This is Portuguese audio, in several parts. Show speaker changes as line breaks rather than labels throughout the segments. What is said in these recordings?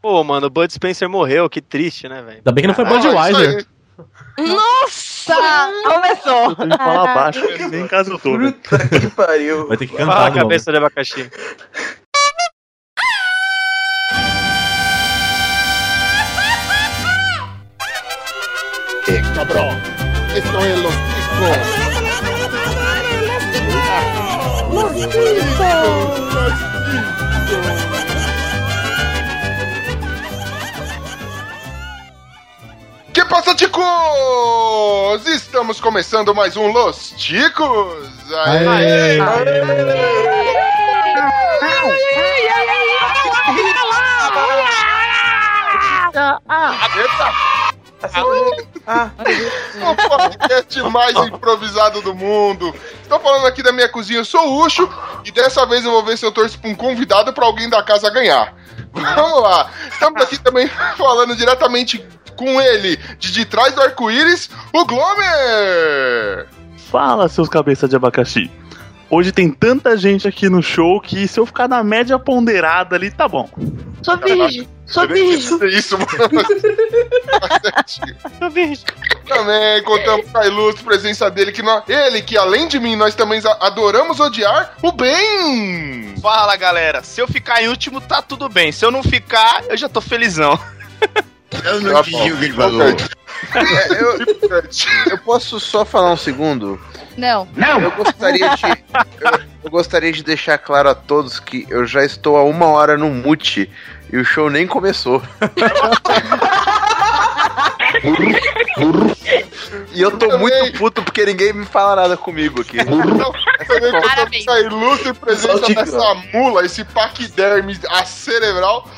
Pô, mano, o Bud Spencer morreu, que triste, né, velho?
Ainda bem que não foi Budweiser.
Nossa! Começou!
Tem que falar abaixo, nem caso todo.
Puta que pariu.
Vai ter que
Fala,
cantar de novo.
cabeça de abacaxi.
cabrón. Esto es los chicos.
Los Beatles!
Que passa, ticos? Estamos começando mais um Los Ticos. Aê!
Aê!
Eita, Tá
Ah,
o podcast mais é improvisado do mundo. Estou falando aqui da minha cozinha, eu sou o Ucho e dessa vez eu vou ver se eu torço para um convidado para alguém da casa ganhar. Vamos lá. Estamos aqui também falando diretamente com ele, de, de trás do arco-íris, o Glomer.
Fala, seus cabeças de abacaxi. Hoje tem tanta gente aqui no show que se eu ficar na média ponderada ali, tá bom.
Sou virgem! Sou virgem!
Isso, mano. Faz sentido. Também contamos com a ilustre presença dele, que nó- ele, que além de mim, nós também a- adoramos odiar o bem!
Fala galera, se eu ficar em último tá tudo bem, se eu não ficar, eu já tô felizão.
Eu não
Tá
entendi
bom.
o que ele falou.
é, eu, eu posso só falar um segundo?
Não.
Eu gostaria de. Eu, eu gostaria de deixar claro a todos que eu já estou há uma hora no mute e o show nem começou. e eu tô muito puto porque ninguém me fala nada comigo aqui.
Também contamos
Parabéns.
com a ilustre presença
Saltico.
dessa mula, esse paquiderme acerebral,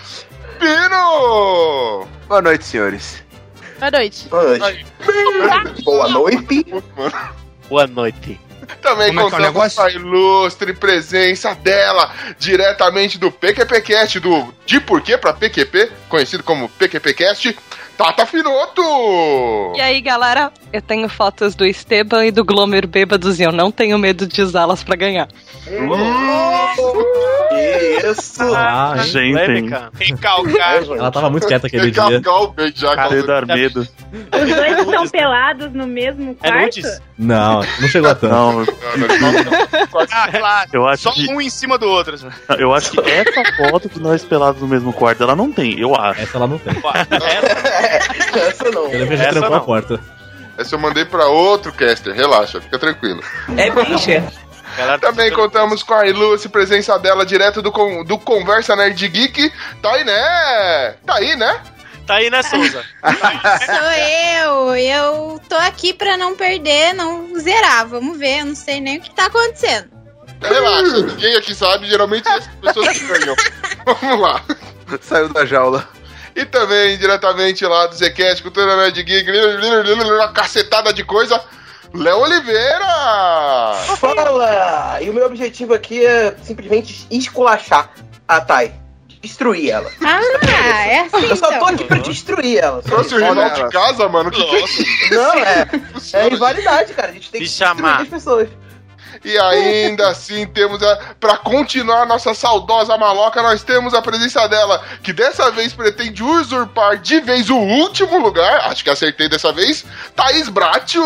Pino!
Boa noite, senhores.
Boa noite.
Boa noite.
Boa noite.
Também
Como é que é o
contamos
negócio?
com a ilustre presença dela, diretamente do PQPcast, do De Porquê pra PQP, conhecido como PQPcast, Tata Finoto!
E aí, galera, eu tenho fotos do Esteban e do Glomer bêbados e eu não tenho medo de usá-las pra ganhar.
Hum.
Isso!
Ah,
tá
hein?
gente, hein?
Polêmica.
Recalcar.
ela tava muito quieta aquele dia.
Cascar o beijo já, cara.
Até dar medo.
Os dois estão pelados no mesmo
É
quarto?
nudes?
Não, não chegou a tanto.
Não,
Ah, claro.
eu acho
Só
que
um em cima do outro.
eu acho que essa foto de nós pelados no mesmo quarto, ela não tem, eu acho.
Essa ela não tem.
Essa não.
Eu lembro que a gente
Essa
trancou a
não.
porta.
Essa eu mandei pra outro caster, relaxa, fica tranquilo.
É bicha.
Galera, tá
Também contamos com a ilustre presença dela, direto do, con- do Conversa Nerd Geek, Tainé! Tá aí, né?
Tá aí, né, Souza?
Sou eu. Eu tô aqui pra não perder, não zerar. Vamos ver, eu não sei nem o que tá acontecendo.
Relaxa, ninguém aqui sabe, geralmente as pessoas que ganham. Vamos lá.
Saiu da jaula.
E também diretamente lá do Zequete, Cultura Nerd Geek, uma cacetada de coisa, Léo Oliveira!
Fala! E o meu objetivo aqui é simplesmente esculachar a Thay. Destruir ela.
Ah, é assim
Eu só tô
então.
aqui
Uhum.
pra destruir ela. só
Trouxe o
isso.
rival Tá de casa, mano. Que que é isso?
Não, é. É rivalidade, cara. A gente tem que
Me chamar.
destruir as pessoas.
E ainda assim temos a. Pra continuar a nossa saudosa maloca, nós temos a presença dela, que dessa vez pretende usurpar de vez o último lugar. Acho que acertei dessa vez. Thaís Bratio!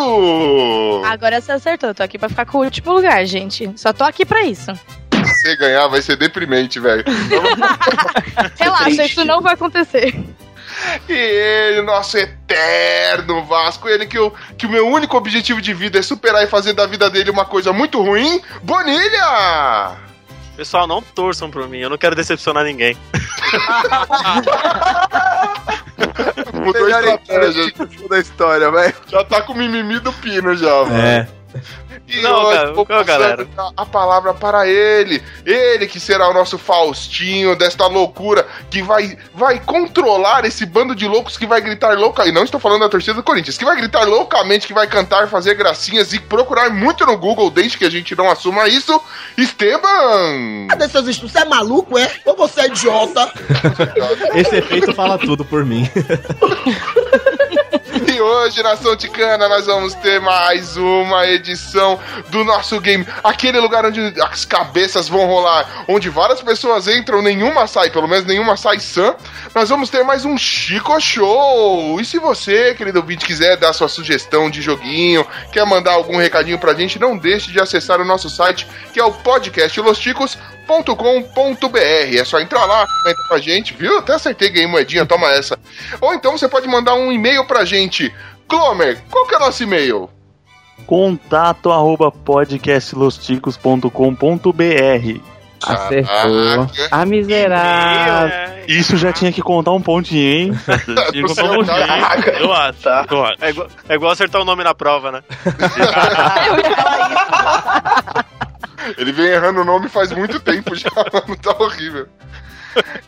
Agora você acertou. Tô aqui pra ficar com o último lugar, gente. Só tô aqui pra isso.
Se você ganhar, vai ser deprimente, velho.
Relaxa, isso não vai acontecer.
E ele, nosso eterno Vasco, ele que, eu, que o meu único objetivo de vida é superar e fazer da vida dele uma coisa muito ruim. Bonilha!
Ah.
Pessoal, não torçam por mim, eu não quero decepcionar ninguém.
Mudou a estratégia, já,
da história, velho.
já tá com o mimimi do Pino já, mano.
É.
E
Não,
hoje
cara,
vou
não, galera.
passar A palavra para ele. Ele que será o nosso Faustinho desta loucura que vai, vai controlar esse bando de loucos que vai gritar louca. E não estou falando da torcida do Corinthians, que vai gritar loucamente, que vai cantar, fazer gracinhas e procurar muito no Google, desde que a gente não assuma isso. Esteban!
Cadê seus estudos? Você é maluco, é? Ou você é idiota?
Esse efeito fala tudo por mim.
E E hoje, nação ticana, nós vamos ter mais uma edição do nosso game. Aquele lugar onde as cabeças vão rolar, onde várias pessoas entram, nenhuma sai, pelo menos nenhuma sai sã. Nós vamos ter mais um Chico Show. E se você, querido ouvinte, quiser dar sua sugestão de joguinho, quer mandar algum recadinho pra gente, não deixe de acessar o nosso site, que é o podcastlosticos.com.br. É só entrar lá, comenta com a gente, viu? Até acertei, ganhei moedinha, toma essa. Ou então você pode mandar um e-mail pra gente. Glomer, qual que é o nosso e-mail?
Contato arroba podcastlosticos.com.br
Acertou. Ah, miserável.
Isso já tinha que contar um pontinho, hein? Já tinha que contar um
Eu
pontinho.
acho. Eu acho.
Tá.
Eu acho. É, igual, é igual acertar o nome na prova, né?
Ele vem errando o nome faz muito tempo já, mano, tá horrível.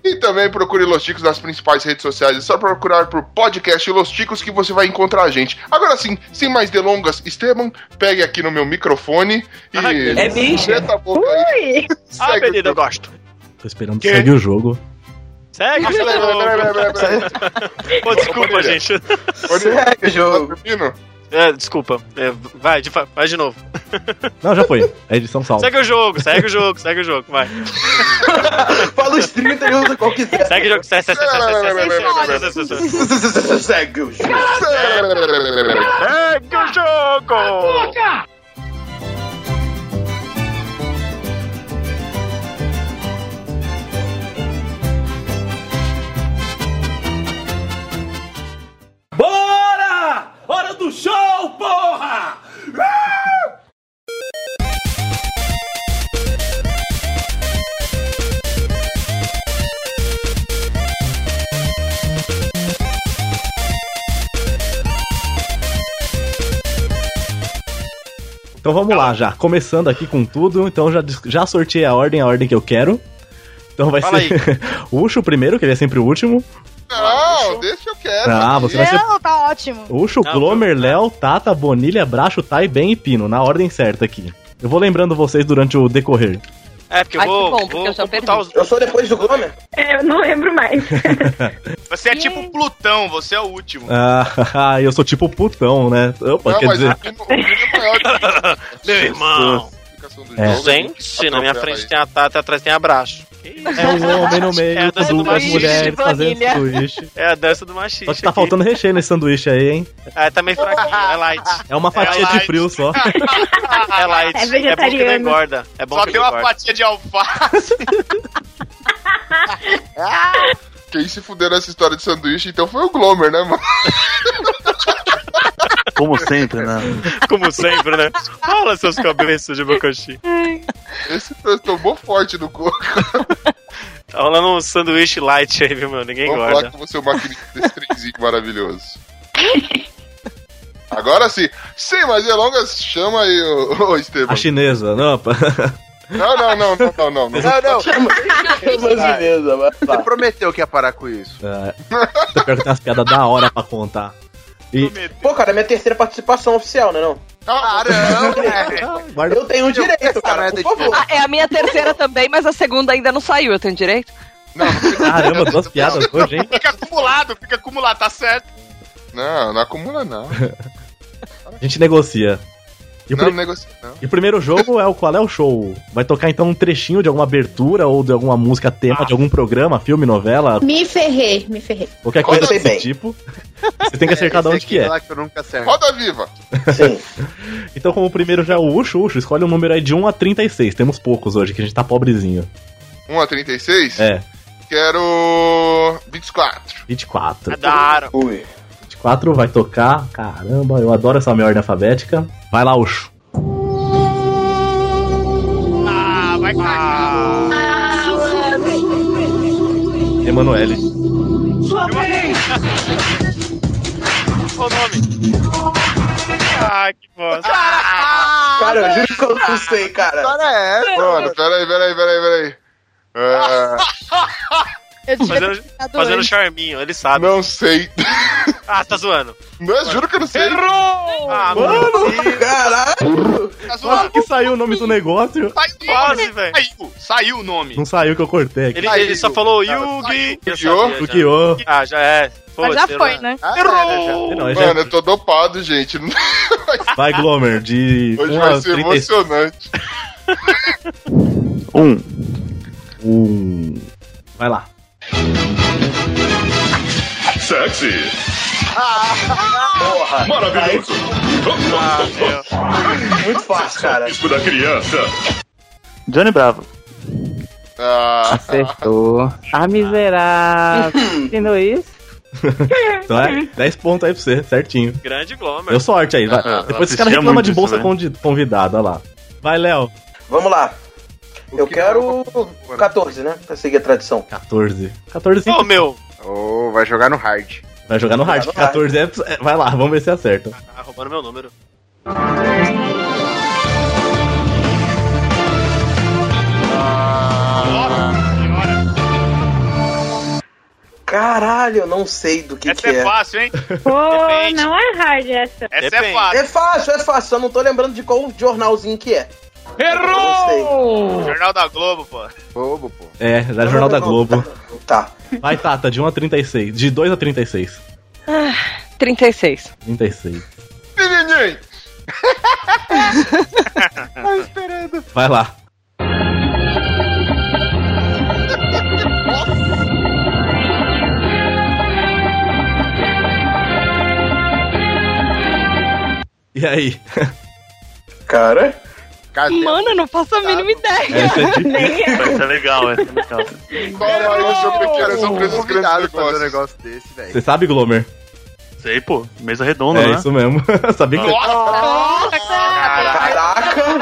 E também procure Los Ticos nas principais redes sociais. É só procurar por podcast Los Ticos que você vai encontrar a gente. Agora sim, sem mais delongas, Esteban, pegue aqui no meu microfone e.
beleza. É bicho.
Aperta a boca aí.
Ah, beleza, eu gosto.
Tô esperando que sair o jogo.
Segue o
Peraí,
jogo.
peraí, peraí, peraí, tá
Pô, desculpa, gente.
Segue
o
jogo.
É, desculpa. É, vai, de, fa- vai de novo.
Não, já foi. É edição salva.
Segue o jogo, segue o jogo, segue o jogo, vai.
Fala os 30 e usa qual quiser.
Segue o jogo, segue, segue, segue, segue, segue, segue, segue, segue, segue.
Segue o jogo.
Segue o jogo!
Bora! Hora do show, porra!
Então vamos lá já. Começando aqui com tudo. Então já, dis- já sorteei a ordem, a ordem que eu quero. Então vai
Fala
ser o Ucho primeiro, que ele é sempre o último.
Não, deixa É, eu quero.
Ah, você vai ser-
Não, tá ótimo.
Ucho, Glomer, Léo, Tata, Bonilha, Bracho, Tai, Ben e Pino, na ordem certa aqui. Eu vou lembrando vocês durante o decorrer.
É, porque eu
Ai, que
vou.
bom, porque
vou
eu já
computar os...
Eu sou depois do Glomer?
Eu não lembro mais. Você é tipo Plutão, você é o último.
Ah, eu sou tipo putão, né? Opa, quer dizer.
é Meu irmão.
É.
Gente, na minha frente tem a Tata e atrás tem a Bracho.
É um homem no meio,
É a dança do
duas
machista,
mulheres fazendo
Bonilha.
sanduíche.
É a dança do machismo.
Só que tá faltando recheio nesse sanduíche aí, hein?
É, tá meio fraquinho, é light.
É uma fatia de frio só.
É light.
É
É bom que não
vegetariano.
engorda. É bom
Só
que
tem
não
uma
engorda.
fatia de alface.
Quem se fudeu nessa história de sanduíche, então foi o Glomer, né, mano?
Como sempre, né?
Como sempre, né? Fala seus cabeças de bocaxi.
Esse tomou forte do coco.
Tá rolando um sanduíche light aí, viu, meu? Ninguém
Vamos
engorda.
falar com você, o maquinista desse trenzinho maravilhoso. Agora sim, sem mais delongas, chama aí o, o Esteban.
A chinesa, né, não, pá.
Não, não, não, não, não,
Não,
não.
não.
Vai.
Você prometeu que ia parar com isso.
Ah, eu quero que tem umas piadas da hora pra contar. E
Pô, cara, é minha terceira participação oficial, né não?
Ah,
Ah, né?
Guarda-
Eu tenho um direito, cara, por favor.
Ah, é a minha terceira também, mas a segunda ainda não saiu, eu tenho direito?
Caramba, duas piadas hoje, hein?
Fica acumulado, fica acumulado, tá certo.
Não, não acumula, não.
A gente negocia. E o,
Não,
pri-
negocia, não.
e o primeiro jogo é o Qual é o Show? Vai tocar então um trechinho de alguma abertura ou de alguma música
Ah.
tema de algum programa, filme, novela,
Me ferrei, me ferrei.
qualquer coisa desse tipo. Você tem que acertar de onde que é.
Roda viva.
Então, como o primeiro já é o Ucho, Ucho, escolhe um número aí de 1 a 36. Temos poucos hoje, que a gente tá pobrezinho.
1 a 36,
É,
quero 24.
24.
Adoro.
Ui.
24 vai tocar. Caramba, eu adoro essa minha ordem alfabética. Vai lá, Ucho.
Ah, vai cagar.
Emanuele.
Sua vez! Qual o nome?
Ah, que bosta.
Ah, Cara, eu juro que eu
Ah,
não sei, cara.
Cara, é.
Mano, peraí, peraí, peraí, peraí. É,
Eu devia ter
Fazendo,
tá
pensado
fazendo
antes.
charminho, ele sabe.
Não sei.
Ah, tá zoando.
Não, juro que eu não sei.
Errou! Ah,
Mano,
caralho!
tá
Tá
Quase que saiu o nome do negócio.
Quase, velho.
Saiu, saiu o nome.
Não saiu que eu cortei. aqui.
Ele, ele só falou Yugi. Eu sabia, já.
Yu-Gi-Oh!
Ah, já é. Pô,
já
sei
foi,
lá.
né?
Ah, é,
Errou!
Não, já-
Mano, eu tô dopado, gente.
Vai, Glomer, de.
Hoje
1
vai
a
ser
30.
emocionante.
Um.
Um. Vai lá.
Sexy.
Porra.
Maravilhoso. Ah,
Muito fácil, cara.
Isso da criança.
Johnny Bravo.
Ah.
é
Acertou. Ah, miserável.
Hum.
Entendeu isso?
Então é 10 pontos aí pra você, certinho.
Grande Glomer.
Deu sorte aí, vai.
Ah,
Depois esse
assistia
cara reclama
muito
de bolsa
isso, velho.
condi- convidada, olha lá. Vai, Léo.
Vamos lá. Eu quero 14, né? Pra seguir a tradição.
Tá. 14. 14.
Ô, meu.
Ô, vai jogar no hard.
Vai jogar no hard.
Vai no
14 é, é- Vai lá, vamos ver se acerta.
Ah, roubaram meu número.
Caralho, eu não sei do que,
Essa
que
é
é.
fácil, hein?
Pô, não é hard essa.
Essa é fácil.
É fácil, é fácil. Só não tô lembrando de qual jornalzinho que é.
Errou! Jornal da Globo, pô.
Bobo, pô.
É, da Jornal da Globo.
Tá.
Vai, Tata, de 1 a 36. De 2 a 36.
Ah, 36.
36.
Menininho!
Tava
esperando.
Vai lá. E aí?
Cara?
Mano, eu não faço a
Tá
mínima ideia.
Essa é difícil.
Nem eu.
Essa é legal, essa é legal.
Caralho, eu sou pequeno, eu sou preso dos grandes
fazer um
negócios.
negócio desse, velho.
Você sabe, Glomer?
Sei, pô. Mesa redonda,
é
né?
isso mesmo. Sabia que
Mano,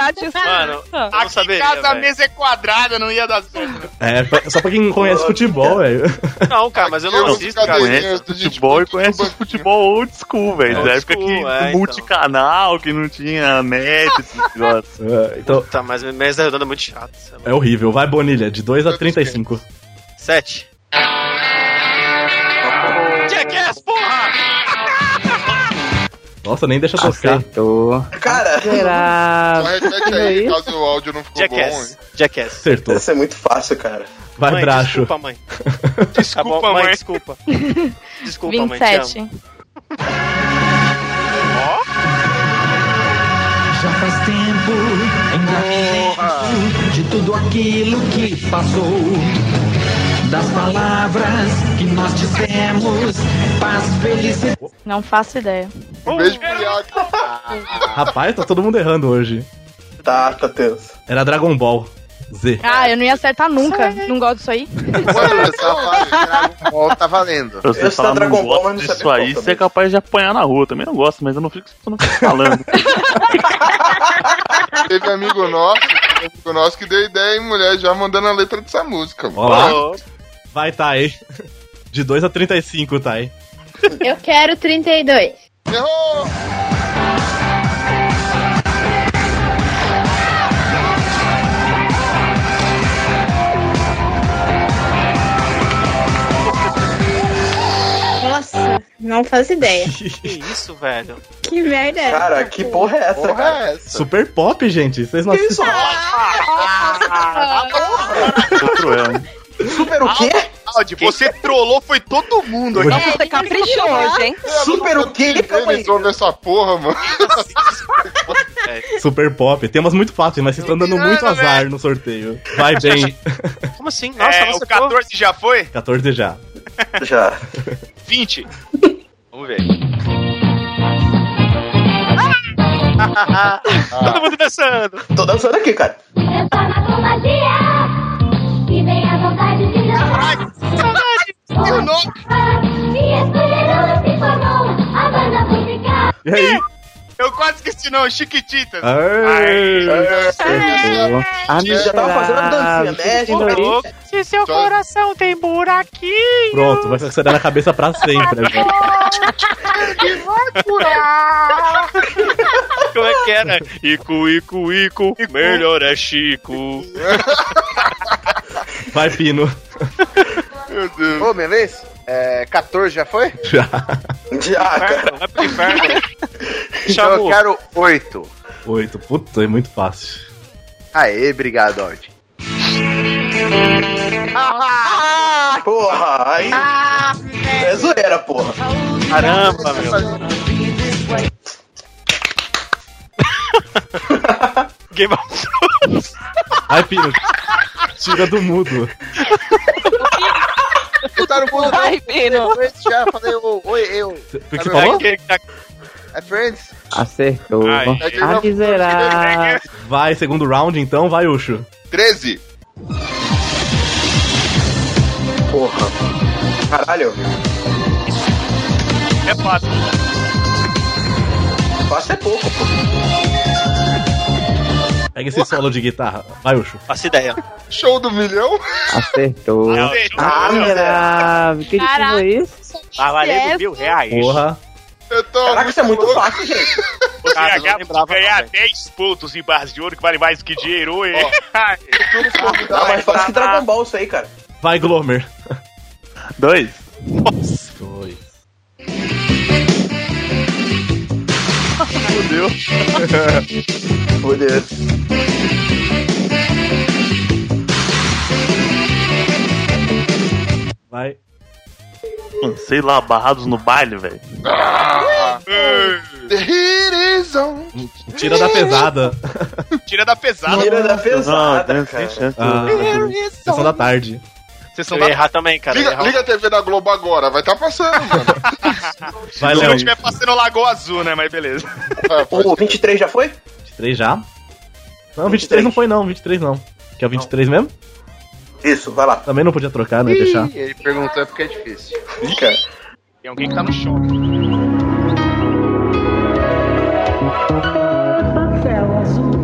aqui em casa a mesa é quadrada, não ia dar certo.
É, pra- só pra quem conhece futebol, velho.
Não, cara, mas eu não assisto,
é
cara.
Conhece futebol e conhece o é futebol old school, velho.
É,
da
old
época
school,
que
é, então.
multicanal, que não tinha net, esses negócios.
É, então,
Tá, mas mesa redonda é muito chato. sei lá.
é horrível. Vai, Bonilha, de 2 a 35.
Sete. Jackass,
Nossa, nem deixa tocar.
Acertou.
Cara.
Só repete
É
aí, caso o áudio não ficou bom. hein?
Jackass.
Acertou.
Essa é muito fácil, cara.
Vai,
Mãe,
Bracho.
Desculpa, mãe. Desculpa, mãe. Desculpa. Desculpa, mãe. te amo.
27.
Já faz tempo, ainda me lembro de tudo aquilo que passou. Das palavras que nós dissemos, paz, felicidade.
Não faço ideia.
Um beijo pro Iago.
Rapaz, tá todo mundo errando hoje.
Tá, tá tenso.
Era Dragon Ball Z.
Ah, eu não ia acertar nunca. Não gosto disso aí.
Ó, tá valendo.
Se você falar não gosta disso aí, você é capaz de apanhar na rua. Também não gosto, mas eu não fico, eu não fico falando.
Teve amigo nosso, teve amigo nosso que deu ideia em mulher já mandando a letra dessa música. mano.
Olá. Vai, Thay. De 2 a 35, Thay.
Eu quero 32.
Errou!
Nossa, não faço ideia.
Que isso, velho?
Que merda é
Cara,
essa,
que
pô?
porra é essa, cara?
Super pop, gente. Vocês não assistem.
Cruel, hein?
Super o quê?
Aldi, você trollou foi todo mundo
aqui.
É,
Você caprichou hoje, hein?
Super o quê? Calma aí.
Eles ouvem essa porra, mano.
Super pop. Tem umas muito fáceis, mas vocês estão dando muito
Engana,
azar no sorteio. Vai bem.
Como assim?
Nossa, é, o 14 já foi?
14 já.
Já.
20. Vamos ver.
Todo mundo dançando.
é. Tô dançando aqui, cara.
E vem a vontade de dançar. Saudade! Seu nome! E escolheram se formou a banda musical.
E aí?
Eu quase esqueci, não, Chiquititas.
Acertou. Ah,
Já tava fazendo a
miserável.
dancinha, né?
Entendeu isso?
Se seu coração tem buraquinho,
Pronto, vai ficar na cabeça pra sempre. né?
vai curar.
Como é que era? Ico, Ico, Ico, melhor é Chico.
Vai, Pino.
Meu Deus.
Ô, minha vez? É, 14 já foi?
Já.
Já, cara. Vai pro inferno. Então eu quero 8.
Oito. Puta, é muito fácil.
Aê, obrigado, Aldi.
Porra, aí.
Ah,
É zoeira, porra.
Caramba, meu. Game of Thrones.
Ai, Pino. Tira do mudo.
Tá no mundo, não.
Ai, Pino.
Já falei, ô, oi, eu. O
que você falou?
É Friends?
Acertou.
Ai.
Ah, que será?
Vai, segundo round então, vai, Ucho.
13.
Porra. Caralho.
É fácil.
Passa é pouco, pô.
Pega esse solo de guitarra. Vai, Ucho.
Faço ideia.
Show do milhão?
Acertou. Ah, miserável. Que
Caraca.
foi isso?
Ah,
Tá valendo mil reais.
Porra.
Eu tô
Caraca, isso é muito
louco.
fácil, gente.
Você acaba de ganhar
10 pontos em barras de ouro, que vale mais que dinheiro, hein?
Tá mais fácil que Dragon Ball isso aí, cara.
Vai, Glomer.
Dois.
Nossa.
Dois.
Fudeu.
Fudeu.
Vai.
Mano, Sei lá, barrados no baile, velho.
The hit is on.
Tira da pesada.
Tira da pesada.
Tira da
Não,
pesada,
tem
cara.
chance.
Ah, sessão da tarde.
Vocês vão errar também, cara.
Liga,
errar.
liga a TV da Globo agora, vai tá passando, mano.
Se
Vai,
não
Léo.
é
tiver passando Lagoa Azul, né? Mas beleza.
Vai, pô.
O 23 já foi?
23 já? Não, 23, não foi não, 23 não. Que é o 23 mesmo?
Isso, vai lá.
Também não podia
Ah,
trocar, não ia deixar.
Ele perguntou é porque é difícil.
Cara.
Tem alguém que tá no shopping.
Céu azul,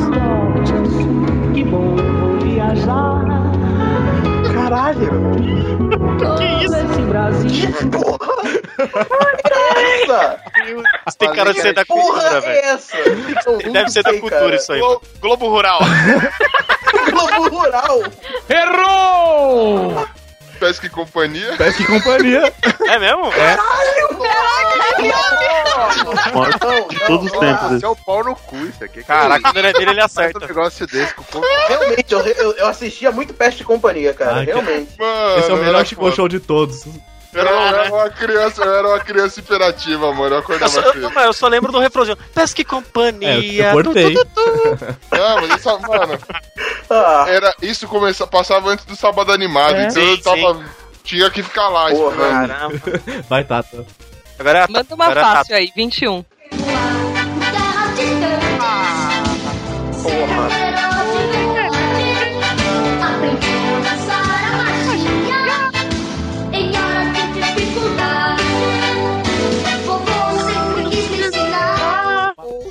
sorte azul, que bom vou viajar.
Caralho.
Que isso? Esse Brasil.
Essa?
Isso tem cara de ser da cultura,
Porra
velho.
é essa?
Deve ser da cultura isso aí. Glo- Globo Rural.
aí. Globo Rural.
Errou!
Pesca e companhia.
Parece que companhia.
É mesmo?
Maior de todos os tempos.
Nossa,
esse.
é o pau no cu isso aqui.
Caraca, quando ele é dele, ele
certo. Um
acerta.
negócio desse com o cu.
Realmente, eu, eu, eu assistia muito Peste e Companhia, cara.
Ai, que-
realmente.
Mano,
Esse é o melhor
era
Chico
foda.
Show de todos.
Era, era uma criança, eu era uma criança imperativa, mano. Eu
né? Eu só,
acordava
eu,
cedo.
mano, eu só lembro do refrãozinho. Pesca e
É,
companhia.
eu cortei.
Não, mas isso, mano,
Ah,
era, isso começa, passava antes do sábado animado, então
É. Sim,
eu tava. Tinha que ficar lá
Porra.
esperando.
Caramba.
Vai, tá, Tata.
Agora é a-
Manda uma
agora é a
fácil aí, 21.
porra.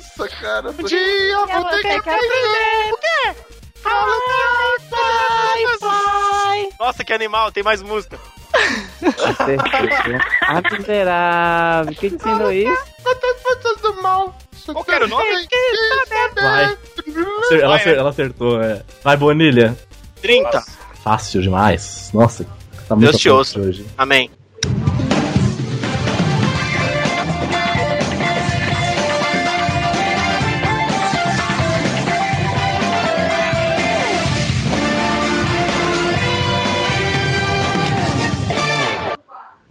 Nossa, cara. Um dia eu vou ter que aprender.
Nossa, que animal, tem mais música.
Acertou. Ah, miserável. Que ensinou isso?
Tá Quantas do mal.
Qual que era o nome?
Vai. Acer- Ela,
né?
acer- ela acertou, é. Vai, Bonilha.
30.
Fácil demais. Nossa, tá muito
Deus te ouça.
hoje.
Amém.
Vai.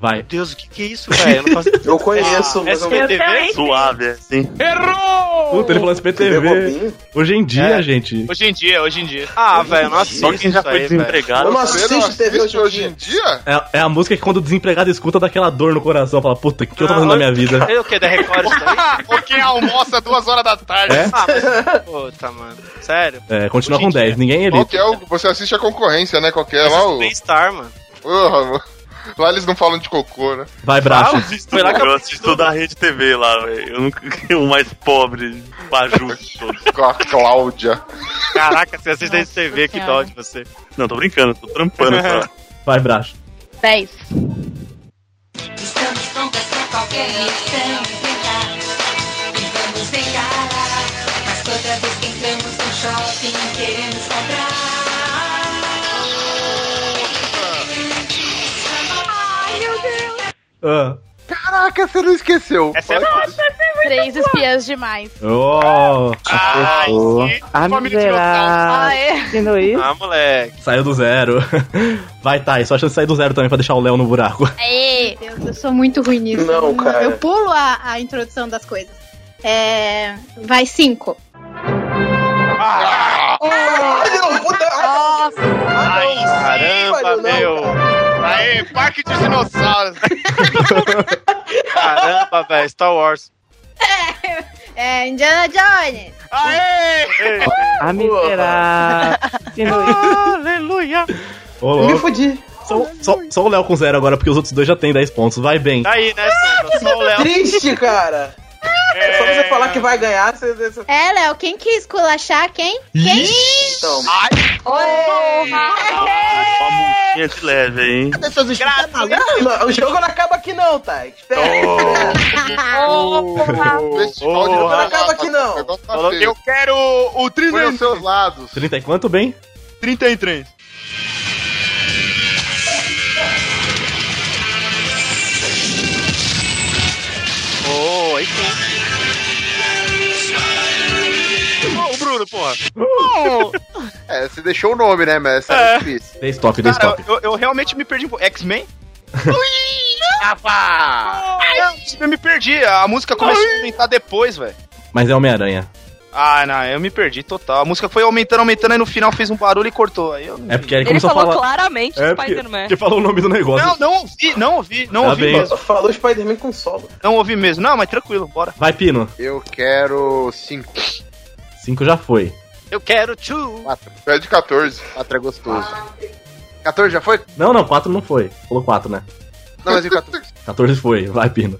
Meu Deus, o que, que é isso, velho? Eu não faço...
Eu conheço, mas eu
SBT.
Suave, assim.
Puta, ele falou SPTV.
TV.
Hoje em dia,
É.
gente.
Hoje em dia, hoje em dia.
Ah, velho, não assisto
Só quem já
isso
foi
aí, velho.
Eu
desempregado.
não
Você não
assisto TV
assiste
hoje em dia.
dia?
É, é a música que quando o desempregado escuta dá aquela dor no coração. Fala, puta, o que eu tô fazendo na minha vida?
É o que? Da Record isso aí?
Ou quem almoça duas horas da tarde.
É?
Ah, mas... Puta, mano. Sério?
É, continua
Hoje em
com 10. Ninguém é
Qual
ele.
que é o. Você assiste a concorrência, né? Qual que é lá o.
Playstar, mano.
Porra, mano. Lá eles não falam de cocô, né?
Vai,
Ah,
Bracha.
foi lá que eu
Eu assisto da Rede TV lá, velho. Eu nunca o mais pobre, baju de todos.
Com a Cláudia.
Caraca, você assiste desde TV, que
Senhora.
dó de você.
Não, tô brincando, tô trampando. Tá?
Vai, Bracha.
10.
Caralho,
meu Deus!
Ah.
Caraca, você não esqueceu.
Essa é fácil.
Três espiãs demais.
Oh,
Ai, sim.
Ah, miserável. Que noite.
Ah, moleque.
Saiu do zero. Vai, Thay, só a chance de sair do zero também pra deixar o Léo no buraco.
Aê! Meu Deus, eu sou muito ruim nisso.
Não, cara.
Eu pulo a, a introdução das coisas. É, vai cinco.
Ai, não, puta. Nossa.
Ai, caramba, meu. Aê, parque de dinossauros. caramba, velho, Star Wars.
É, Indiana Jones.
Aê!
Ah, miserável. Que noite.
Aleluia.
Ô,
Eu me
louco.
fudi.
Só, só- só o Léo com zero agora, porque os outros dois já têm 10 pontos. Vai bem.
Tá Aí, né, Sandra? Só o Léo.
Triste, cara. É só você falar que vai ganhar, você. você-
É, Léo, quem quis esculachar quem? Quem?
Então,
Ai,
Uma multinha de leve, aí, hein?
Essas escutas malucas. O jogo não acaba aqui, não, tá? Espera.
Festival de
O jogo não
Roraima.
acaba aqui,
O
não.
negócio tá
falou,
feio.
eu quero o
Põe os
33.
seus lados.
30 e quanto bem?
33. Oh, aí sim. Ô, Bruno, porra.
É, você deixou o nome, né, mas essa é. difícil.
10 top, 10
Cara,
top.
eu, eu realmente me perdi um pouco. X-Men? Ai, É, eu me perdi. A música começou a aumentar depois, velho.
Mas é Homem-Aranha.
Ah, não, eu me perdi total. A música foi aumentando, aumentando, aí no final fez um barulho e cortou. Aí eu não
É porque ele
Ele
começou a
falou
falar.
claramente
É porque,
Spider-Man.
porque falou o nome do negócio.
Não, não ouvi, não ouvi, não
Tá
ouvi
bem.
mesmo.
Falou Spider-Man com solo.
Não ouvi mesmo. Não, mas tranquilo, bora.
Vai, Pino.
Eu quero 5.
5 já foi.
Eu quero tchu.
4.
Pede 14.
4 é gostoso. 14 já foi?
Não, não, 4 não foi. Falou 4, né?
Não, mas e 14?
14 foi. Vai, Pino.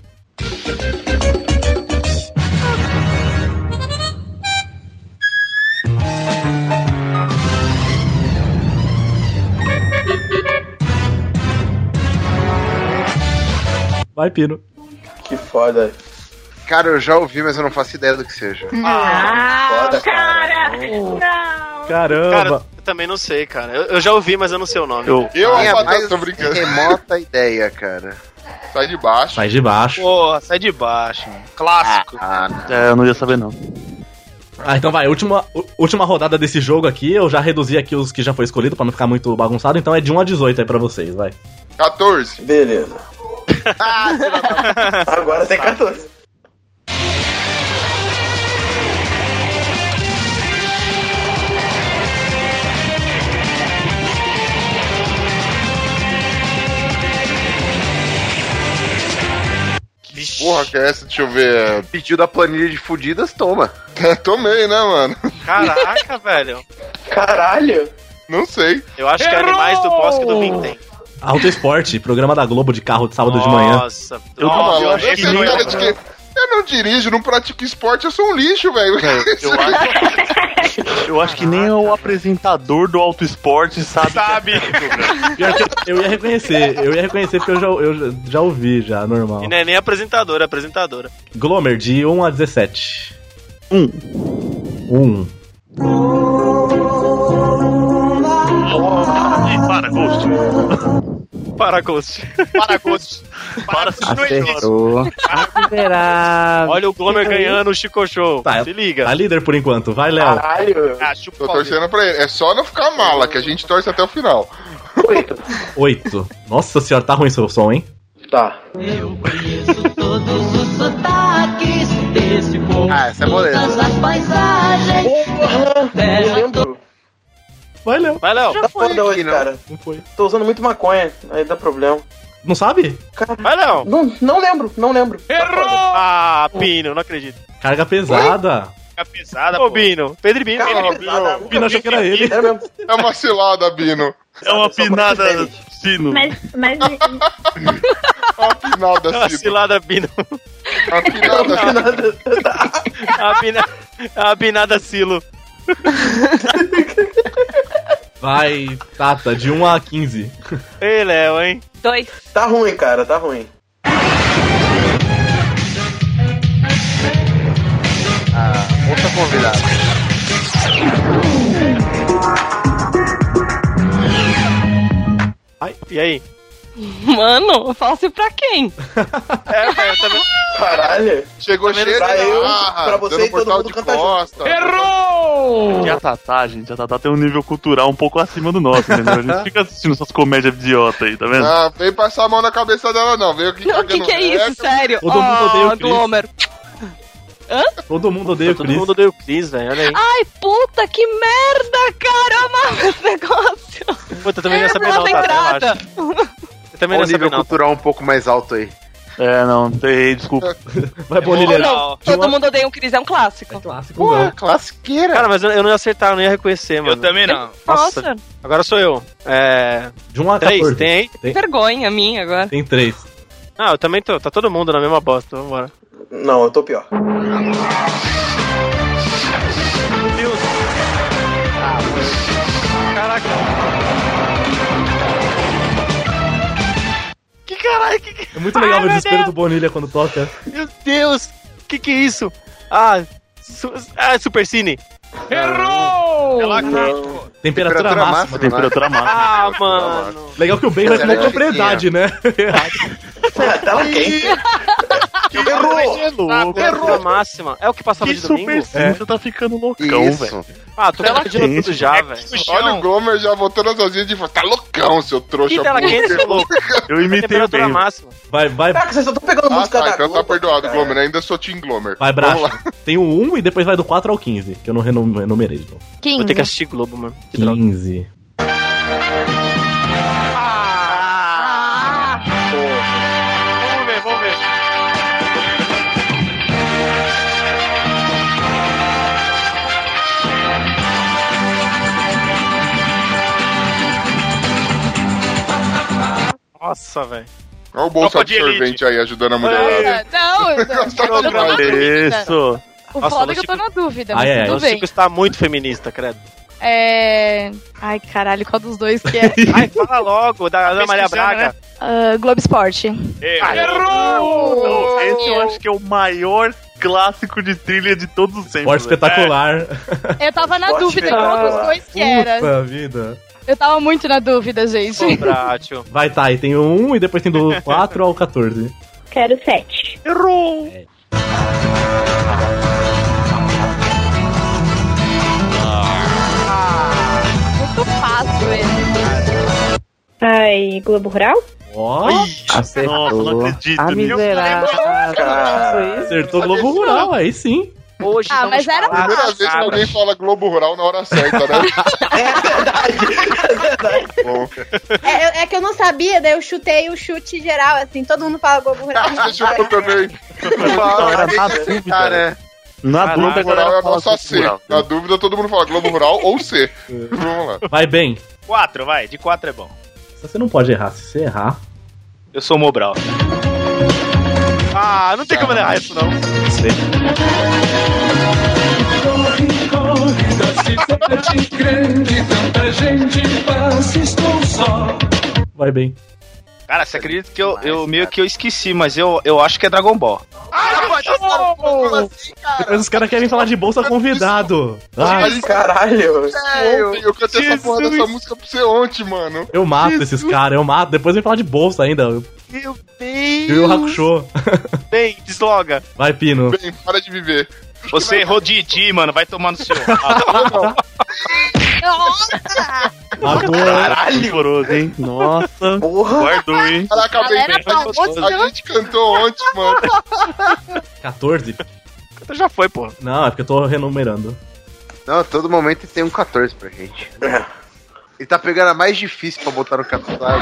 Vai, Pino.
Que foda.
Cara, eu já ouvi, mas eu não faço ideia do que seja.
Ah,
Foda,
cara! Não!
Caramba.
Cara, eu também não sei, cara. Eu, eu já ouvi, mas eu não sei o nome.
Eu-
Eu
Minha
apago,
mais
tô brincando.
remota ideia, cara.
Sai de baixo.
Sai de baixo.
Porra, sai de baixo, mano. Clássico.
Ah, não.
É, eu não ia saber, não.
Ah, então vai, última, u- última rodada desse jogo aqui, eu já reduzi aqui os que já foi escolhido pra não ficar muito bagunçado, então é de 1 a 18 aí pra vocês, vai.
14.
Beleza.
Ah,
Agora tem 14.
Porra, que é essa? Deixa eu ver.
Pediu da planilha de fudidas, toma.
É, Tomei, né, mano?
Caraca, velho.
Caralho.
Não sei.
Eu acho que é animais do bosque do Vintem.
Auto Esporte, programa da Globo de carro de sábado de manhã.
Nossa,
Eu tô
nossa,
falando,
eu
acho
achei
Eu
que
que
sei
não
foi.
um
ia
cara de que- Eu não dirijo, não pratico esporte, eu sou um lixo, velho.
Eu acho, eu acho que nem o apresentador do Auto Esporte sabe. é
Sabe?
Pior
né?
que eu, eu ia reconhecer, eu ia reconhecer porque eu já, eu já- já ouvi, já,
E
normal.
né?
não é nem apresentadora, é apresentadora.
Glomer, de 1 a 17.
Um.
1.
Ih, para, Ghost.
Para, Ghost.
Para, Ghost. Para, isso não existe.
Acertou.
Miserável.
Olha o Glomer ganhando o Chico Show.
Tá,
Se liga.
Tá líder por enquanto, vai, Léo.
Caralho.
Ah, chupa
Tô
o pau dele.
torcendo pra ele. É só não ficar mala, que a gente torce até o final.
Oito.
8. Nossa senhora, tá ruim seu som, hein?
Tá.
Eu conheço todos os sotaques desse povo.
Ah, essa é moleza.
Todas as paisagens.
Porra. Eu lembro.
Vai, Léo.
Vai, Léo.
Tá
foi
foda
aqui,
hoje,
não.
cara.
Não foi.
Tô usando muito maconha. Aí dá problema.
Não sabe?
Vai, Léo.
Não, não lembro, não lembro. Errou!
Ah, Pino, não acredito.
Carga pesada.
Fica pesada,
Ô,
pô.
Bino. Pedro Bino.
Caramba,
Pedro Bino.
pesada.
Pino achou que era ele.
Era mesmo.
É uma cilada, Bino.
É uma pinada sino.
Mas, mas
É uma pinada,
É uma
Cida.
cilada, Bino.
É uma pinada, Cida.
A Bina- A binada Silo.
Vai, Tata, de 1 a 15.
Ei, Léo, hein?
Dois.
Tá ruim, cara, tá ruim.
Ah, outra convidada.
E aí?
Mano, fácil pra quem?
É, cara, eu também.
Caralho.
Chegou
Também
cheio
pra
de
eu,
garra,
pra você
dando
e
um
todo
portal
mundo
de
canta junto.
costa.
Errou!
E a Tatá, gente, a Tatá tem um nível cultural um pouco acima do nosso, entendeu? A gente fica assistindo essas comédias idiota aí, tá vendo?
Ah, vem passar a mão na cabeça dela, não. Veio aqui
Não, o que,
cagando
que é
regra.
isso, sério?
Todo mundo
Ó,
odeia o Chris.
Glomer. Hã?
Todo mundo odeia o Chris.
Todo mundo odeia o Chris, velho. Olha aí.
Ai, puta, que merda, cara! Eu amava esse negócio!
Puta, eu também não ia
Era
saber
pra
não, tá.
uma
cara, eu
lembrada.
acho. Eu também
Olha o
não ia saber
nível
não.
cultural um pouco mais alto aí. É
É, não, errei, desculpa. É Tipo
Vai,
Ou não, todo mundo odeia o Chris, é um clássico. É
clássico,
Ué,
classiqueira.
Cara, mas eu, eu não ia acertar, eu não ia reconhecer, mano. Eu
também não.
Nossa.
Nossa.
Agora sou eu. É...
De 1 a
Três,
14.
tem aí?
Tem,
Vergonha minha agora.
tem três.
Ah, eu também tô. Tá todo mundo na mesma bosta,
então
vambora.
Não, eu tô pior.
Caraca.
Que caralho, que que...
É muito legal
Ai,
o
meu
desespero
Deus.
do Bonilha quando toca.
Meu Deus, que que é isso? Ah, su- ah Super Cine. Errou!
Temperatura,
Temperatura
máxima.
máxima, Temperatura né? máxima. Ah, mano.
Legal que o Ben vai com
Ela
uma
é
propriedade, né?
Tela quente.
Errou! Temperatura máxima. É o que passava
Que
de domingo?
super sim, você tá ficando loucão,
Isso.
velho.
Ah, tô
Tela
confundindo
quente.
tudo já, velho.
Olha o Gomer já voltando as asinhas de tá loucão, seu trouxa.
Que tela
puta.
quente, seu louco.
Eu imitei o
Temperatura
Ben.
máxima.
Vai, vai,
Caraca, vocês só estão pegando
Ah,
música
tá,
da
então tá
Globo, É.
perdoado,
cara.
Glomer. Ainda sou Team Glomer.
vai
Vamos
braço.
lá.
Tem o 1 e depois vai do 4 ao 15, que eu não renu- renumerei. Então.
Vou ter que assistir Globo, mano.
15.
Vamos ver, vamos ver.
Nossa, velho.
Olha o bolso
Tropa de
absorvente aí ajudando a mulherada.
Não, eu, eu tô na dúvida.
Isso.
O
Nossa,
foda é que eu
Lucico-
tô na dúvida, mas
Ai, ai, ai.
tudo
O
bem.
Chico está muito feminista, credo.
É. Ai, caralho, qual dos dois que é?
Ai, fala logo, da Ana
né?
Maria Braga.
Ah, Globo Esporte.
É.
Ah, é. Não, esse eu acho que é o maior clássico de trilha de todos os tempos.
Forte espetacular.
É.
Eu tava na
Esporte
dúvida qual dos
espetacular.
dois que era.
Ah, Puta vida.
Eu tava muito na dúvida, gente.
Prático.
Vai, tá, e tem o 1 e depois tem do 4 ao 14.
Quero sete. Errou!
Muito fácil ele.
Ai, Globo Rural?
Ó,
Nossa, não acredito.
A
nisso.
miserável.
Acertou o Globo Rural, aí sim.
Hoje
Ah, mas era
Primeira vez que alguém fala Globo Rural na hora certa, né?
É
Bom,
É, eu- é que eu não sabia, daí eu chutei o chute geral, assim, todo mundo fala Globo Rural.
você chutou também.
Era na
Cara, é.
Na Globo
Globo Rural
agora
é
é
a nossa C. Na dúvida, todo mundo fala Globo Rural ou C. Vamos lá.
Vai bem.
Quatro, vai. De quatro é bom.
Você não pode errar. Se você errar.
Eu sou o Mobral. Ah, não tem
Tá.
como errar isso, não.
cidade grande, tanta gente passa, estou só.
Vai bem.
Cara, você acredita que eu, eu meio que eu esqueci, mas eu, eu acho que é Dragon Ball.
Depois os caras querem falar de bolsa convidado. Ah.
Mas,
Ai,
caralho.
É, eu, eu cantei essa porra
Jesus.
dessa música pra você ontem, mano.
eu mato esses caras, eu mato. Depois vem falar de bolsa ainda.
Meu
Yu Yu
Deus.
Hakusho.
Bem, desloga.
Vai, Pino.
Bem, para de viver.
Você errou Didi, mano. Vai tomar no seu.
Matou.
Horroroso, hein? Nossa. Guardou, hein?
Caraca, bem,
Galera,
tá
pelo amor de
a gente cantou ontem, mano.
14?
Já foi, pô.
Não, é porque eu tô renumerando.
Não, a todo momento tem um 14 pra gente. E tá pegando a mais difícil pra botar no capital.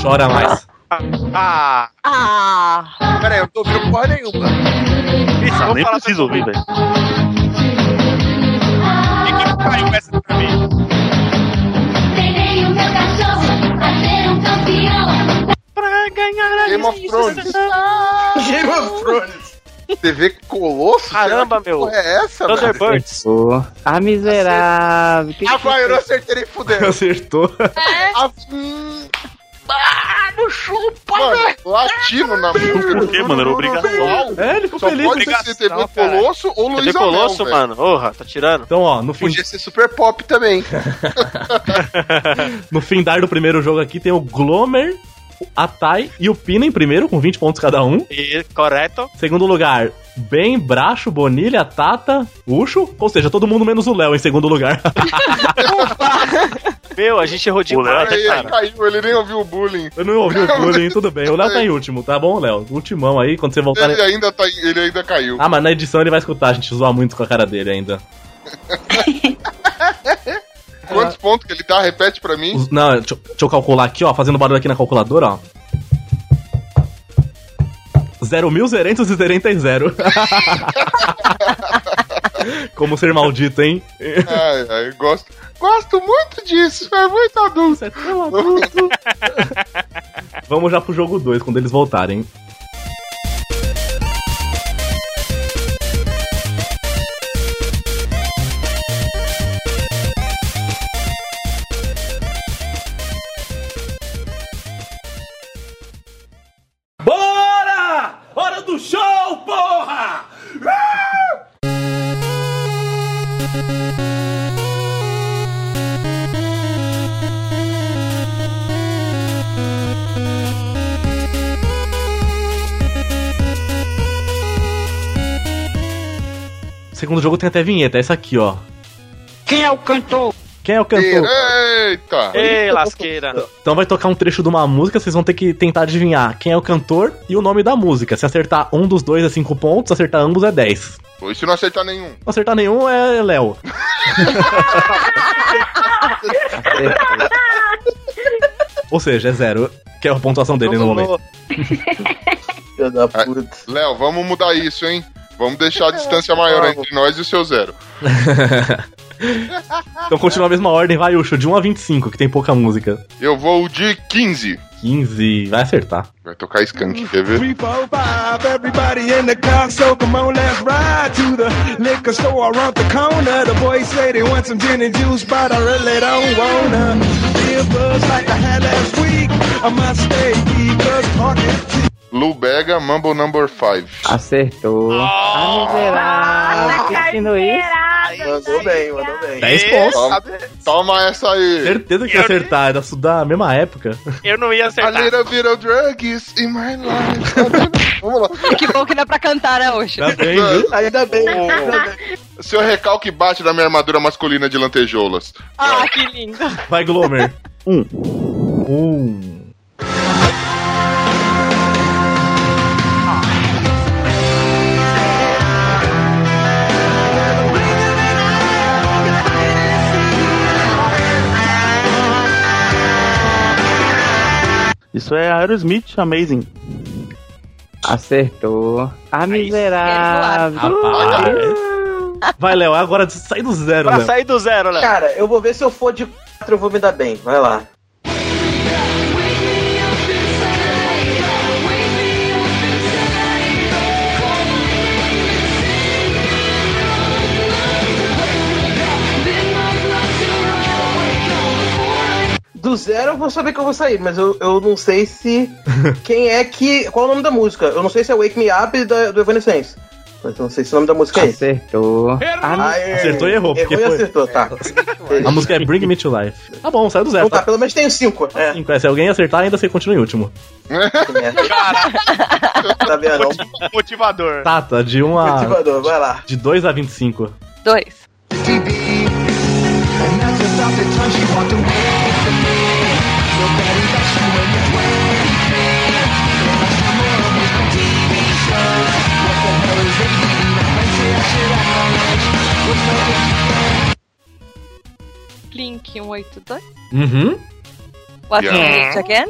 Chora mais.
Ah!
Ah! Pera aí, eu não tô ouvindo porra nenhuma.
Isso, Ah, nem preciso ouvir, velho.
Caiu essa pra mim.
Treinei o meu cachorro a ser um campeão. Pra ganhar
Game of Thrones.
Game of Thrones.
TV Colosso?
Caramba,
Será que porra é essa, velho?
Thunderbirds.
A Ah, miserável. Que-
Ah, vai, eu não acertei nem fudendo.
Acertou.
Ah, hum. Ah, não chupa, né? velho.
Latino na música.
Por quê, mano? Era obrigação.
É, ele ficou
Só
feliz.
pode ser TV Colosso ou
TV
Luiz Amel,
Colosso,
velho.
mano. Porra, tá tirando.
Então, ó, no, fim,
Podia ser super pop também.
no findar do primeiro jogo aqui tem o Glomer a Thay e o Pina em primeiro, com 20 pontos cada um.
E- correto.
Segundo lugar, Ben, Bracho, Bonilha, Tata, Ucho. Ou seja, todo mundo menos o Léo em segundo lugar.
Meu, a gente errou de
O Léo
empate,
até
é
cara.
Caiu, ele nem ouviu o bullying.
Eu não ouvi o bullying, então, tudo bem. O Léo tá em último, tá bom, Léo? Ultimão aí, quando você voltar.
Ele ainda, tá, ele ainda caiu.
Ah, mas na edição ele vai escutar, a gente zoar muito com a cara dele ainda. Ah,
Quantos pontos que ele tá? Repete pra mim.
Os- Não, deixa, eu- deixa eu calcular aqui, ó, fazendo barulho aqui na calculadora, ó. 0.000. Como ser maldito, hein?
Ai, ai, eu gosto. Gosto muito disso, é muito adulto.
Vamos já pro jogo 2, quando eles voltarem.
Bora! Hora do show, porra!
Segundo jogo tem até vinheta, é essa aqui, ó.
Quem é o cantor?
Quem é o cantor?
Eita!
Ei, lasqueira.
Então vai tocar um trecho de uma música, vocês vão ter que tentar adivinhar quem é o cantor e o nome da música. Se acertar um dos dois é 5 pontos, se acertar ambos é 10.
Ou se não acertar nenhum.
Não acertar nenhum é Léo. Ou seja, é zero, que é a pontuação
Então
dele no momento.
Ah, Léo, vamos mudar isso, hein? Vamos deixar a distância maior entre nós e o seu zero.
Então continua a mesma ordem, vai, Ucho, de 1 a 25, que tem pouca música.
Eu vou de 15.
15, vai acertar.
Vai tocar skunk, quer ver?
Five, everybody in the car, so come on, let's ride to the liquor store around the corner. The boys say they want some gin and juice, but I really don't wanna. Feel buzz like I had last week. I must stay deep, cause talk is
Lou Bega, Mumble Number 5.
Acertou. Ah, miserável. Assistindo isso.
Mandou bem, mandou bem.
10 pontos.
Toma essa aí.
Certeza que ia acertar, era da mesma época.
Eu não ia
acertar. A little bit of drugs in my life. Tá Vamos lá.
Que bom que não é pra cantar, né, hoje?
Ainda bem.
Seu recalque bate na minha armadura masculina de lantejoulas.
Ah, que lindo.
Vai, Glomer. Um. Um.
Isso é Aerosmith Amazing.
Acertou. Ah, miserável.
Vai, Léo, é agora sai do zero,
Pra
Léo.
sair
do zero,
né? Cara, eu vou ver se eu for de 4, eu vou me dar bem. Vai lá. Do zero eu vou saber que eu vou sair, mas eu, eu não sei se. Quem é que. Qual é o nome da música? Eu não sei se é Wake Me Up da, do Evanescence. Mas eu não sei se o nome da música é esse.
Acertou.
Aê.
Acertou e errou, porque
Errou e
foi-
acertou, tá.
A música é Bring Me to Life. Tá bom, sai do zero.
Tá, pelo menos tem cinco. É.
Cinco, é, Se alguém acertar, ainda você continua em último.
Tá vendo?
Motivador.
Tata, de 1 a.
Motivador, vai lá.
De 2 a 25.
Dois. Link 182.
Uhum.
What's
Yeah.
yeah. again?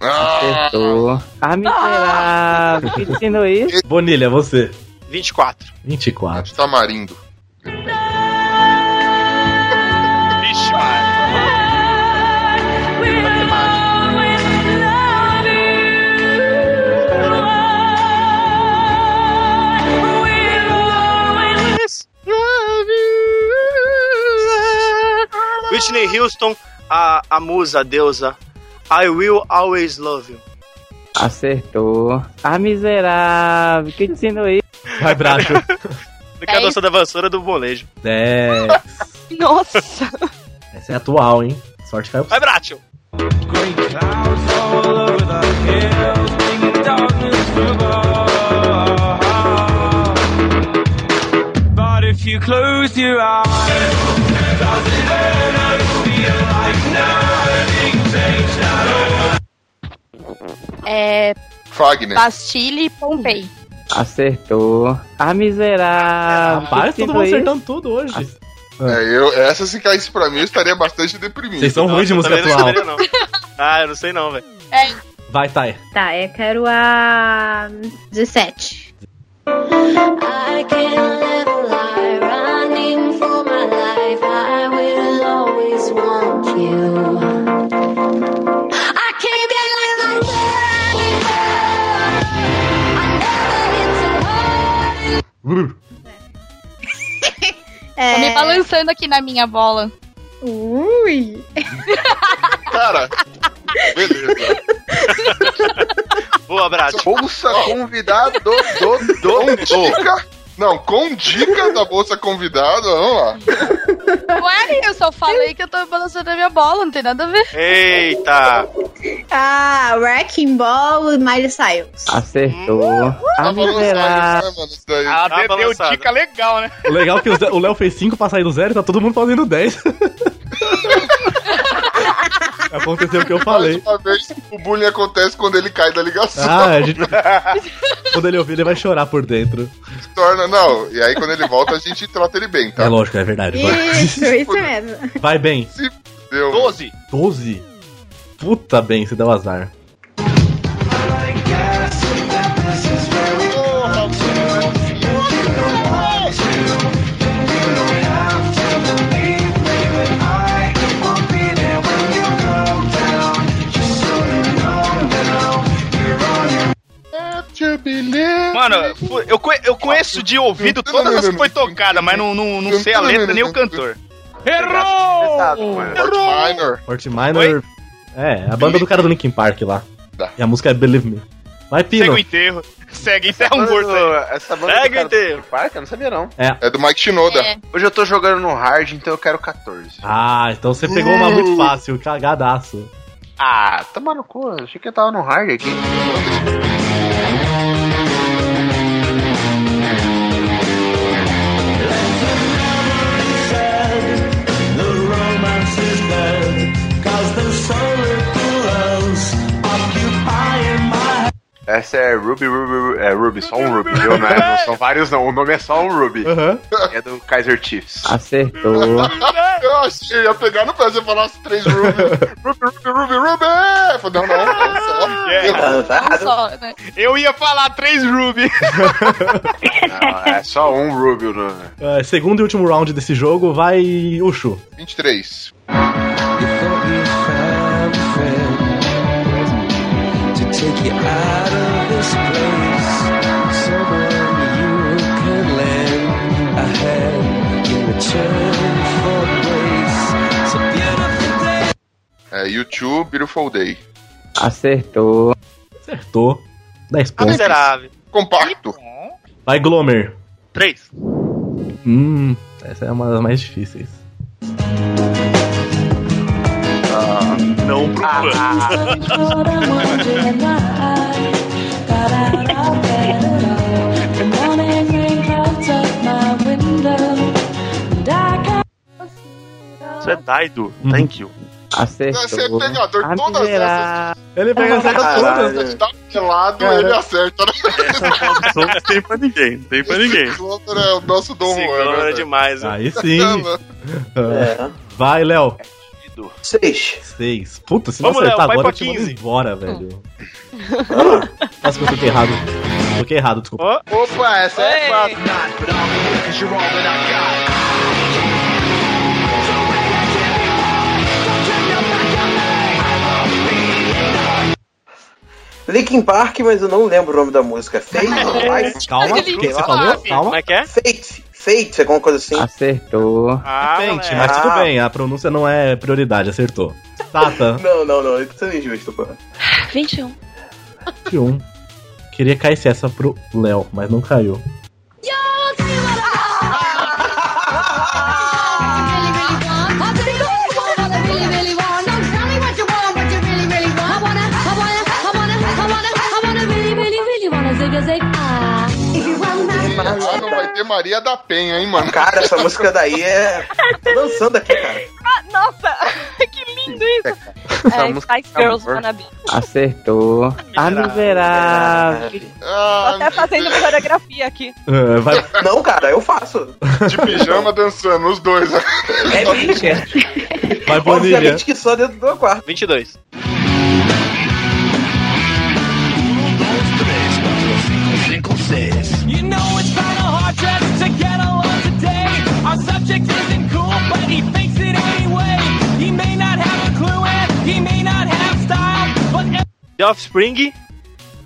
Acertou. Ah, miserável. Assistindo isso.
Bonilha, você.
24.
24.
Tamarindo.
Vixe, mano. Whitney Houston, a, a musa, a deusa. I will always love you.
Acertou. Ah, miserável. Que ensino isso.
Vai, braço.
Do que a dança da vassoura do molejo.
10.
Nossa.
Essa é atual, hein? Sorte caiu.
Vai, Bratio.
Clouds all over the But if you close your eyes, does it ever feel like nothing changed at all?
É.
Frogner.
Tá.
Bastille e Pompei.
Acertou. Ah, miserável.
Rapaz, todo mundo acertando tudo hoje.
É, eu, essa se caísse pra mim, eu estaria bastante deprimido.
Vocês são ruins de música
também não
atual.
saberia, não. Ah, eu não sei não, velho.
Vai, Thay.
Tá, eu quero a 17.
I can't live a lie, running for my life. I will always want you. I can't get like I were before.
Tô Tá
É.
me balançando aqui na minha bola.
Ui!
Cara, beleza.
Boa, Brat.
Bolsa convidado do, do, Com dica. Não, com dica da bolsa convidado, vamos lá.
Ué, eu só falei É que eu tô balançando a minha bola, não tem nada a ver.
É.
Eita!
Ah, Wrecking Ball, Miley Cyrus.
Acertou.
Tá
Ah, miserável.
Ah,
Tá
deu- deu
balançado.
dica legal, né?
O legal é que o Zé- o Léo fez 5 pra sair do zero e tá todo mundo fazendo 10. Aconteceu o que eu falei.
Mais uma vez, o bullying acontece quando ele cai da ligação.
Ah, a gente- Quando ele ouvir, ele vai chorar por dentro.
Torna, não. E aí, quando ele volta, a gente trata ele bem, tá?
É lógico, é verdade.
Isso, isso mesmo.
Vai bem.
Deu.
12.
12? Puta bem, você deu azar.
Mano, fu- eu, conhe- eu conheço de ouvido todas as que foi tocada, mas não, não, não sei a letra nem o cantor.
Errou! Minor.
Fort Minor. É, a banda do cara do Linkin Park lá. E a música é Believe Me. Vai,
Segue
Pino.
o enterro. Segue, enterra um
banda
morto aí.
Essa banda do
Segue o
cara do
enterro.
Park, eu não sabia não.
É.
do Mike Shinoda.
É. Hoje eu tô jogando no hard, então eu quero 14.
Ah, então você pegou uma muito fácil, cagadaço.
Ah, toma no cu, eu achei que eu tava no hard aqui.
The romance is dead, cause the sorrowful occupying my
Essa é Ruby, Ruby, Ruby, é Ruby, só um Ruby, viu? Não, é- não são vários não, o nome é só um Ruby. É do Kaiser Chiefs.
Acertou.
Eu achei, eu ia pegar no pé e falar as três Ruby. Ruby, Ruby, Ruby, Ruby. Eu falei, não, não, não, só.
tá
É. Eu ia falar três Ruby.
Não, é só um Ruby o nome.
É, segundo e último round desse jogo, vai Ucho.
23.
to take you out of this place. Someone you can lend a hand in return for grace. It's a beautiful day.
É YouTube, Beautiful Day.
Acertou.
Acertou.
Ah,
10 pontos.
Compacto.
Vai, Glomer.
3.
Hum, essa é uma das mais difíceis.
não pro
Isso é
Daido.
Uhum.
Thank you.
Acertou.
Você é pegador todas essas.
Ele
pega essas todas.
Ele tá pelado,
Cara.
ele acerta. né?
Não tem pra ninguém, não tem pra ninguém.
Esse Glover é o nosso Dom
Esse
Juan,
Glover é
né?
demais,
né?
Aí sim.
É.
Vai, Léo.
Seis.
Seis. Puta, se não
Vamos, Léo,
acertar
vai
agora,
pra
eu te mando
15.
embora, velho.
Ah.
Nossa, que eu toquei errado. Toquei errado, desculpa.
Opa, essa é fácil.
Linkin Park, mas eu não lembro o nome da música. Fate? Life?
Calma, o que que você falou? Calma.
é que é?
Fate, Fate, alguma coisa assim.
Acertou.
Ah,
Gente, mas tudo bem, a pronúncia não é prioridade, acertou. Tata,
Não, não, não, isso é injusto, pô.
21.
21. Queria cair essa pro Léo, mas não caiu.
Really, really want. Now tell me what you want, what you really, really want. I wanna, I wanna, I wanna, I music high. If you want my
Lá "Ah, não vai ter Maria da Penha, hein, mano?
Ah, Cara, essa música daí é. Tô dançando aqui, cara.
Ah, nossa, que lindo isso.
Essa
É,
música
Spice Girls
amor.
Wanna Be.
Acertou. A miserável.
Tô até fazendo coreografia aqui.
É, vai...
Não, cara, eu faço.
De pijama dançando, os dois.
É 20, é.
Vai, Bonilha.
Obviamente que só dentro do meu quarto.
22.
You know it's kinda hard just to get along today. Our subject isn't cool, but he thinks it anyway. He may not have a clue and he may not have style, but
The Offspring.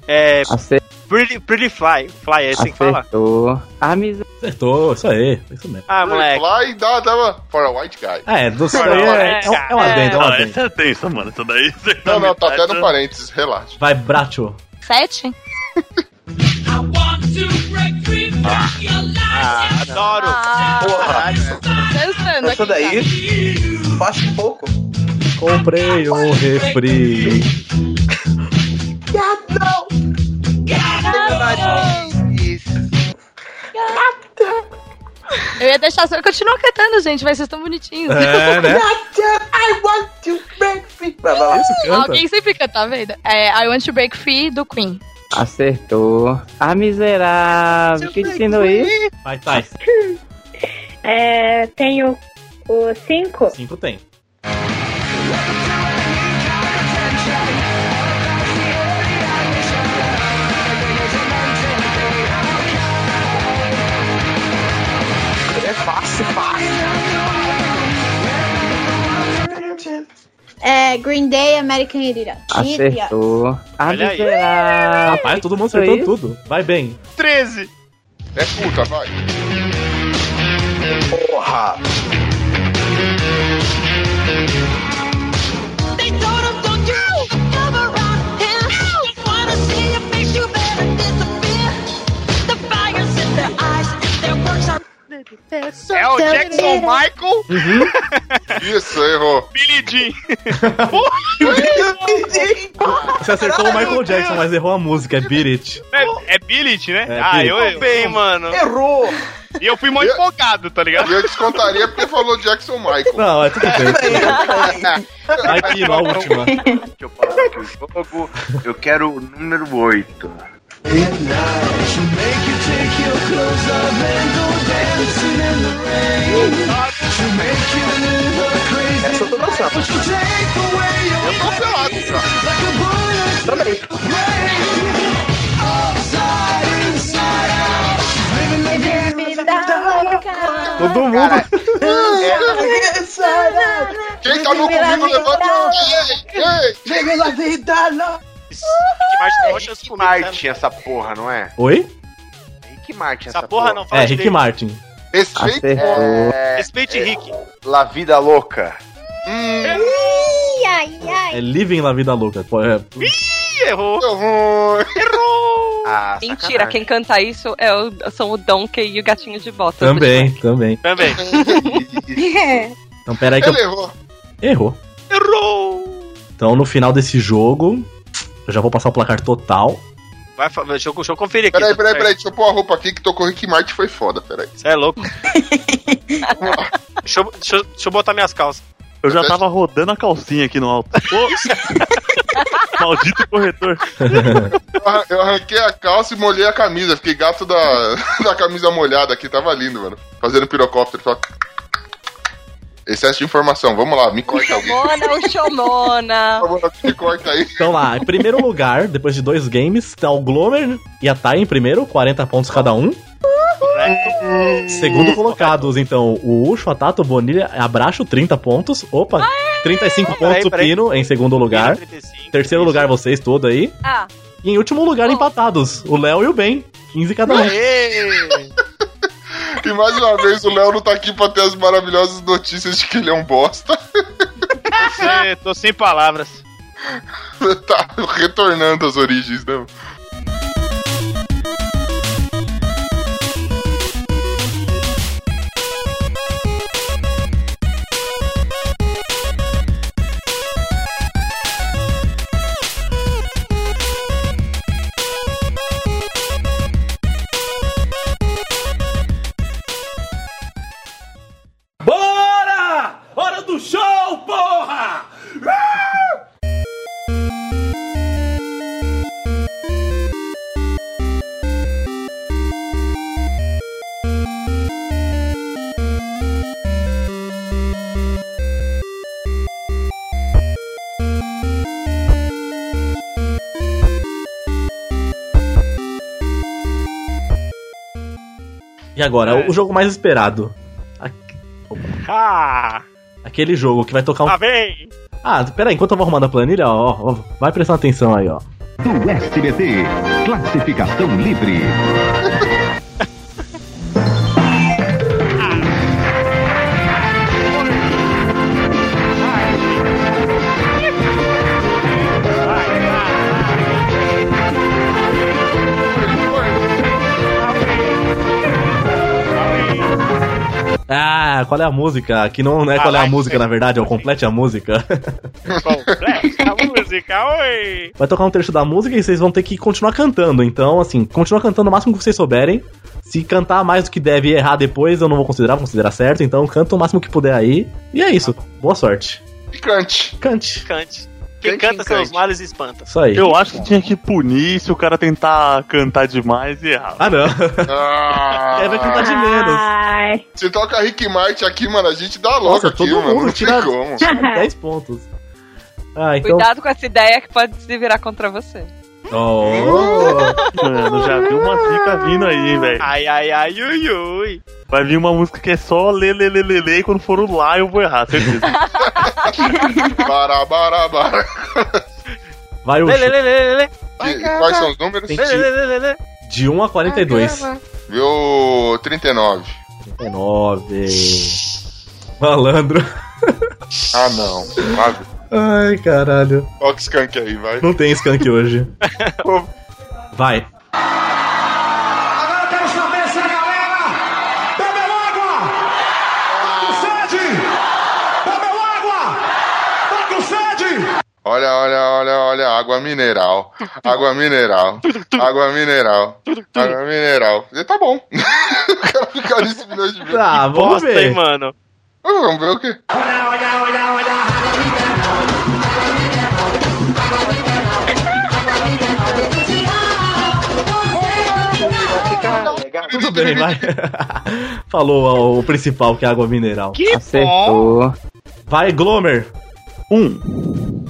É.
Acertou.
Pretty, pretty Fly. Fly, é assim que fala?
Acertou. Ah, A miserável.
Acertou, isso aí. Isso mesmo.
Ah, moleque.
Lá e dá, dá for a white guy.
Ah, é, do- isso aí é, é, um- é um adendo, é um
Não,
adendo.
essa é tensa, mano. Essa daí.
Não, não, tá até no parênteses, relaxa.
Vai, Bracho.
Sete?
Ah,
adoro.
Porra.
Dançando
Essa
aqui.
daí faz pouco.
Comprei um refri.
Não!
Eu ia deixar só. Continua cantando, gente, mas vocês estão bonitinhos.
É, né?
I want to break free. Vai, vai lá.
Alguém sempre canta, tá vendo? É I Want to Break Free do Queen.
Acertou. A miserável. Que é ensinou isso?
Vai, Thais.
É, tenho o 5.
Cinco tem.
É fácil, fácil.
É, Green Day, American Idiot.
Acertou. A
Olha aí.
miserável.
Rapaz, todo mundo
Isso aí?
acertou tudo. Vai bem.
13.
É puta, vai.
Porra.
É o Jackson Michael?
Uhum.
Isso, errou.
Billy Jean.
Você acertou o Michael Jackson, mas errou a música. É Beat It.
É, é Billit, né?
É,
ah,
Billit.
eu, eu
Bem,
mano.
Errou.
E eu fui mó empolgado, tá ligado?
E eu descontaria porque falou Jackson Michael.
Não, é tudo bem. Vai que na última.
Deixa um eu falar aqui o jogo. Eu quero o número 8.
Essa eu tô dançando.
Eu tô pelado já.
Também.
Todo mundo.
Quem tá no comigo, levanta a mão. Ei, ei.
Vive la vida louca.
Que mais tem roxas
Rick Martin, essa porra, não é?
Oi?
Rick Martin, essa,
Essa porra não, fala
É, Rick
direito.
Martin.
Respeite,
Acertou.
é,
Respeite Rick.
La Vida Louca.
Ih, ai, ai.
É Living La Vida Louca. Pô, é-
Ih, errou.
Errou.
Ah,
Mentira, quem canta isso é o- são o Donkey e o Gatinho de Botas.
Também, também.
Também.
Então, peraí que eu...
Ele errou.
Errou.
Errou.
Então, no final desse jogo, eu já vou passar o placar total.
Vai, fa- deixa, eu, deixa eu conferir aqui.
Peraí,
tá
peraí,
certo.
peraí, deixa eu pôr a roupa aqui que tô com o Rick Martin, foi foda, peraí.
Você é louco. deixa, eu, deixa, eu- deixa eu botar minhas calças.
Eu já tava rodando a calcinha aqui no alto.
é
Ô, maldito corretor.
Eu arran- Eu arranquei a calça e molhei a camisa, fiquei gato da, da camisa molhada aqui, tava lindo, mano. Fazendo pirocóptero, só... Excesso de informação, vamos lá, me corta alguém.
Mona ou Xomona?
Me corta aí.
Então lá, em primeiro lugar, depois de dois games, tá o Glomer e a Thay em primeiro, 40 pontos cada um. Segundo colocados, então, o Ucho, a Tato, o Bonilha, Abraço, 30 pontos. Opa, 35 pontos
Peraí,
o
peraí.
Pino em segundo lugar.
35,
Terceiro lugar vocês todos aí.
Ah,
E em último lugar empatados, o Léo e o Ben, 15 cada um.
E mais uma vez o Léo não tá aqui pra ter as maravilhosas notícias de que ele é um bosta.
Você- tô sem palavras.
tá retornando às origens, né?
E agora, o jogo mais esperado.
Ah!
Aquele jogo que vai tocar um.
Lá vem!
Ah, peraí, enquanto eu vou arrumando a planilha, ó, ó, vai prestando atenção aí, ó.
Do SBT, classificação livre.
Ah, qual é a música? Que não, não é
Ah,
qual é a
vai,
música,
sei.
na verdade, é o complete a música.
A música, oi!
Vai tocar um trecho da música e vocês vão ter que continuar cantando. Então, assim, continua cantando o máximo que vocês souberem. Se cantar mais do que deve e errar depois, eu não vou considerar, vou considerar certo. Então, canta o máximo que puder aí. E é isso. Boa sorte.
E cante.
Cante.
Cante. Quem canta seus males espanta.
Isso aí.
Eu acho que tinha que punir se o cara tentar cantar demais e errar.
Ah, não.
Ah,
É, vai cantar de menos.
Você toca Rick Martin aqui, mano, a gente dá logo
Nossa,
aqui,
todo
mano.
mundo
Não
tira,
tem como.
tira 10 pontos. Ah, então.
Cuidado com essa ideia que pode se virar contra você.
Oh.
Mano, já vi uma dica vindo aí, velho.
Ai, ai, ai, ui, ui.
Vai vir uma música que é só lê, lê, lê, lê, lê, e quando for o lá eu vou errar, certeza.
Bará, bará, bará.
Vai o
Lê, lê, lê, lê, lê.
E Quais são os números?
Lê, lê, lê, lê, lê.
De 1 a 42.
Viu 39.
39. É Malandro.
Ah, não.
Ai, caralho.
Toca skunk aí, vai.
Não tem skunk hoje. Vai.
Agora quero saber se a galera bebeu água! Tá com sede! Bebeu água! Tá com sede!
Olha, olha, olha, olha, água mineral. Água mineral. Água mineral. Água mineral. E tá bom. O cara fica ali se milhões de vezes.
Ah, vamos Bosta, ver. hein,
mano.
Vamos ver o quê?
Tudo bem, vai. Falou ó, o principal, que é água mineral.
Que Acertou.
Vai, Glomer. Um.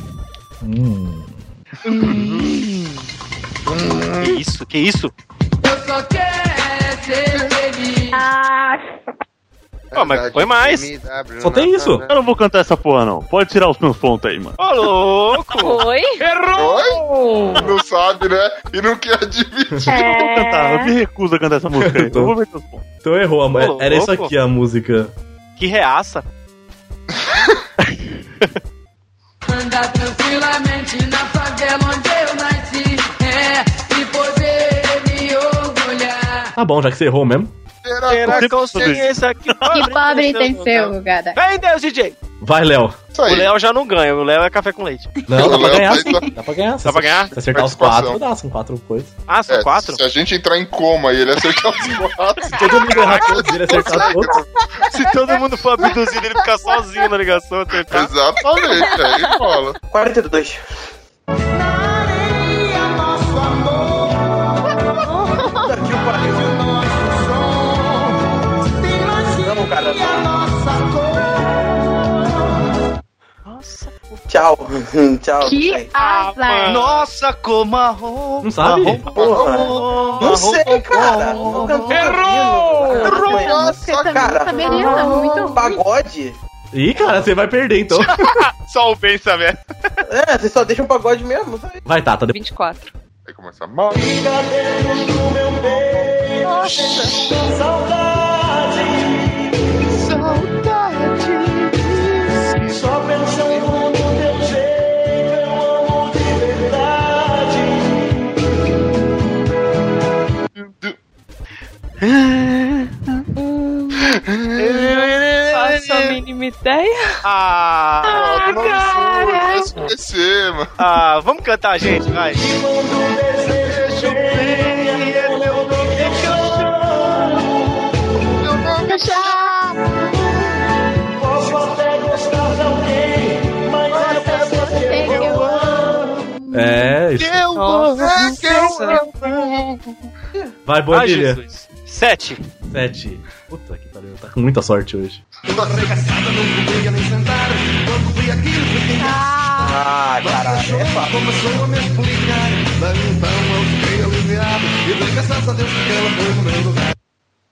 Hum, Que isso, que isso?
é Ah,
Pô, mas põe mais.
Só tem isso?
Eu não vou cantar essa porra, não. Pode tirar os meus pontos aí, mano.
Ô, louco!
Oi?
Errou! Não sabe, né? E não quer admitir.
Eu
É.
vou cantar, eu me recuso a cantar essa música aí. Eu vou ver seus pontos.
Então errou. a-
Ô,
era isso
louco.
aqui a música.
Que reaça.
Andar tranquilamente na favela onde eu nasci, é, e poder me orgulhar.
Tá bom, já que você errou mesmo.
Terá consciência que
Ah,
Que pobre tem seu lugar.
Vem Deus, DJ!
Vai, Léo.
O Léo já não ganha, o Léo é café com leite.
Não, dá
Léo
pra ganhar
fez
sim. Dá pra ganhar.
Dá pra ganhar?
Se acertar os
Participação.
quatro, dá, são quatro coisas.
Ah, são
É,
quatro?
Se a gente entrar em coma e ele acertar os quatro. Se
todo mundo errar todos, ele acertar todos.
Se todo mundo for abduzido, ele fica sozinho na ligação acertar.
Exatamente, aí rola.
42. Não, cara. Tchau. Tchau.
Que azar.
Ah, Nossa, como a roupa.
Não sabe?
Não sei, cara. Errou! Errou! Nossa, cara.
saberia, não. Muito ruim.
Pagode?
Ih, cara, você vai perder então.
Só o Ben saber.
É, você só deixa um pagode mesmo. sabe?
Vai, Tata. depois-
24.
Vai começar mal.
Saudade. Só pensando no teu jeito, eu amo de verdade.
Faço a mínima ideia.
Ah,
Ah, cara.
esquecer, mano.
Ah, vamos cantar, gente, vai.
Posso até gostar de alguém, mas essa você que eu amo.
É, isso. Vai, Bonilha.
Sete.
Sete. Puta que pariu, tá com muita sorte hoje.
Ah, caralho, é fácil.
Começou a me explicar, mas então eu fiquei aliviado. E dei graças a Deus que ela foi no meu lugar.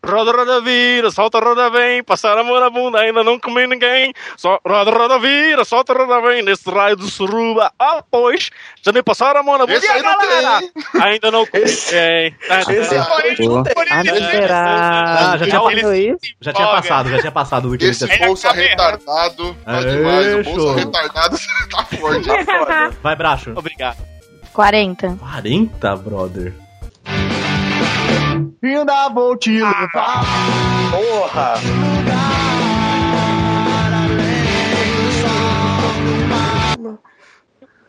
Roda, roda, vira, solta, roda, vem. Passar a mão na bunda, ainda não comi ninguém. Só roda, roda, vira, solta, roda, vem. Nesse raio do suruba. Ah, pois. Já me passaram a mão na bunda.
Esse
e aí,
aí não
galera? Ainda não comi ninguém.
Esse
Ah, não
Ah, já tinha,
Então,
pa-
ele
já tinha passado, já tinha passado do que
Esse
ele tinha-
bolsa retardado tá
Aê,
demais. O bolsa
show.
retardado tá forte. Tá forte.
Vai, Bracho.
Obrigado.
40.
40, brother.
Ainda vou te levar.
Porra!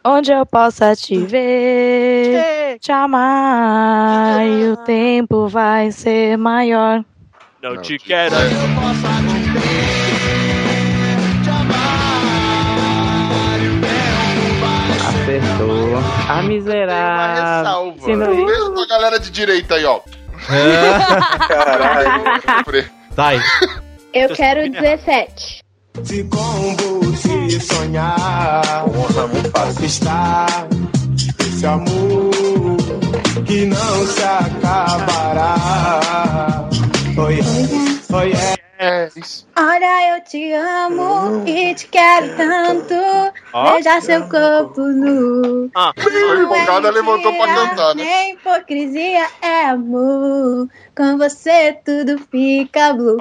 Onde eu possa te ver, te amar, e o tempo vai ser maior.
Não te quero.
Acertou. A Ah, miserável. Se não
Um beijo pra galera de direita aí, ó.
Tá
Eu quero 17.
Se combo, se sonhar, conquistar esse amor que não se acabará. Oi, oi, é.
Olha, eu te amo e te quero tanto.
Ó.
Beijar seu corpo nu.
Ah, empolgada levantou pra cantar, né?
Nem hipocrisia é amor. Com você tudo fica blue.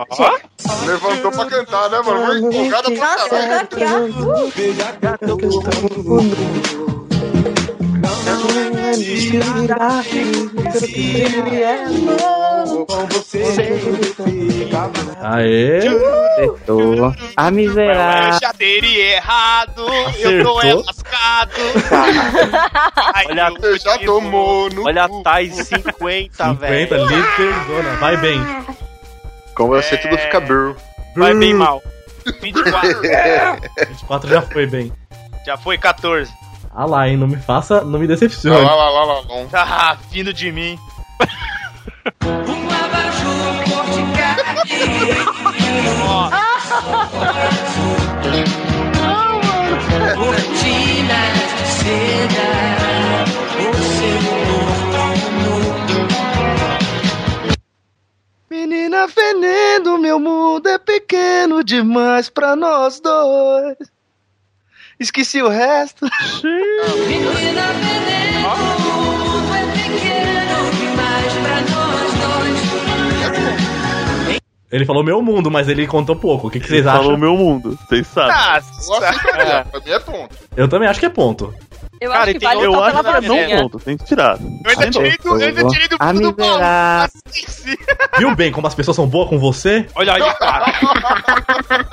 Levantou pra cantar, né, mano? Foi empolgada pra
Nossa, eu tô
caralho.
aqui, ó.
Com você fica
Aê.
Acertou. A Ah, miserável.
já teria errado, eu
Acertou.
tô é lascado. Tá.
Olha, eu já tomou no Olha, Thais 50,
50,
Tá velho.
literzona. Vai bem.
Como você tudo fica burro.
É. Vai bem mal. 24.
É.
4 Hum, já foi bem.
Já foi 14.
Ah lá, hein? Não me faça, não me decepcione.
Lá, lá, lá, lá, lá, lá. Ah, vindo de mim.
Cortinas de seda,
Menina veneno, meu mundo é pequeno demais pra nós dois. Esqueci o resto.
Menina veneno, o mundo é pequeno demais pra nós
Ele falou meu mundo, mas ele contou pouco. O que, que vocês acham?
Falou meu mundo, vocês
Tá,
Tá.
sabem.
Tá.
Nossa, pra mim é ponto.
Eu também acho que é ponto.
Eu
Cara,
acho que
então
vale
eu
só
acho
pela
é
que não
vozinha.
ponto, tem que tirar.
Eu ainda tirei do- eu ainda tirei do fundo do baú. Viu bem como as pessoas são boas com você?
Olha aí, cara.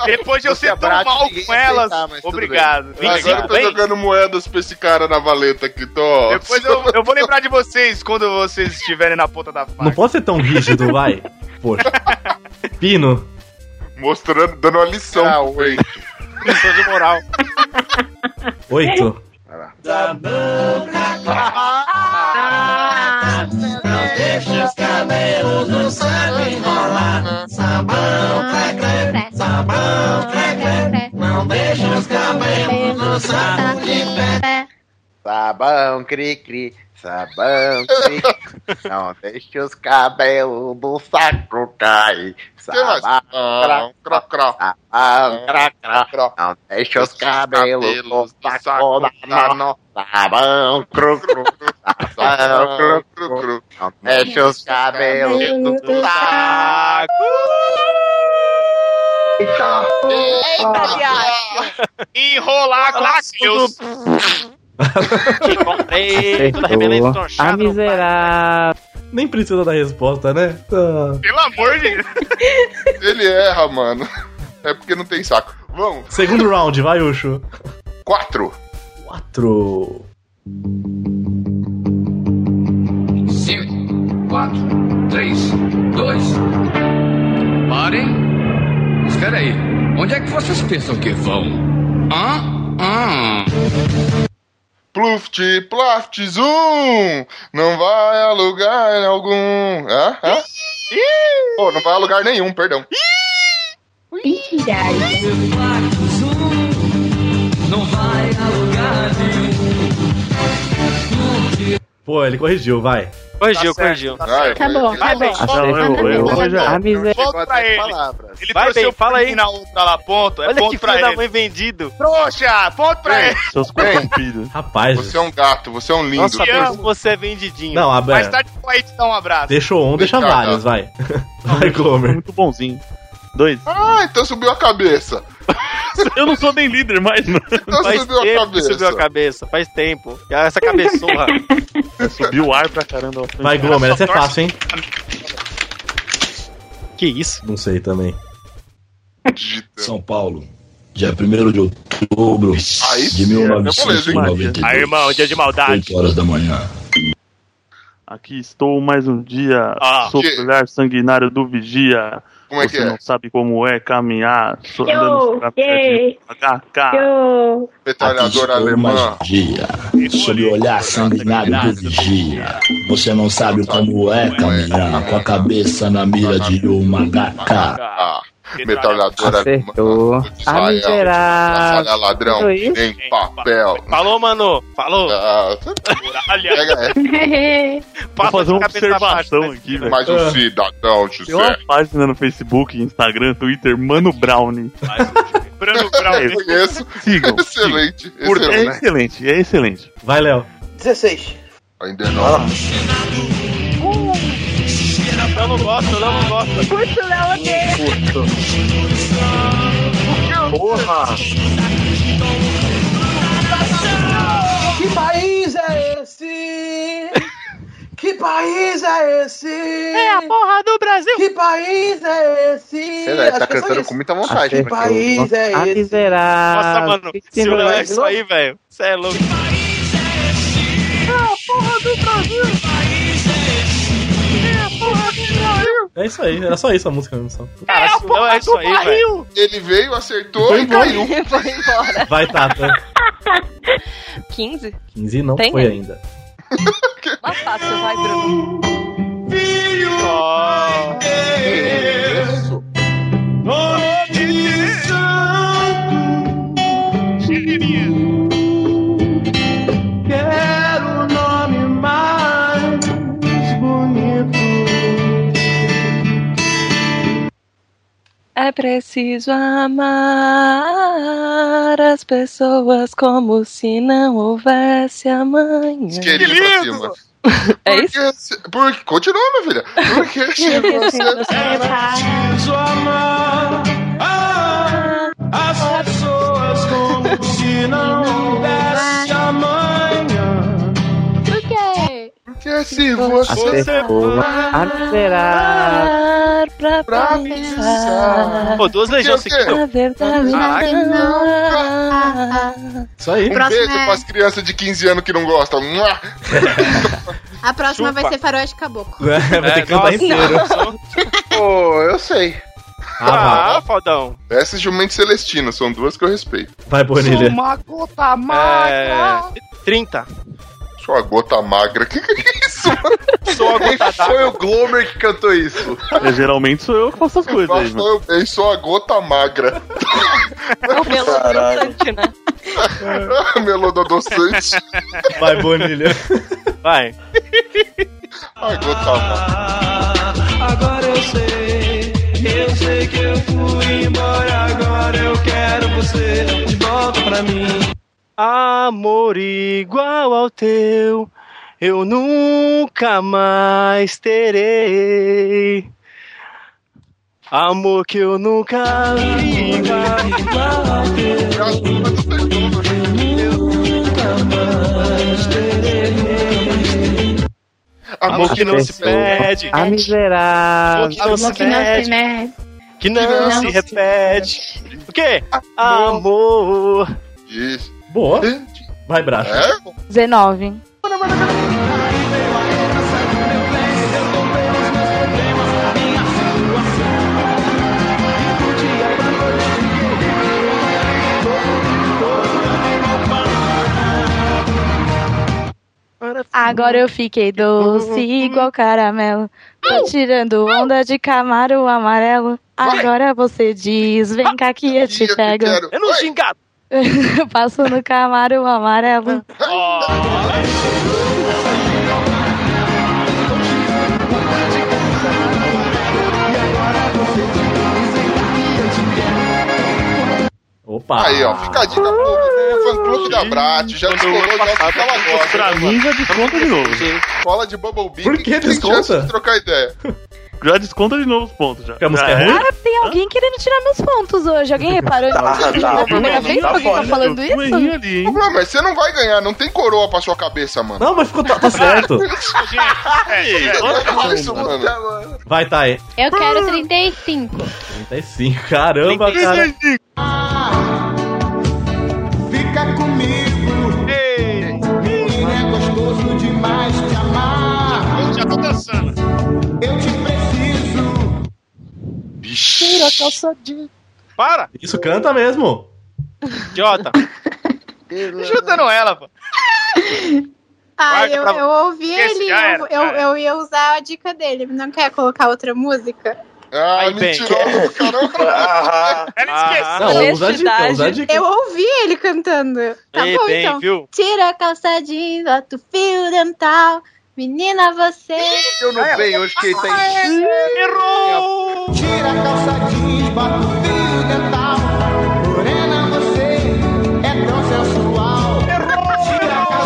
Depois de eu
Tá
ser tão mal com elas. Obrigado.
Agora tá eu tô jogando moedas pra esse cara na valeta aqui, tô.
Depois eu, eu vou lembrar de vocês quando vocês estiverem na ponta da faca.
Não pode ser tão rígido, vai. Poxa. Pino,
Mostrando, dando uma lição. Ah, oi.
Lição de moral.
8.
dois. Não deixa os cabelos no samba enrolar. Sabão, cracré, sabão, cracré. Não deixa os cabelos no samba de pé.
Sabão, cri-cri, sabão, cri-cri. Não deixe os cabelos do saco cair.
mais?
Ah,
Ah,
Sabão, cra, cra, sabão, cra, cra. Não deixe os cabelos do saco da mão. Sabão, cru, cru, sabão, Ah, cru, cru. Não deixe os cabelos do saco.
Eita, Enrolar com os seus. Comprei.
Acertou. A miserável.
Nem precisa da resposta, né? Ah.
Pelo amor de Deus.
Ele erra, mano. É porque não tem saco. Vamos.
Segundo round, vai, Ucho.
Quatro.
4.
Cinco, quatro, três, dois. Parem. Espera aí. Onde é que vocês pensam que vão? Hã? Hã?
Pluft, plaft, zoom! Não vai a lugar algum. Hã? Hã? Pô, não vai a lugar nenhum, perdão.
Não vai a lugar nenhum.
Pô, ele corrigiu, vai.
Corrigiu, corrigiu.
Tá bom, tá bom.
Ah,
Ponto pra ele. Ele
Vai
trouxe
bem,
o fala aí. na outra lá, ponto. É
Olha
ponto
que
pra
filho da
ele.
mãe vendido.
Trouxa, ponto pra ele.
Seus corrompidos.
Rapaz.
Você é um gato, você é um lindo.
Nossa, por isso você é vendidinho.
Não, a-
Mas tá de boa aí, te dá um abraço.
Deixou um, deixa
Obrigado.
vários, vai. Vai, Glomer. Muito
bonzinho. Dois.
Ah, então subiu a cabeça.
Eu não sou nem líder mais, mano.
Então
Faz
subiu a
tempo que
cabeça.
subiu a cabeça, faz tempo. Essa cabeçorra.
Ah, Subiu o ar pra caramba.
Vai, Glomer, essa é fácil, hein?
Que isso?
Não sei também.
São Paulo, dia 1 de outubro de
Aí,
1992.
irmão, dia de maldade.
8 horas da manhã.
Aqui estou mais um dia
Ah.
sob o olhar sanguinário do vigia.
Como é
Você
que é?
não sabe como é caminhar so-
Eu,
andando sobre a
yeah.
pedra de
tá.
KK.
Eu.
Metralhadora alemã.
Dia, sob o olhar sanguinário do vigia. Você não sabe como é caminhar com a cabeça na mira de uma HK.
Ah, Metralhadora alemã.
Acertou.
Ah,
Ah, miserável.
Atrapalhar ladrão,
Tudo isso?
tem papel.
Falou, mano. Falou.
Ah, Pega essa.
Passa
Vou fazer uma
de cabeça né?
observação aqui, velho.
Mais um cidadão,
Tem uma
José.
página no Facebook, Instagram, Twitter, Mano Brownie.
Brano
Eu conheço.
Sigam.
Excelente.
Por- é
Excelente.
excelente, é excelente.
Vai, Léo.
16.
Ainda não.
Eu não gosto, eu não gosto.
Puto, Léo, odeia.
Porra! Que país é esse? Que país é esse? É
a porra do Brasil!
Que país é esse?
Sei lá, ele tá
Acho que é só
cantando
isso.
com muita vontade.
Que país é
Ah,
esse?
miserável.
Ah,
Nossa, mano, se eu olhar isso aí, velho, você é louco.
É porra do Brasil. É porra do Brasil.
É isso aí, era só isso a música mesmo. Só.
Cara, se não é isso aí, velho.
Ele veio, acertou e caiu.
Foi embora.
Vai, Tata.
15?
15 não
Tem?
foi ainda.
Lá fácil, vai, Bruno.
Quero um nome mais
É preciso amar as pessoas como se não houvesse amanhã.
Querido pra cima.
É
isso? Porque, se- por- continua, minha filha. Porque se
Preciso amar ah, as pessoas como se não houvesse amanhã.
Por quê?
Porque se você.
Acertou. Ah, miserável.
Pra, pensar.
Ah. Pô, duas legiões seguidas.
A verdade
Caraca.
não.
Isso aí.
Um
Próxima
beijo
é-
pras crianças de 15 anos que não gostam. Mua!
A próxima
Chupa.
vai ser Faroeste Caboclo.
É, Vai ter que cantar inteiro.
Pô, eu sei.
Ah,
Ah, fodão.
Essa e Jumento Celestino, são duas que eu respeito.
Vai, Bonilha.
Uma gota magra.
É... 30.
Sou a gota magra. Que que é isso, mano?
Sou a gota
Foi
d'água.
o Glomer que cantou isso.
É, geralmente sou eu que faço as coisas aí, mano.
Eu, eu sou a gota magra.
Não, pelo
Caralho.
dançante, né?
Melododoçante.
Vai, Bonilha.
Vai.
A gota magra.
Agora eu sei, eu sei que eu fui embora. Agora eu quero você de volta pra mim.
Amor igual ao teu, eu nunca mais terei. Amor que eu nunca vi igual. Amor que não se pede,
Ah, miserável.
Ah, que não se pede,
né?
que não se repete. O quê? Amor.
Isso.
Boa. Vai, Bracho.
19. Agora eu fiquei doce igual caramelo. Tô tirando onda de camaro amarelo. Agora você diz: vem cá que eu te pego.
Eu não xingado.
Passo no camaro amarelo.
Opa!
Aí, ó, fica a dica pro né? pro fã clube da Brat, já descolou já o
tá
que ela gosta.
Pra
né,
mim
mano?
já desconta de novo.
Cola de Bubble Bee.
Por
quem
que
tem chance
desconta?
de trocar ideia.
Já desconta de novo os pontos já.
a música
Já
é ruim?
Cara, tem alguém querendo tirar meus pontos hoje. Alguém reparou
Tá,
isso?
tá,
é a primeira
tá,
vez que
tá
alguém tá
fora,
falando
né?
isso?
Não, mas você não vai ganhar, não tem coroa pra sua cabeça, mano.
Não, mas ficou tá, tá certo.
Olha isso, mano.
Vai, Thay.
Eu
Hum.
quero 35.
35, caramba, cara.
Fica comigo. Menino é gostoso demais te amar. Já tô dançando. Eu te preciso.
Tira a calça de. Para!
Isso canta mesmo.
Idiota! Chutando ela, pô.
Ah,
Guarda
eu,
pra-
eu ouvi
Esquece,
ele,
já
eu,
era,
eu, eu ia usar a dica dele. Não quer colocar outra música?
Ah, mentiroso, caramba.
Não, usa a dica, usa a dica.
Eu ouvi ele cantando. Tá
Ei,
bom,
bem,
então.
viu?
Tira a calça jeans, bota o fio dental. Menina, você.
Eu não venho hoje
tá
que tem. Errou! Ah, é, Tira a calça jeans, bota o fio dental. Morena, você é tão sensual.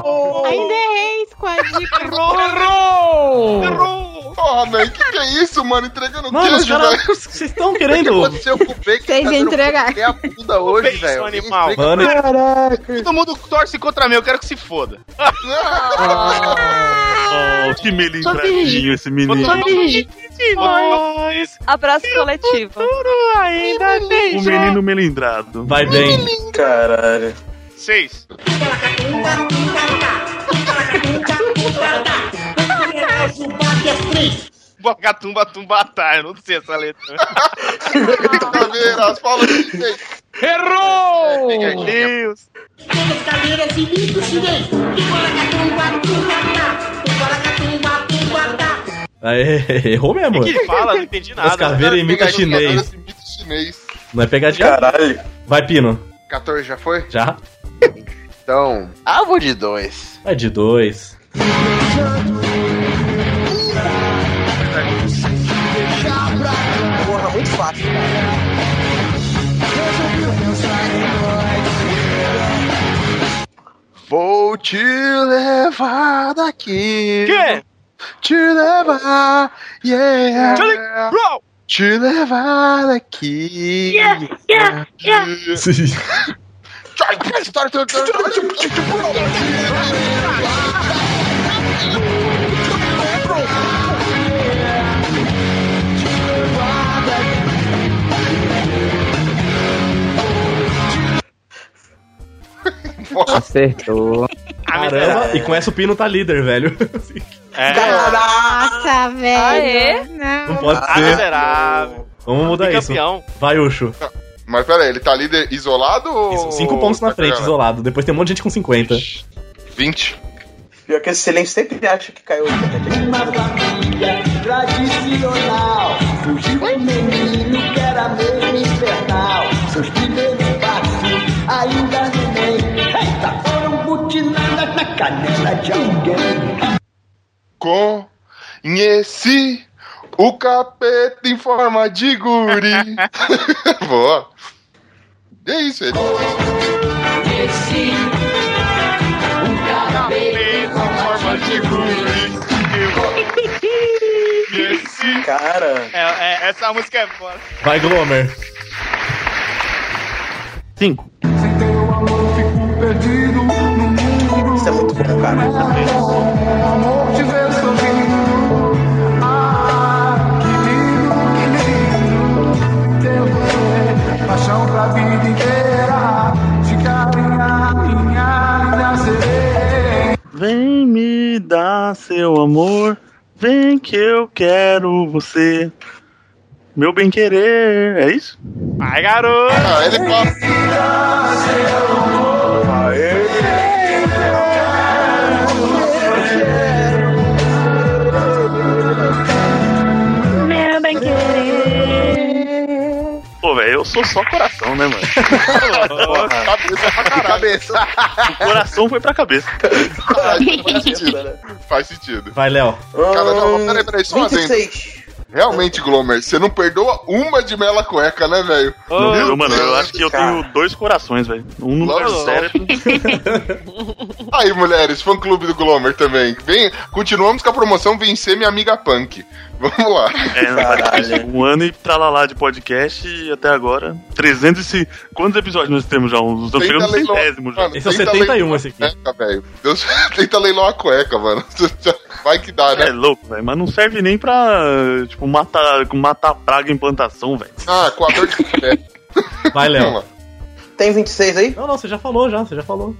Errou!
Ainda errei com a dica.
Errou,
errou! Errou! Porra, velho, que que é isso, mano? Entregando
Mano, os
queijo,
caras,
velho.
vocês estão
O que
querendo.
aconteceu com o Bacon?
Vocês entregaram.
É a bunda hoje, velho.
animal.
Mano,
Todo mundo torce contra mim, eu quero que se foda.
Ah,
Oh, que melindradinho esse menino.
Abraço coletivo.
ainda
O
é.
menino melindrado.
Vai bem.
Caralho.
Seis. Bocatumba tumbatá, eu não sei essa letra.
Cadeiras, fala de é chinês.
Errou! Meu Deus!
Cadeiras e bico chinês.
Aí, errou
É
mesmo.
O que ele fala? Não entendi nada.
Os caveira imita chinês.
chinês.
Não é pegadinha. Caralho. Vai, Pino.
14 já foi?
Já?
Então, ah, vou de dois.
É de dois.
Porra, muito fácil.
Vou te levar daqui.
Que?
Te levar, yeah.
Te
Te levar daqui.
Yeah, yeah, yeah.
Acertou.
Caramba, e com essa o Pino tá líder, velho.
Nossa, velho.
Não
Não.
pode
Ah,
ser.
miserável.
Vamos mudar isso. Vai, Ucho.
Mas pera aí, ele tá líder isolado ou. Tá
Cinco pontos na frente,
Cara,
isolado. Depois tem um monte de gente com 50.
20.
Pior que esse silêncio sempre acha que caiu.
Tradicional, fugiu o menino que era mesmo infernal. Seus primeiros passos ainda neném. Eita, foram butinadas na canela de alguém.
Conheci o capeta em forma de guri. Boa. E é isso, ele.
Esse, um cabelo forma de
Esse...
Cara.
É, é, essa música é foda.
Vai, Glomer.
Cinco.
Isso é muito bom, cara.
Ah, Paixão pra vida inteira, se carinhar minha linda sereia.
Vem me dar seu amor, vem que eu quero você. Meu bem querer, é isso?
Ai, garoto!
Ah, ele é
Meu bem querer.
Pô, velho, eu sou só coração, né, mano?
Cabeça pra caralho. Cabeça.
O coração foi pra cabeça.
Faz sentido. Faz sentido.
Vai, Léo.
Hum,
Cara, não, peraí, peraí, só um adendo. Realmente, Glomer, você não perdoa uma de mela cueca, né, velho?
Não, eu, mano, eu acho que eu tenho dois corações, velho. Um no
Love
lugar
Love.
cérebro.
Aí, mulheres, fã clube do Glomer também. Vem, continuamos com a promoção Vencer Minha Amiga Punk. Vamos lá.
É, no podcast, um ano e tralalá de podcast e até agora. 300 e... Quantos episódios nós temos já? Uns- Estamos chegando no
leilão-
centésimo já.
é
Mano, tenta
um
leiloar a Cueca, velho. Deus, tenta leiloar a cueca, mano. Vai que dá, né?
É louco, velho. Mas não serve nem pra, tipo, matar, matar praga em plantação, velho.
Ah, com a dor de pé.
Vai, Léo.
Tem 26 aí?
Não, não, você já falou já, você já falou.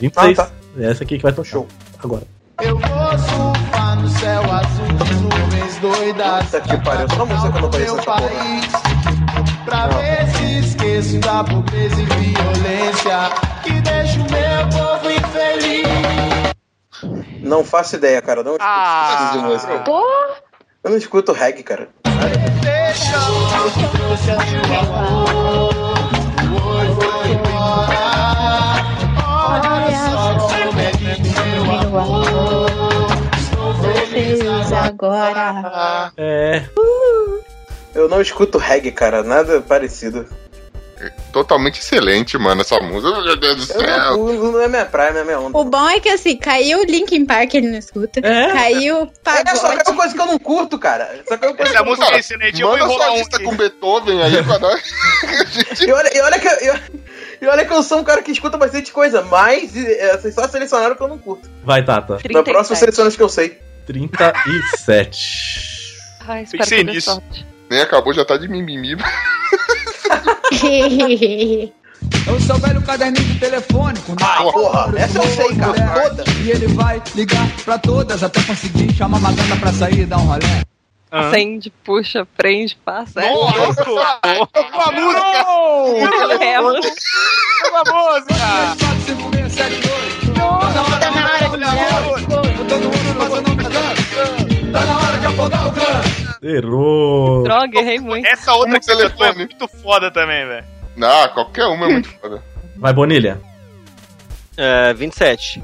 26. É essa aqui que vai tocar. Show. Agora.
Eu vou surfar no céu azul, nuvens doidas. Puta que pariu, só música que eu não conheço essa país, Pra ver se esqueço da pobreza e violência que deixa o meu povo infeliz.
Não faço ideia, cara. Não escuto
Ah.
esse tipo de música. Eu não escuto reggae, cara.
Deixa o povo se
Fez agora.
É.
Uh. Eu não escuto reggae, cara. Nada parecido.
É Totalmente excelente, mano, essa música. Meu Deus do
Eu
céu.
não, não é minha praia, não é minha onda.
O bom é que assim, caiu o Linkin Park, ele não escuta. Caiu pagode.
É, só que é uma coisa que eu não curto, cara. Só que é uma coisa
Essa
que eu não
música
curto.
é excelente, eu vou Manda enrolar sua um lista
com Beethoven aí pra nós.
e, olha, e olha que eu, eu- e olha que eu sou um cara que escuta bastante coisa, mas é, vocês só selecionaram o que eu não curto.
Vai, Tata.
Na próxima seleciona os que eu sei.
37.
Ai,
Pensei nisso. Nem acabou, já tá de mimimi.
Eu sou velho caderninho de telefone com Ah,
porra, essa eu sei, cara,
toda. E ele vai ligar pra todas até conseguir chamar uma gata pra sair e dar um rolê.
Acende, puxa, prende, passa. É.
Uma música!
É, mano.
Uma música! 4, 5, 6, 7, 8. Tá na hora de olhar o cano. Todo mundo passando um pedaço. Tá na hora de afogar o cano.
Errou.
Droga, errei muito.
Essa outra que você cantou é muito foda também, velho.
Não, qualquer uma é muito foda.
Vai, Bonilha.
É, 27.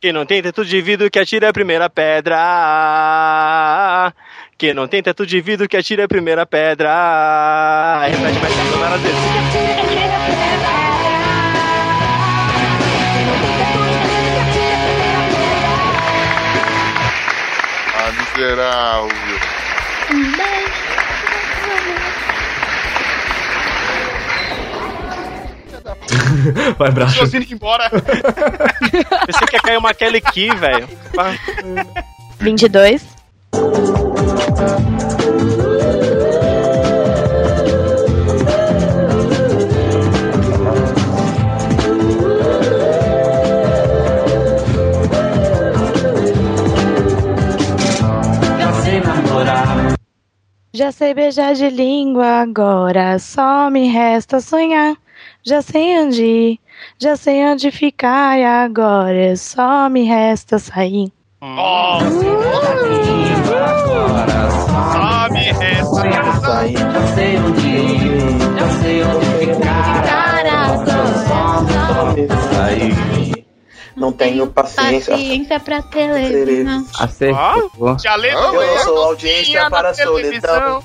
Quem não tem teto de vidro que atire a primeira pedra. Quem não tem teto de vidro que atire a primeira pedra. Repete mais uma várias vezes.
Ah, miserável.
Vai, Bracho.
Tô indo embora.
Pensei que ia cair uma Kelly Key, velho.
22.
Já sei namorar.
Já sei beijar de língua agora, só me resta sonhar. Já sei onde ir, já sei onde ficar e agora é só me resta sair.
Só me resta sair. Já sei onde ir, já sei onde ficar.
Aí. Não tenho paciência.
Paciência pra televisão.
Acertou.
Já
lembro. Eu sou audiência para a solidão.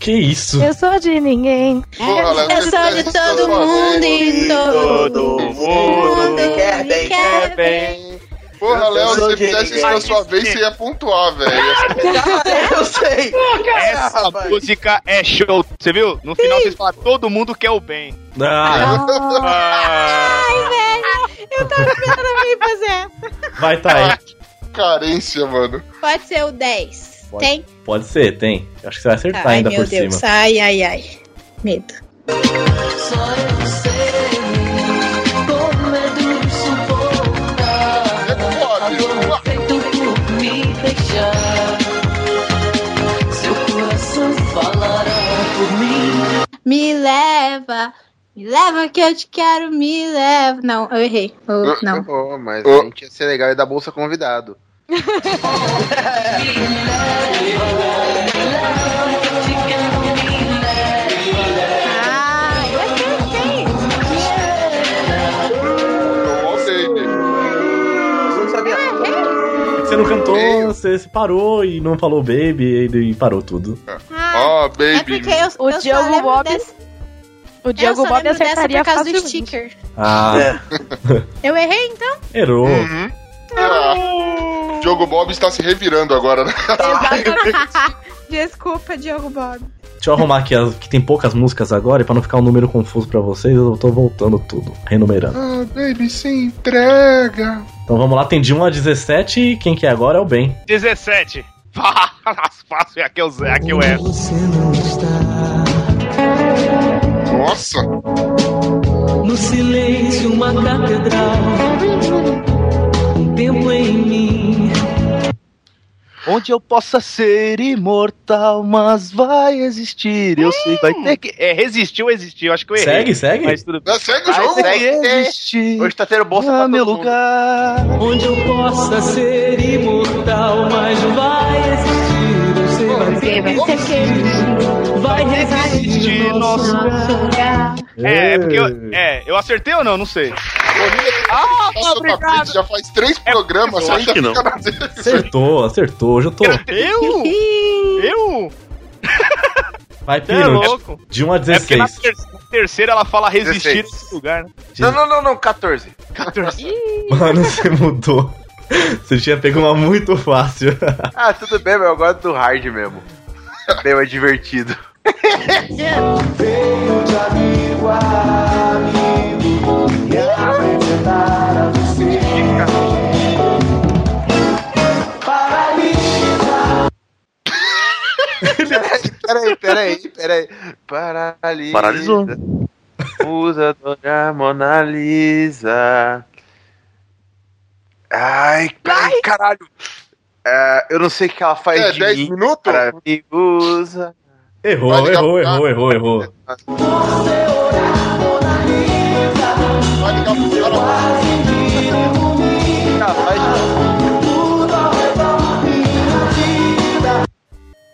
Que isso?
Eu sou de ninguém.
Eu sou de todo mundo e todo.
mundo me quer bem.
quer
bem. Porra, Léo, se você fizesse isso na sua vez, você ia pontuar, velho.
Eu sei.
Essa música é show. Você viu? No final vocês falam, todo mundo quer o bem. Ah.
Ai, velho, eu tava pensando também fazer essa.
Vai, Thay.
Carência, mano.
Pode ser o 10.
Pode.
Tem?
Pode ser, tem. Eu acho que você vai acertar
ai,
ainda
meu
por
Deus.
cima.
Ai, ai, ai. Medo.
Só eu sei como é duro suportar. A dor feito por me deixar. Seu coração falará por mim.
Me leva, me leva que eu te quero, me leva. Não, eu errei. Eu- não.
Pô, mas a gente ia ser legal e dar bolsa convidado.
Me leva, me leva, que eu te quero, me
você não cantou, você se parou e não falou baby e, e parou tudo.
Ó, baby.
Porque eu,
O
eu só
Diogo
lembro
Bob-
dessa-
O Diogo
eu só
Bob
lembro dessa
acertaria
por causa do
facilmente.
sticker.
Ah,
Eu errei, então?
errou.
Ah, Uhum. Diogo Bob está se revirando agora. né?
Desculpa, Diogo Bob.
Deixa eu arrumar aqui as que tem poucas músicas agora e pra não ficar um número confuso pra vocês, eu tô voltando tudo, renumerando.
Ah, baby, se entrega.
Então vamos lá, tem de 1 a 17 e quem que é agora é o Ben.
17. Fácil, aqui eu, aqui eu erro.
Nossa!
No silêncio, uma catedral. Um tempo em mim.
Onde eu possa ser imortal, mas vai existir. Eu sei, vai ter que. É, resistiu, existiu. Acho que eu errei.
Segue, segue.
Mas tudo bem.
segue
o jogo.
Hoje tá tendo bolsa pra meu lugar.
Onde eu possa ser imortal, mas vai existir. Eu sei, vai ter que existir. Vai resistir nosso lugar.
É, é porque eu, é, eu acertei ou não? Não sei. Ah, obrigado.
Já faz três
É
programas, você ainda fica na dele.
Acertou, acertou, hoje eu tô.
Eu? Eu?
Vai,
Você é
Pino.
louco.
De 1 a
É porque na
16.
ter- terceira ela fala resistir
16.
nesse lugar, né?
Não, não, não, não, 14.
14.
Mano, você mudou. Você tinha pego uma muito fácil.
Ah, tudo bem, meu. Eu gosto do hard mesmo. É bem mais divertido.
Veio de amigo a amigo me apresentar a você. Paralisa.
peraí, peraí, peraí. Paralisa.
Paralisou.
Usa Dona Mona Lisa. Ai, ai, caralho. É, eu não sei o que ela faz
É,
de
10
mim,
minutos?
cara. Me usa.
Errou, errou, errou, errou, errou.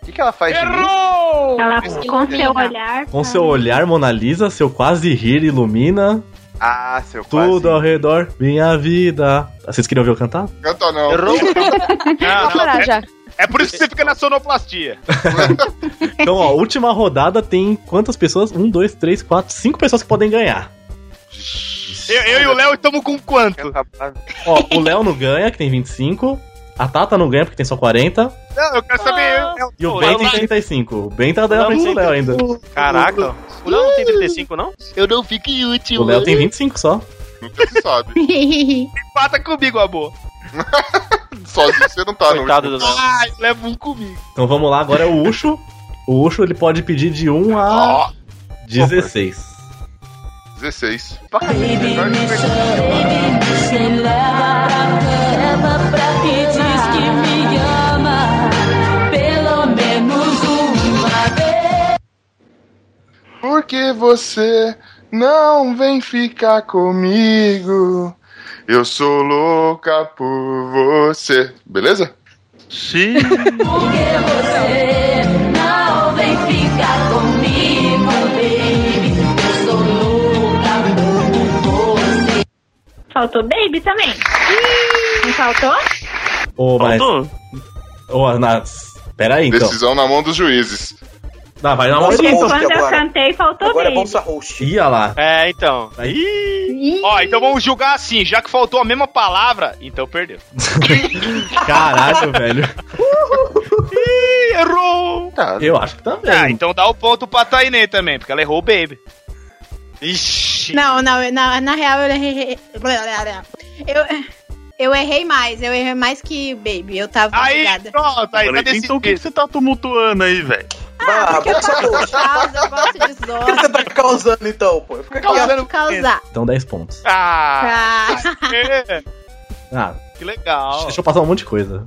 O que, que ela faz de mim?
Ela, com seu olhar,
Com seu olhar, Mona Lisa, seu quase rir ilumina
Ah, seu
tudo ao redor, minha vida. Vocês queriam ver eu cantar?
Canta não.
Errou?
Vou parar
é,
já.
é por isso que você fica na sonoplastia.
Então, ó, última rodada tem quantas pessoas? Um, dois, três, quatro, cinco pessoas que podem ganhar.
Eu, eu e o Léo estamos com quanto?
Ó, o Léo não ganha, que tem 25. A Tata não ganha, porque tem só 40.
Não, eu quero saber. eu-
E o
eu-
Ben
eu-
tem 35. O Ben tá dando pra cima do Léo ainda.
Caraca. O Léo não tem 35, não? Eu não fico em
O
último.
Léo tem 25 só.
Nunca se sabe.
Empata comigo, amor.
Sozinho você não tá,
Coitado
não.
do Léo.
Ai, leva um comigo.
Então vamos lá, agora é o Ucho. O Ucho ele pode pedir de 1 a 16.
16.
Se leva, leva pra que diz que me ama. Pelo menos uma vez.
Por que você não vem ficar comigo? Eu sou louca por você. Beleza?
Sim.
Porque você não vem ficar comigo, baby. Eu sou louca por você.
Faltou Baby também. Não faltou?
Ô, mas. Ô, na... Pera aí, então.
Decisão na mão dos juízes.
Não, vai na mão
Porque
do
quando eu cantei, faltou Baby.
host.
Ia lá.
É, então.
Ó, então vamos julgar assim, já que faltou a mesma palavra, então perdeu.
Caralho, velho.
Ih, errou!
Eu acho que tá também.
Ah, então dá o ponto pra Tainê também, porque ela errou o baby. Ixi.
Não, não, na, na real eu errei. Eu, eu errei mais, eu errei mais que Baby. Eu tava
Aí,
ligada.
pronto, aí, tá
Falei,
decidido.
então o que, que você tá tumultuando aí, velho?
Ah,
Porque tá eu
bolsa
gosto de
roxa.
causar, eu gosto de
O que
desordem.
você tá causando então, pô? Fica
Eu gosto de
quieto.
causar.
Então 10 pontos.
Ah,
Ah,
que legal.
deixa eu passar um monte de coisa.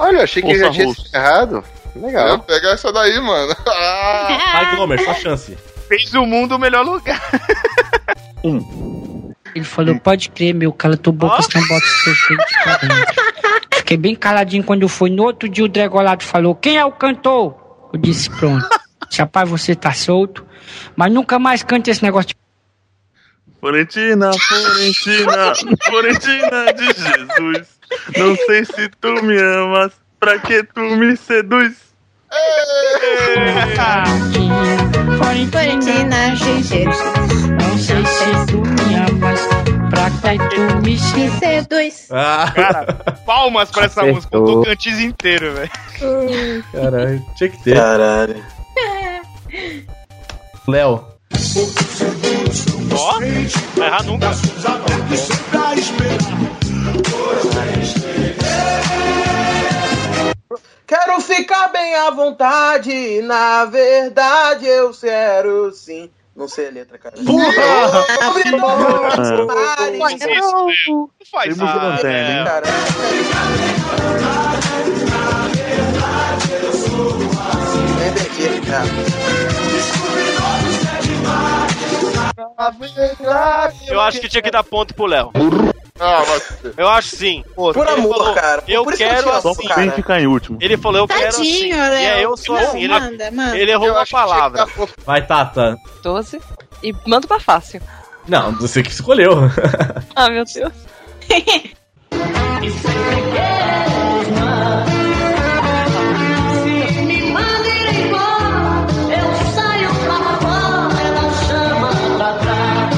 Olha, achei que
Bolsa
ele já tinha
roxa.
sido errado.
É,
Legal.
pega essa daí, mano. Ah,
Vai, Glomer, sua chance.
Fez o mundo o melhor lugar.
Ele falou, pode crer, meu, cala tua boca, senão bota os teus peitos pra dentro. Fiquei bem caladinho quando eu fui. No outro dia o Dregolado falou, quem é o cantor? Eu disse, pronto. Rapaz, você tá solto. Mas nunca mais cante esse negócio de
Florentina, Florentina, Florentina de Jesus. Não sei se tu me amas, pra que tu me seduz?
Florentina, gente.
Não sei se tu me amas, pra que tu me seduz.
Ah.
Cara, palmas pra essa
Acertou.
música, o Tocantins inteiro, velho.
Caralho, tinha que ter. Caralho. Léo.
Ó, vai errar nunca.
é.
Quero ficar bem à vontade, na verdade eu quero sim. Não sei a letra, cara.
É,
Não faz isso, velho. Não faz isso. velho.
Eu acho que tinha que dar ponto pro Léo.
Ah, mas...
Eu acho sim.
Por
Ele
amor,
falou,
cara.
Eu
Por isso que eu
quero
te amo,
assim.
cara.
Quem ficar em último?
Ele falou, eu quero assim.
Tadinho,
E
Léo.
é, eu sou
Não,
assim.
né?
Ele,
manda, manda.
ele errou uma palavra.
Vai, Tata.
12. E manda pra fácil.
Não, você que escolheu.
Ah, meu Deus.
Se me mandem embora, eu saio pra fora, ela chama pra trás.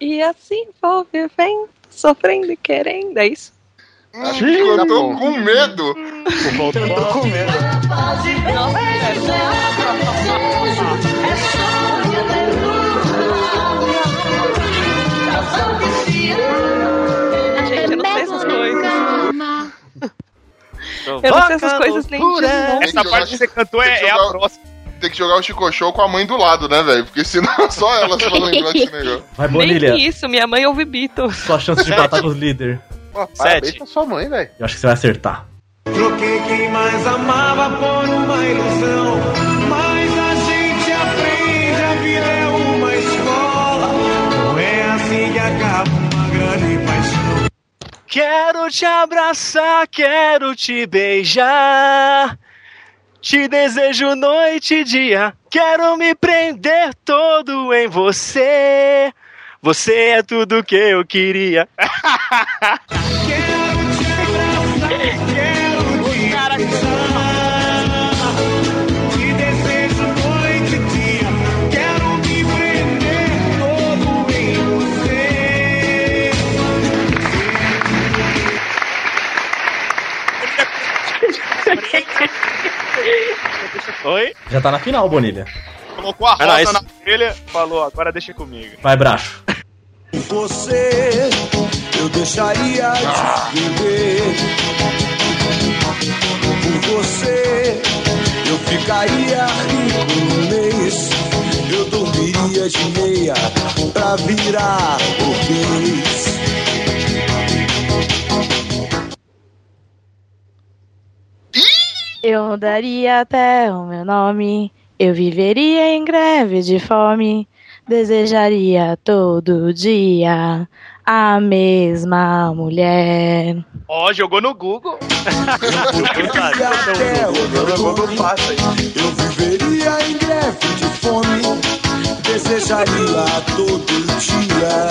E assim vou vivendo, sofrendo e querendo. É isso?
Acho que eu tô com medo.
Hum.
Tô com medo. é
Gente, eu não sei essas coisas.
Eu
não sei essas coisas nem de nome.
Essa parte que você cantou é, é a próxima.
Tem que jogar o Chico Show com a mãe do lado, né, velho? Porque senão só ela se vai lembrar desse negócio.
Vai,
Nem
Bonilha.
que isso, minha mãe ouve Beatles.
Sua chance de matar os líder.
Ah, Parabéns pra sua mãe, velho.
Eu acho que você vai acertar.
Troquei quem mais amava por uma ilusão. Mas a gente aprende, a vida é uma escola. Não é assim que acaba uma grande paixão.
Quero te abraçar, quero te beijar. Te desejo noite e dia. Quero me prender todo em você. Você é tudo que eu queria.
Te desejo noite e dia. Quero me prender todo em você.
Oi?
Já tá na final, Bonilha.
Colocou a
Vai lá,
rosa
esse-
na orelha, falou, agora deixa comigo.
Vai, Bracho.
Você, eu deixaria de viver. Por você, eu ficaria rico um mês. Eu dormiria de meia pra virar o
Eu daria até o meu nome, eu viveria em greve de fome, desejaria todo dia a mesma mulher.
Ó, jogou no Google. É
Eu viveria em greve de fome. Desejaria todo dia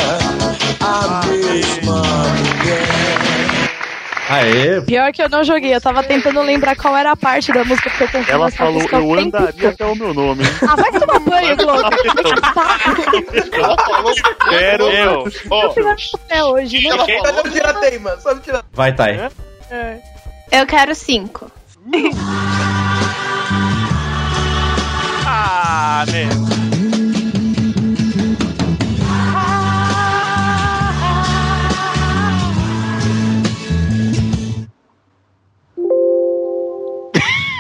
Ah,
a mesma mulher.
Aê.
Pior que eu não joguei, eu tava tentando lembrar qual era a parte da música que eu confundi.
Ela
essa
falou,
música o
eu
tempo
andaria até o meu nome. hein?
Ah, vai tomar banho, Globo.
Então.
Quero
eu.
Eu fiz a até hoje, né?
Só me tirar teima, só me tirar.
Vai, Thay.
Eu quero cinco.
Ah, né?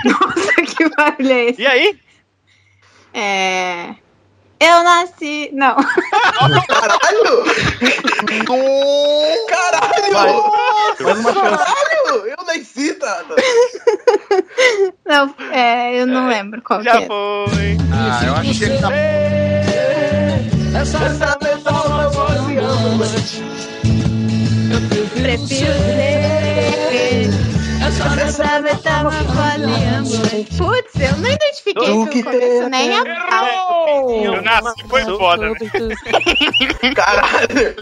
Nossa, que barulho é esse?
E aí?
É. Eu nasci. Não.
Caralho! Caralho!
Mais uma chance.
Caralho! Eu nasci, Tata!
Não, é, eu não lembro qual que é. era.
foi.
Ah, eu acho que ele tá.
Essa metáfora foi ambulante.
Prefiro ser. Essa metáfora ambulante. Putz, eu não identifiquei
Tu
pelo
que é
começo, nem a pau.
Eu nasci, foi foda, né? Caralho. É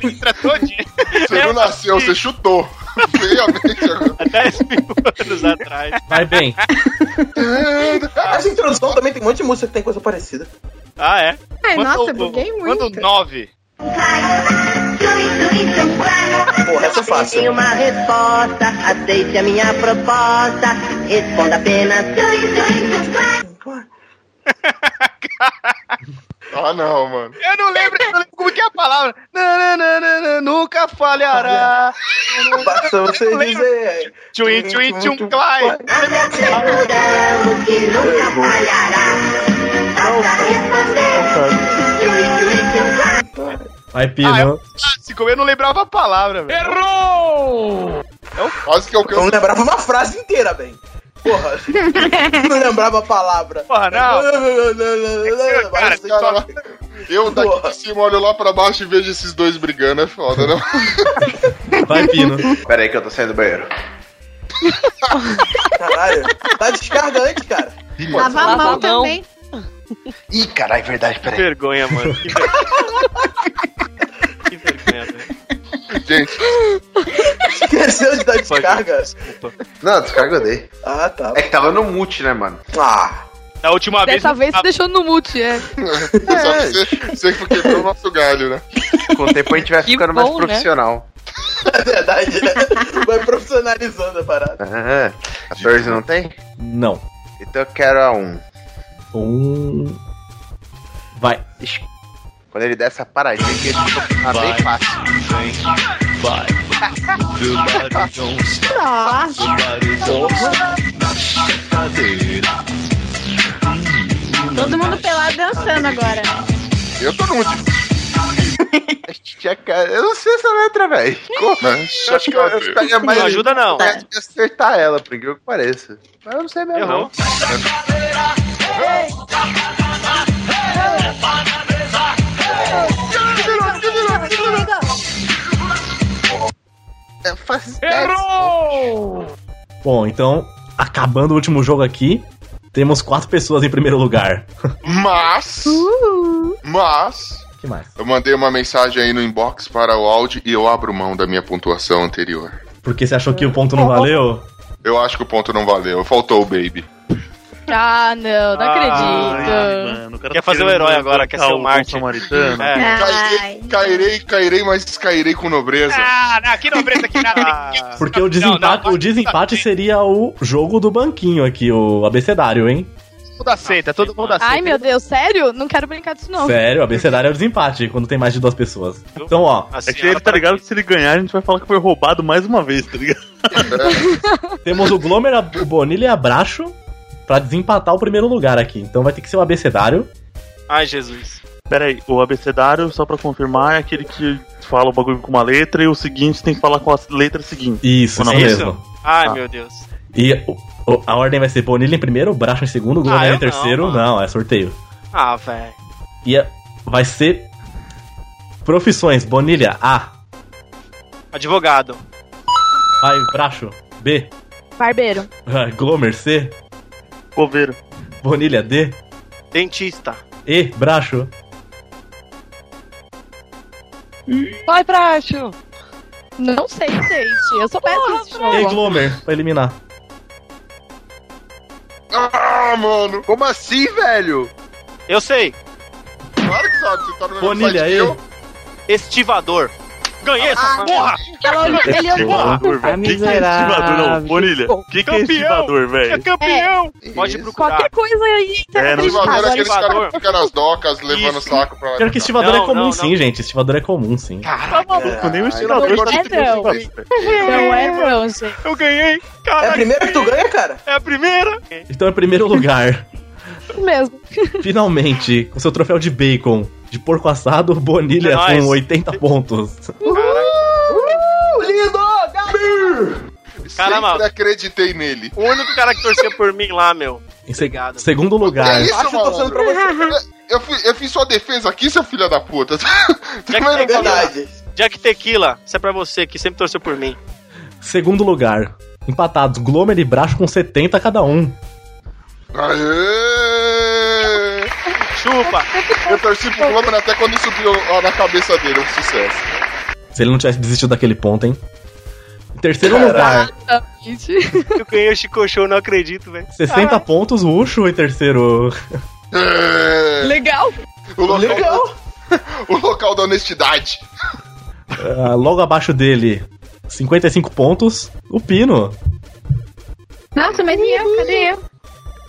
Você não nasceu, você chutou. Feiamente agora.
Há 10 mil anos atrás.
Vai bem.
Essa introdução também tem um monte de música que tem coisa parecida.
Ah, é?
Ai,
Manda
nossa,
o-
buguei
Manda o
muito.
9.
Porra, essa é fácil.
Tem uma resposta, aceite a minha proposta, responda apenas.
Ah, não, mano.
Eu não lembro, eu não lembro como que é a palavra. Nananana, nunca falhará.
Basta você dizer.
Tchum, tchum, tchum, clai.
Vai, Pino.
Clássico, eu não lembrava a palavra, velho. Errou!
Quase que eu
Eu não lembrava uma frase inteira, bem. Porra, não lembrava a palavra. Porra, não.
Cara, eu daqui pra cima olho lá pra baixo e vejo esses dois brigando, é foda, não?
Vai, Pino.
Pera aí que eu tô saindo do banheiro.
Caralho, tá descargante, cara.
Lava a mão
tá?
também.
Ih, caralho, verdade, peraí.
Vergonha, mano. Que vergonha.
Gente.
Esqueceu de dar descarga.
Não, descarga eu dei.
Ah, tá.
É que tava no mute, né, mano?
Ah.
Da última vez.
Dessa vez você deixou no mute, é.
É.
Você, você que quebrou o nosso galho, né?
Com o tempo a gente vai ficando mais
bom, né?
profissional.
É verdade, né? Vai profissionalizando a parada.
Aham. 14 É, não tem?
Não.
Então eu quero a 1.
Um. Vai.
Quando ele der essa paradinha aqui, ele fica bem fácil.
Vai.
Nossa. Todo mundo pelado dançando agora.
Eu tô no último.
tipo,
é,
Eu não sei essa letra, velho. Eu acho que eu, eu ficaria mais.
Não ajuda, não.
É de acertar ela, por incrível que pareça. Mas eu não sei mesmo.
Errou.
É fácil.
Errou!
Bom, então, acabando o último jogo aqui, temos quatro pessoas em primeiro lugar.
é- Mas. Mas.
que mais?
Eu mandei uma mensagem aí no inbox para o Audi e eu abro mão da minha pontuação anterior.
Porque você achou que o ponto não valeu?
Eu acho que o ponto não valeu. Faltou o Baby.
Ah, não, não acredito.
É,
Quer
tá
fazer o herói agora, quer ser o Marte.
É.
Cairei, cairei, cairei, mas cairei com nobreza. Ah,
Ah, não, aqui não preta aqui nada.
Porque o desempate, o desempate seria o jogo do banquinho aqui, o abecedário, hein?
Todo mundo aceita, todo mundo aceita.
Ai, meu Deus, sério? Não quero brincar disso, não.
Sério, o abecedário é o desempate quando tem mais de duas pessoas. Então, ó.
É que ele tá ligado que se ele ganhar, a gente vai falar que foi roubado mais uma vez, tá ligado?
Temos o Glomer, a- o Bonilha e a Bracho pra desempatar o primeiro lugar aqui. Então vai ter que ser o abecedário.
Ai, Jesus.
Pera aí, o abecedário, só pra confirmar, é aquele que fala o bagulho com uma letra e o seguinte tem que falar com a letra seguinte.
Isso,
Ou não?
isso mesmo.
Ai,
Ah,
Ah.
Tá.
meu Deus.
E o- o- a ordem vai ser Bonilha em primeiro, o Bracho em segundo, o
Ah,
Glomer
eu
em terceiro.
não,
Não,
mano.
é sorteio.
Ah, velho.
E é- vai ser. Profissões, Bonilha, A.
Advogado.
Vai, Bracho, B.
Barbeiro.
Ah, Glomer, C.
Coveiro.
Bonilha, D.
Dentista.
E, Bracho.
Vai, Pracho. Não sei, gente. Eu sou péssima nesse
E,
jogo.
Glomer, pra eliminar.
Ah, mano.
Como assim, velho?
Eu sei.
Claro que sabe, você tá no mesmo
Bonilha,
site que
eu.
eu.
Estivador. Ganhei é essa porra!
Ela olhou- ele olhou-
Estivador,
Ah,
velho. Que que é
miserável.
estivador, não? Bonilha, o que, que é
Campeão.
estivador,
É
velho?
campeão! Pode procurar.
Qualquer coisa aí,
É, não-
Estivador
Agora
é aqueles
estivador.
caras que ficam nas docas levando o saco pra lá.
Pior que estivador
Não,
é comum
não,
sim, gente. Estivador é comum sim.
Tá
maluco,
nem o tá
estirador
Não é não. Não é não, gente.
Eu ganhei.
É a primeira que tu ganha, cara?
É a primeira.
Então, em primeiro lugar,
Mesmo.
finalmente, com seu troféu de bacon, de porco assado, Bonilha
É nóis.
com 80 pontos.
Uh, lindo! Gabi!
Caramba.
Sempre acreditei nele.
O único cara que torcia por mim lá, meu.
Em se- segundo lugar,
Que É isso, malandro? Eu, fi- eu fiz sua defesa aqui, seu filho da puta. Também não-
Jack Tequila, isso é pra você que sempre torceu por mim.
segundo lugar, empatados Glomer e Bracho com 70 cada um.
Aê! Chupa! Eu torci pro Glomer até quando subiu ó, na cabeça dele, um sucesso.
Se ele não tivesse desistido daquele ponto, hein? Em terceiro lugar,
Exatamente. Eu ganhei o Chico Show, não acredito, velho.
60 pontos, o Ucho em terceiro.
Legal!
O local, o local da honestidade.
Ah, logo abaixo dele, 55 pontos, o Pino.
Nossa, mas e eu? Cadê eu?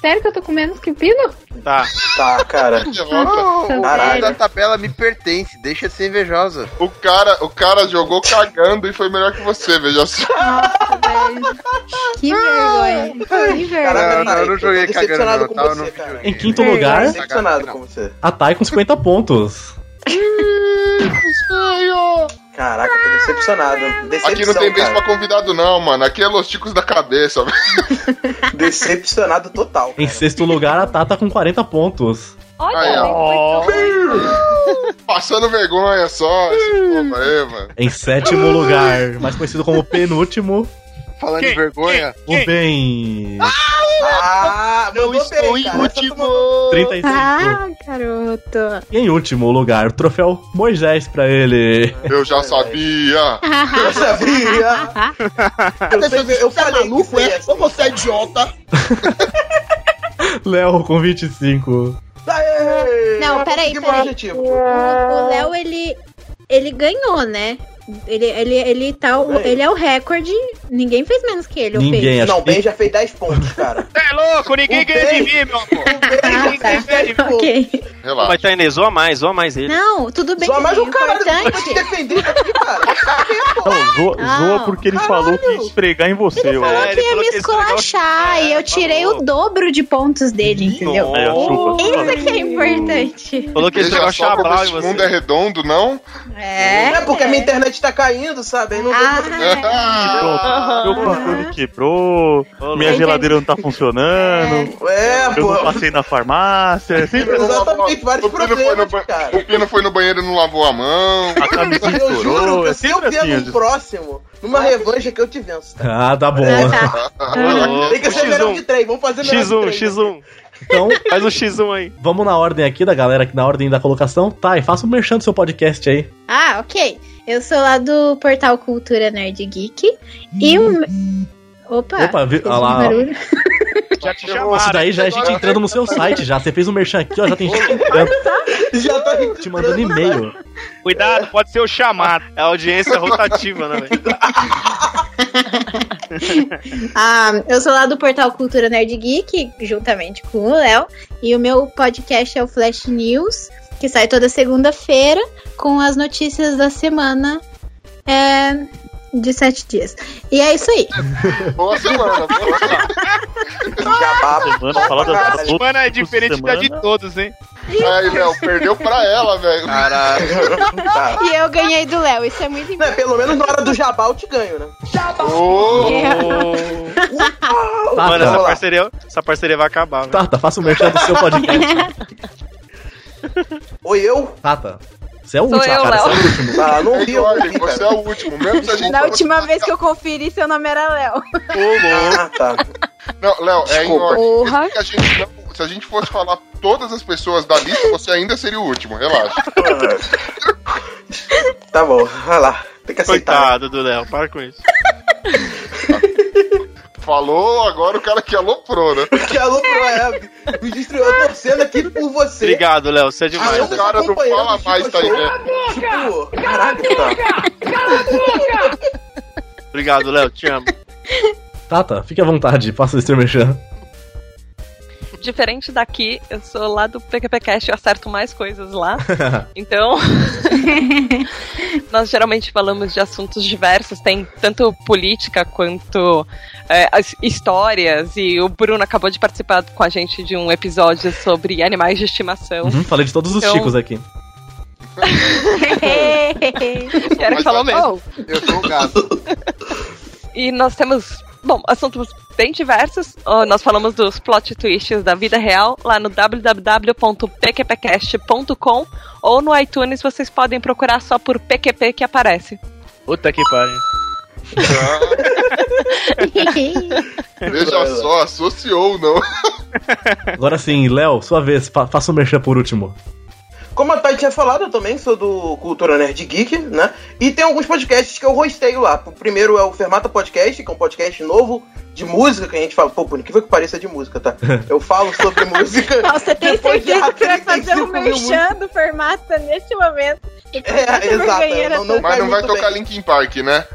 Sério que eu tô com menos que o Pino?
Tá,
tá, cara.
Nossa,
Caralho.
velho.
A tabela me pertence, deixa de ser invejosa.
O cara, o cara jogou cagando e foi melhor que você, veja só.
Nossa, velho. Que vergonha. Que vergonha.
não, eu não joguei
decepcionado
cagando, não,
com
tá? Eu
você,
não
cara.
Em quinto lugar,
Decepcionado com você.
a Thay com 50 pontos.
Caraca, tô decepcionado. Decepção,
Aqui não tem beijo
cara.
pra convidado, não, mano. Aqui é Los Ticos da cabeça, velho.
Decepcionado total.
Em sexto lugar, a Tata com 40 pontos.
Aí, ó. Passando vergonha só, esse povo aí, mano.
Em sétimo lugar, mais conhecido como penúltimo,
Falando em vergonha.
o Ben.
Ah,
eu estou em último.
35.
Ah, garoto.
E em último lugar, o troféu Moisés pra ele.
Eu já sabia.
É, Eu sabia. Eu, sempre, eu falei que você ia-
Ou você é idiota?
Léo com 25.
Não, peraí, peraí.
objetivo.
O o Léo, ele, ele ganhou, né? Ele, ele, ele, tá o- ele é o recorde. Ninguém fez menos que ele. é um
Ninguém,
eu
acho
Não, o
que-
Ben já fez 10 pontos, cara.
É louco, ninguém ganha de mim, meu amor.
Ah, tá. Ok.
Relaxa.
Mas tá Inês, zoa mais, zoa mais ele.
Não, tudo bem.
Só mais um
o
cara
importante-
depois te defender
É
aqui, cara.
Não, zoa,
Não.
zoa porque ele falou que ia esfregar em você.
Ah, Ele
né?
eu
falou
acho.
que ia me esculachar
é
e eu tirei o dobro de pontos dele, entendeu?
Aí, ó, chupa.
Isso aqui é importante.
Falou que esse
Veja
negócio
só
é
como
abral
esse
assim.
em você.
mundo é redondo, não?
É. Ah.
É porque a minha internet tá caindo, sabe? Aí Não
Pronto, meu controle quebrou, minha
louco.
geladeira não tá funcionando,
É,
eu não
pô.
passei na farmácia, é sempre
Exatamente, vários problemas, cara.
O Pino foi no banheiro e não lavou a mão.
a camisa
Eu juro
estourou,
que
é
se eu
sempre
vier
assim.
num próximo, numa revanche que eu te venço.
Ah, tá bom.
Ah.
Tem que ser melhor de três, vamos fazer é melhor
X1,
de três. né?
X1.
Então,
Faz o X1 aí.
vamos na ordem aqui da galera, aqui na ordem da colocação. Thay, faça o merchan do seu podcast aí.
Ah, ok. Eu sou lá do portal Cultura Nerd Geek. E o. Opa!
Hum. Opa, viu? Olha
fez um
lá. ó.
barulho.
Já te
Isso daí já é gente entrando no seu site já. Você fez um merchan aqui, ó. Já tem gente entrando.
Já tá
Te mandando e-mail.
Cuidado, pode ser o chamado. É audiência rotativa, né, velho?
Ah, eu sou lá do portal Cultura Nerd Geek, juntamente com o Léo. E o meu podcast é o Flash News, que sai toda segunda-feira com as notícias da semana é, de sete dias. E é isso aí.
Boa semana, boa semana. um
Jabá,
Semana, falar das- das
Essa semana é diferente da de
semana.
todos, hein?
Aí, Léo, perdeu pra ela, velho.
Caralho.
Tá.
E eu ganhei do Léo, isso é muito
Não,
importante.
pelo menos na hora do jabá eu te ganho, né?
Ô,
Tá,
Mano, essa
tá.
parceria, é um- essa parceria vai acabar, velho.
Tata, Tá, faça o merchan do seu podcast.
Oi, eu?
Tata, você é o
Sou
último,
eu,
cara. Você é o
Léo.
último.
Ah, não vi, eu não
Jorge,
vi,
você
cara.
é o último. Mesmo se a gente. assim,
Na última vez que eu conferi, seu nome era Léo.
Ah, tá.
Não, Léo, é em
Desculpa.
ordem.
Porra.
Se a, gente não- se a gente fosse falar todas as pessoas da lista, você ainda seria o último, relaxa.
Tá bom, vai lá. Tem que aceitar.
Coitado do Léo, para com isso.
Falou agora o cara que aloprou, né?
Que alô pro Web. Me destruiu, eu torcendo aqui por você.
Obrigado, Léo, você é
Ah,
demais.
o cara do
acompanhando
Fala
o Chico
Mais tá aí,
Show.
né?
Tipo, caralho, tá.
Obrigado, Léo, te amo.
Tata, fique à vontade, faça esse seu merchan.
Diferente daqui, eu sou lá do PQPcast, eu acerto mais coisas lá. Então, nós geralmente falamos de assuntos diversos, tem tanto política quanto é, as histórias, e o Bruno acabou de participar com a gente de um episódio sobre animais de estimação.
Uhum, falei de todos os
Então-
chicos aqui.
E era que falou
Oh,
mesmo.
Eu sou o gato.
E nós temos, bom, assuntos bem diversos. Ó, Nós falamos dos plot twists da vida real lá no www.pqpcast.com ou no iTunes vocês podem procurar só por PQP que aparece.
Puta que pariu.
Veja só, associou não.
Agora sim, Léo, sua vez, fa- faça o merchan por último.
Como a Thay tinha falado, eu também sou do Cultura Nerd Geek, né? E tem alguns podcasts que eu rosteio lá. O primeiro é o Fermata Podcast, que é um podcast novo de música, que a gente fala, pô, por incrível que pareça é de música, tá? Eu falo sobre música.
Nossa, tem
depois de
certeza que você vai fazer
35
um
mil
merchan do Fermata neste momento?
É, exato, não- não
Mas
cai
não vai
muito bem.
tocar Linkin Park, né?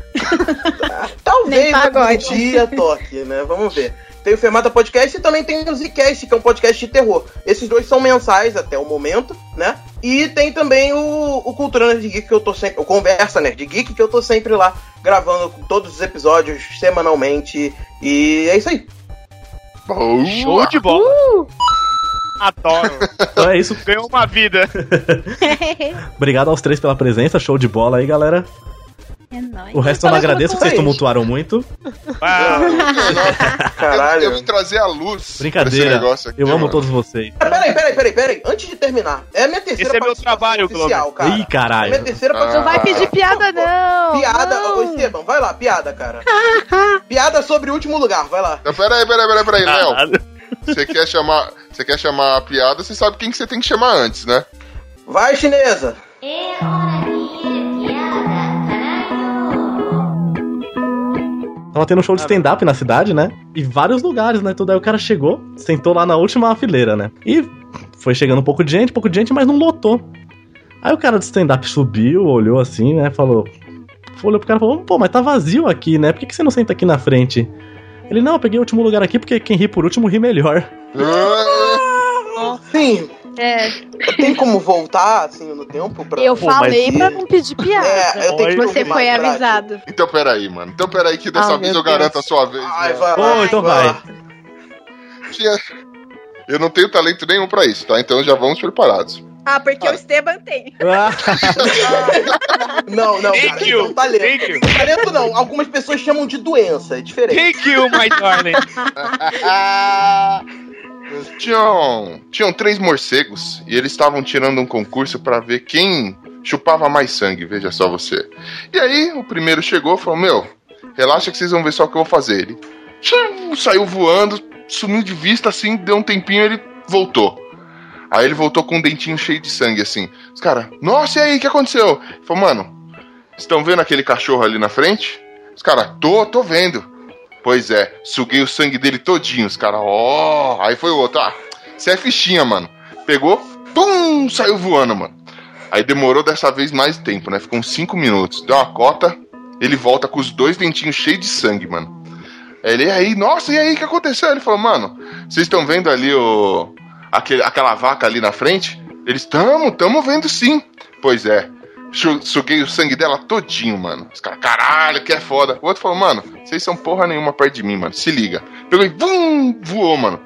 Talvez algum dia toque, né? Vamos ver. Tem o Fermata Podcast e também tem o Zcast, que é um podcast de terror. Esses dois são mensais até o momento, né? E tem também o, o Cultura Nerd Geek, que eu tô sempre. O Conversa Nerd Geek, que eu tô sempre lá gravando todos os episódios semanalmente. E é isso aí.
Show de bola. Adoro.
Então é isso.
Ganhou uma vida.
Obrigado aos três pela presença, show de bola aí, galera.
É nóis.
O resto eu não agradeço, porque vocês tumultuaram muito.
Caralho.
Eu vim trazer a luz. pra
Brincadeira.
esse um negócio aqui,
Eu amo
mano.
todos vocês.
Ah, Peraí, peraí, peraí, peraí. Antes de terminar, é a minha terceira
Esse é meu trabalho,
oficial, cara.
Ih, caralho.
É minha terceira
Ah.
participação.
Não vai pedir
piada, não. Piada, ô Esteban, vai lá, piada, cara. piada sobre o último lugar, vai lá.
Não, peraí, peraí, peraí, peraí,
Ah,
Léo. Você quer chamar. Você quer chamar a piada, você sabe quem que você tem que chamar antes, né?
Vai, chinesa!
Tava tendo um show de stand-up na cidade, né? E vários lugares, né? Tudo aí o cara chegou, sentou lá na última fileira, né? E foi chegando um pouco de gente, pouco de gente, mas não lotou. Aí o cara de stand-up subiu, olhou assim, né? Falou. Olhou pro cara e falou: pô, mas tá vazio aqui, né? Por que, que você não senta aqui na frente? Ele: não, eu peguei o último lugar aqui porque quem ri por último ri melhor.
Sim,
É,
tem como voltar assim no tempo pra.
eu falei pra não pedir piada.
É, eu tenho que
Você
tomar
foi
cuidado.
avisado.
Então peraí, mano. Então peraí, que dessa
Ah,
vez
meu
eu garanto a sua vez. né? Ai,
vai
Pô, então vai.
Eu não tenho talento nenhum pra isso, tá? Então já vamos preparados.
Ah, porque o Esteban tem.
Não, não, cara,
Thank
isso
you,
é um talento.
thank you.
Talento não, algumas pessoas chamam de doença, é diferente. É,
Thank you, my darling.
Tinham, tinham três morcegos e eles estavam tirando um concurso pra ver quem chupava mais sangue, veja só você. E aí o primeiro chegou e falou: Meu, relaxa que vocês vão ver só o que eu vou fazer. Ele tchum, saiu voando, sumiu de vista assim, deu um tempinho ele voltou. Aí ele voltou com um dentinho cheio de sangue assim. Os caras, nossa, e aí, o que aconteceu? Ele falou: Mano, estão vendo aquele cachorro ali na frente? Os caras, tô, tô vendo. Pois é, suguei o sangue dele todinho, os caras. Ó, aí foi o outro. Ah, você é fichinha, mano. Pegou, pum, saiu voando, mano. Aí demorou dessa vez mais tempo, né? Ficou uns 5 minutos. Deu uma cota, ele volta com os dois dentinhos cheios de sangue, mano. Aí Ele aí, nossa, e aí, o que aconteceu? Ele falou, mano, vocês estão vendo ali o. Aquele, aquela vaca ali na frente? Eles tamo, tamo vendo sim. Pois é. Chu- Suguei o sangue dela todinho, mano. Os caras, caralho, que é foda. O outro falou, mano, vocês são porra nenhuma perto de mim, mano. Se liga. Pegou e vum, voou, mano.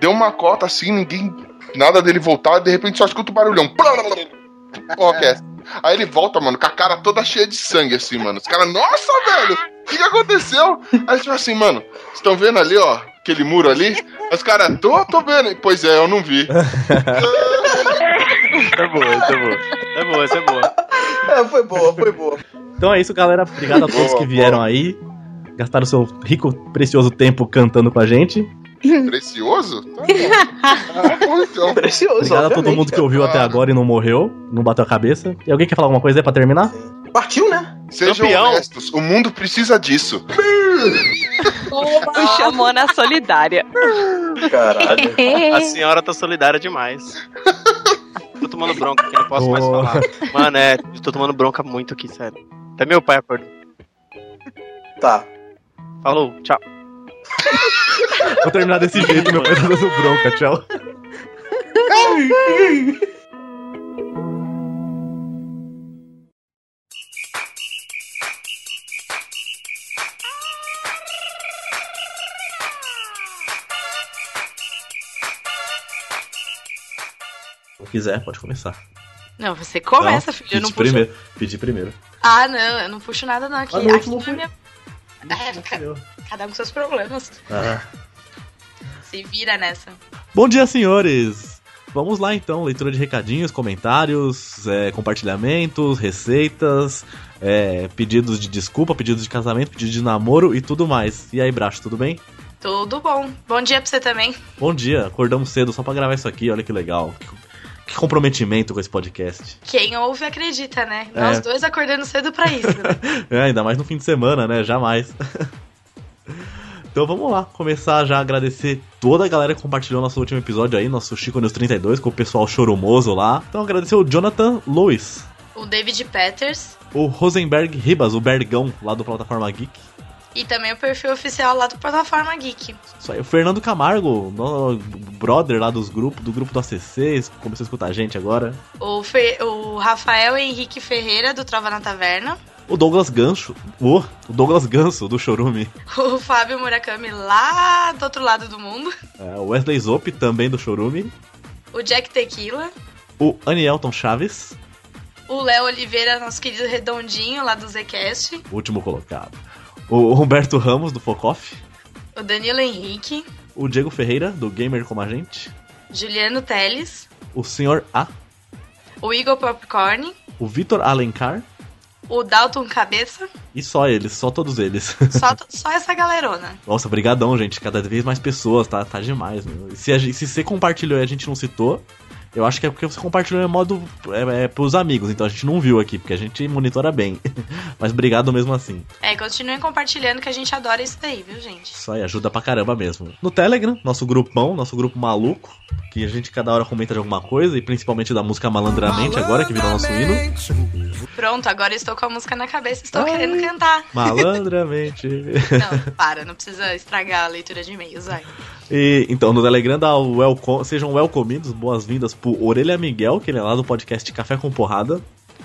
Deu uma cota assim, ninguém. Nada dele voltar, de repente só escuta o barulhão. Plá, plá, plá. Qual que é essa? Aí ele volta, mano, com a cara toda cheia de sangue, assim, mano. Os caras, nossa, velho, o que, que aconteceu? Aí tipo assim, mano, vocês estão vendo ali, ó, aquele muro ali? Aí Os caras, tô, tô vendo. Pois é, eu não vi.
Tá boa, tá boa. Tá boa, essa é boa.
É, foi boa, foi boa.
Então é isso, galera. Obrigado a todos
Boa,
que vieram aí. Gastaram seu rico, precioso tempo cantando com a gente.
Precioso? Tá bom. Tá bom, então.
Precioso,
Obrigado a todo mundo que ouviu até agora e não morreu, não bateu a cabeça. E alguém quer falar alguma coisa aí pra terminar?
Partiu, né?
Sejam
Campeão.
honestos, o mundo precisa disso.
O Xamona Solidária.
Caralho.
A senhora tá solidária demais. Tô tomando bronca aqui, não posso mais
Boa.
falar. Mano, é, eu tô tomando bronca muito aqui, sério. Até meu pai acordou.
Tá.
Falou, tchau.
Vou terminar desse jeito, meu pai tá dando bronca, tchau. Se quiser, pode começar.
Não, você começa,
Não,
filho. Eu não
pedi
puxo.
primeiro. Pedi primeiro.
Ah, não, eu não puxo nada, não. Aqui,
Ah, não,
aqui
não
não é minha. É, ca- cada um com seus problemas.
Ah.
Se vira nessa.
Bom dia, senhores! Vamos lá então, leitura de recadinhos, comentários, é, compartilhamentos, receitas, é, pedidos de desculpa, pedidos de casamento, pedidos de namoro e tudo mais. E aí, Bracho, tudo bem?
Tudo bom. Bom dia pra você também.
Bom dia, acordamos cedo só pra gravar isso aqui, olha que legal. Que comprometimento com esse podcast.
Quem ouve acredita, né?
É.
Nós dois acordando cedo pra isso.
É, ainda mais no fim de semana, né? Jamais. então vamos lá, começar já a agradecer toda a galera que compartilhou nosso último episódio aí, nosso Chico News 32, com o pessoal chorumoso lá. Então agradecer o Jonathan Lewis,
o David Peters
o Rosenberg Ribas, o Bergão, lá do Plataforma Geek.
e também o perfil oficial lá do Plataforma Geek.
Isso aí, o Fernando Camargo, no- brother lá dos grupos, do grupo do ACC, começou a escutar a gente agora.
O, Fe- o Rafael Henrique Ferreira, do Trova na Taverna.
O Douglas Gancho, o o Douglas Ganso, do Chorume.
O Fábio Murakami, lá do outro lado do mundo.
É, o Wesley Zop, também do Chorume.
O Jack Tequila.
O Anielton Chaves,
O Léo Oliveira, nosso querido Redondinho, lá do Zcast.
o último colocado. O Humberto Ramos, do Focoff.
O Danilo Henrique.
O Diego Ferreira, do Gamer Como a Gente.
Juliano Teles.
O Senhor A.
O Igor Popcorn.
O Vitor Alencar.
O Dalton Cabeça.
E só eles, só todos eles.
Só, só essa galerona.
Nossa, brigadão, gente. Cada vez mais pessoas, tá, tá demais, meu. E Se, a gente- se você compartilhou e a gente não citou, eu acho que é porque você compartilhou em modo é, é, pros amigos, então a gente não viu aqui, porque a gente monitora bem. Mas obrigado mesmo assim.
É, continuem compartilhando que a gente adora isso daí, viu, gente?
Isso aí ajuda pra caramba mesmo. No Telegram, nosso grupão, nosso grupo maluco, que a gente cada hora comenta de alguma coisa, e principalmente da música Malandramente agora, que virou nosso hino.
Pronto, agora estou com a música na cabeça, estou querendo cantar.
Malandramente.
Não, para, não precisa estragar a leitura de e-mails, vai.
E, então, no Telegram, dá o welcome, sejam welcomidos, boas-vindas pro Orelha Miguel, que ele é lá do podcast Café com Porrada,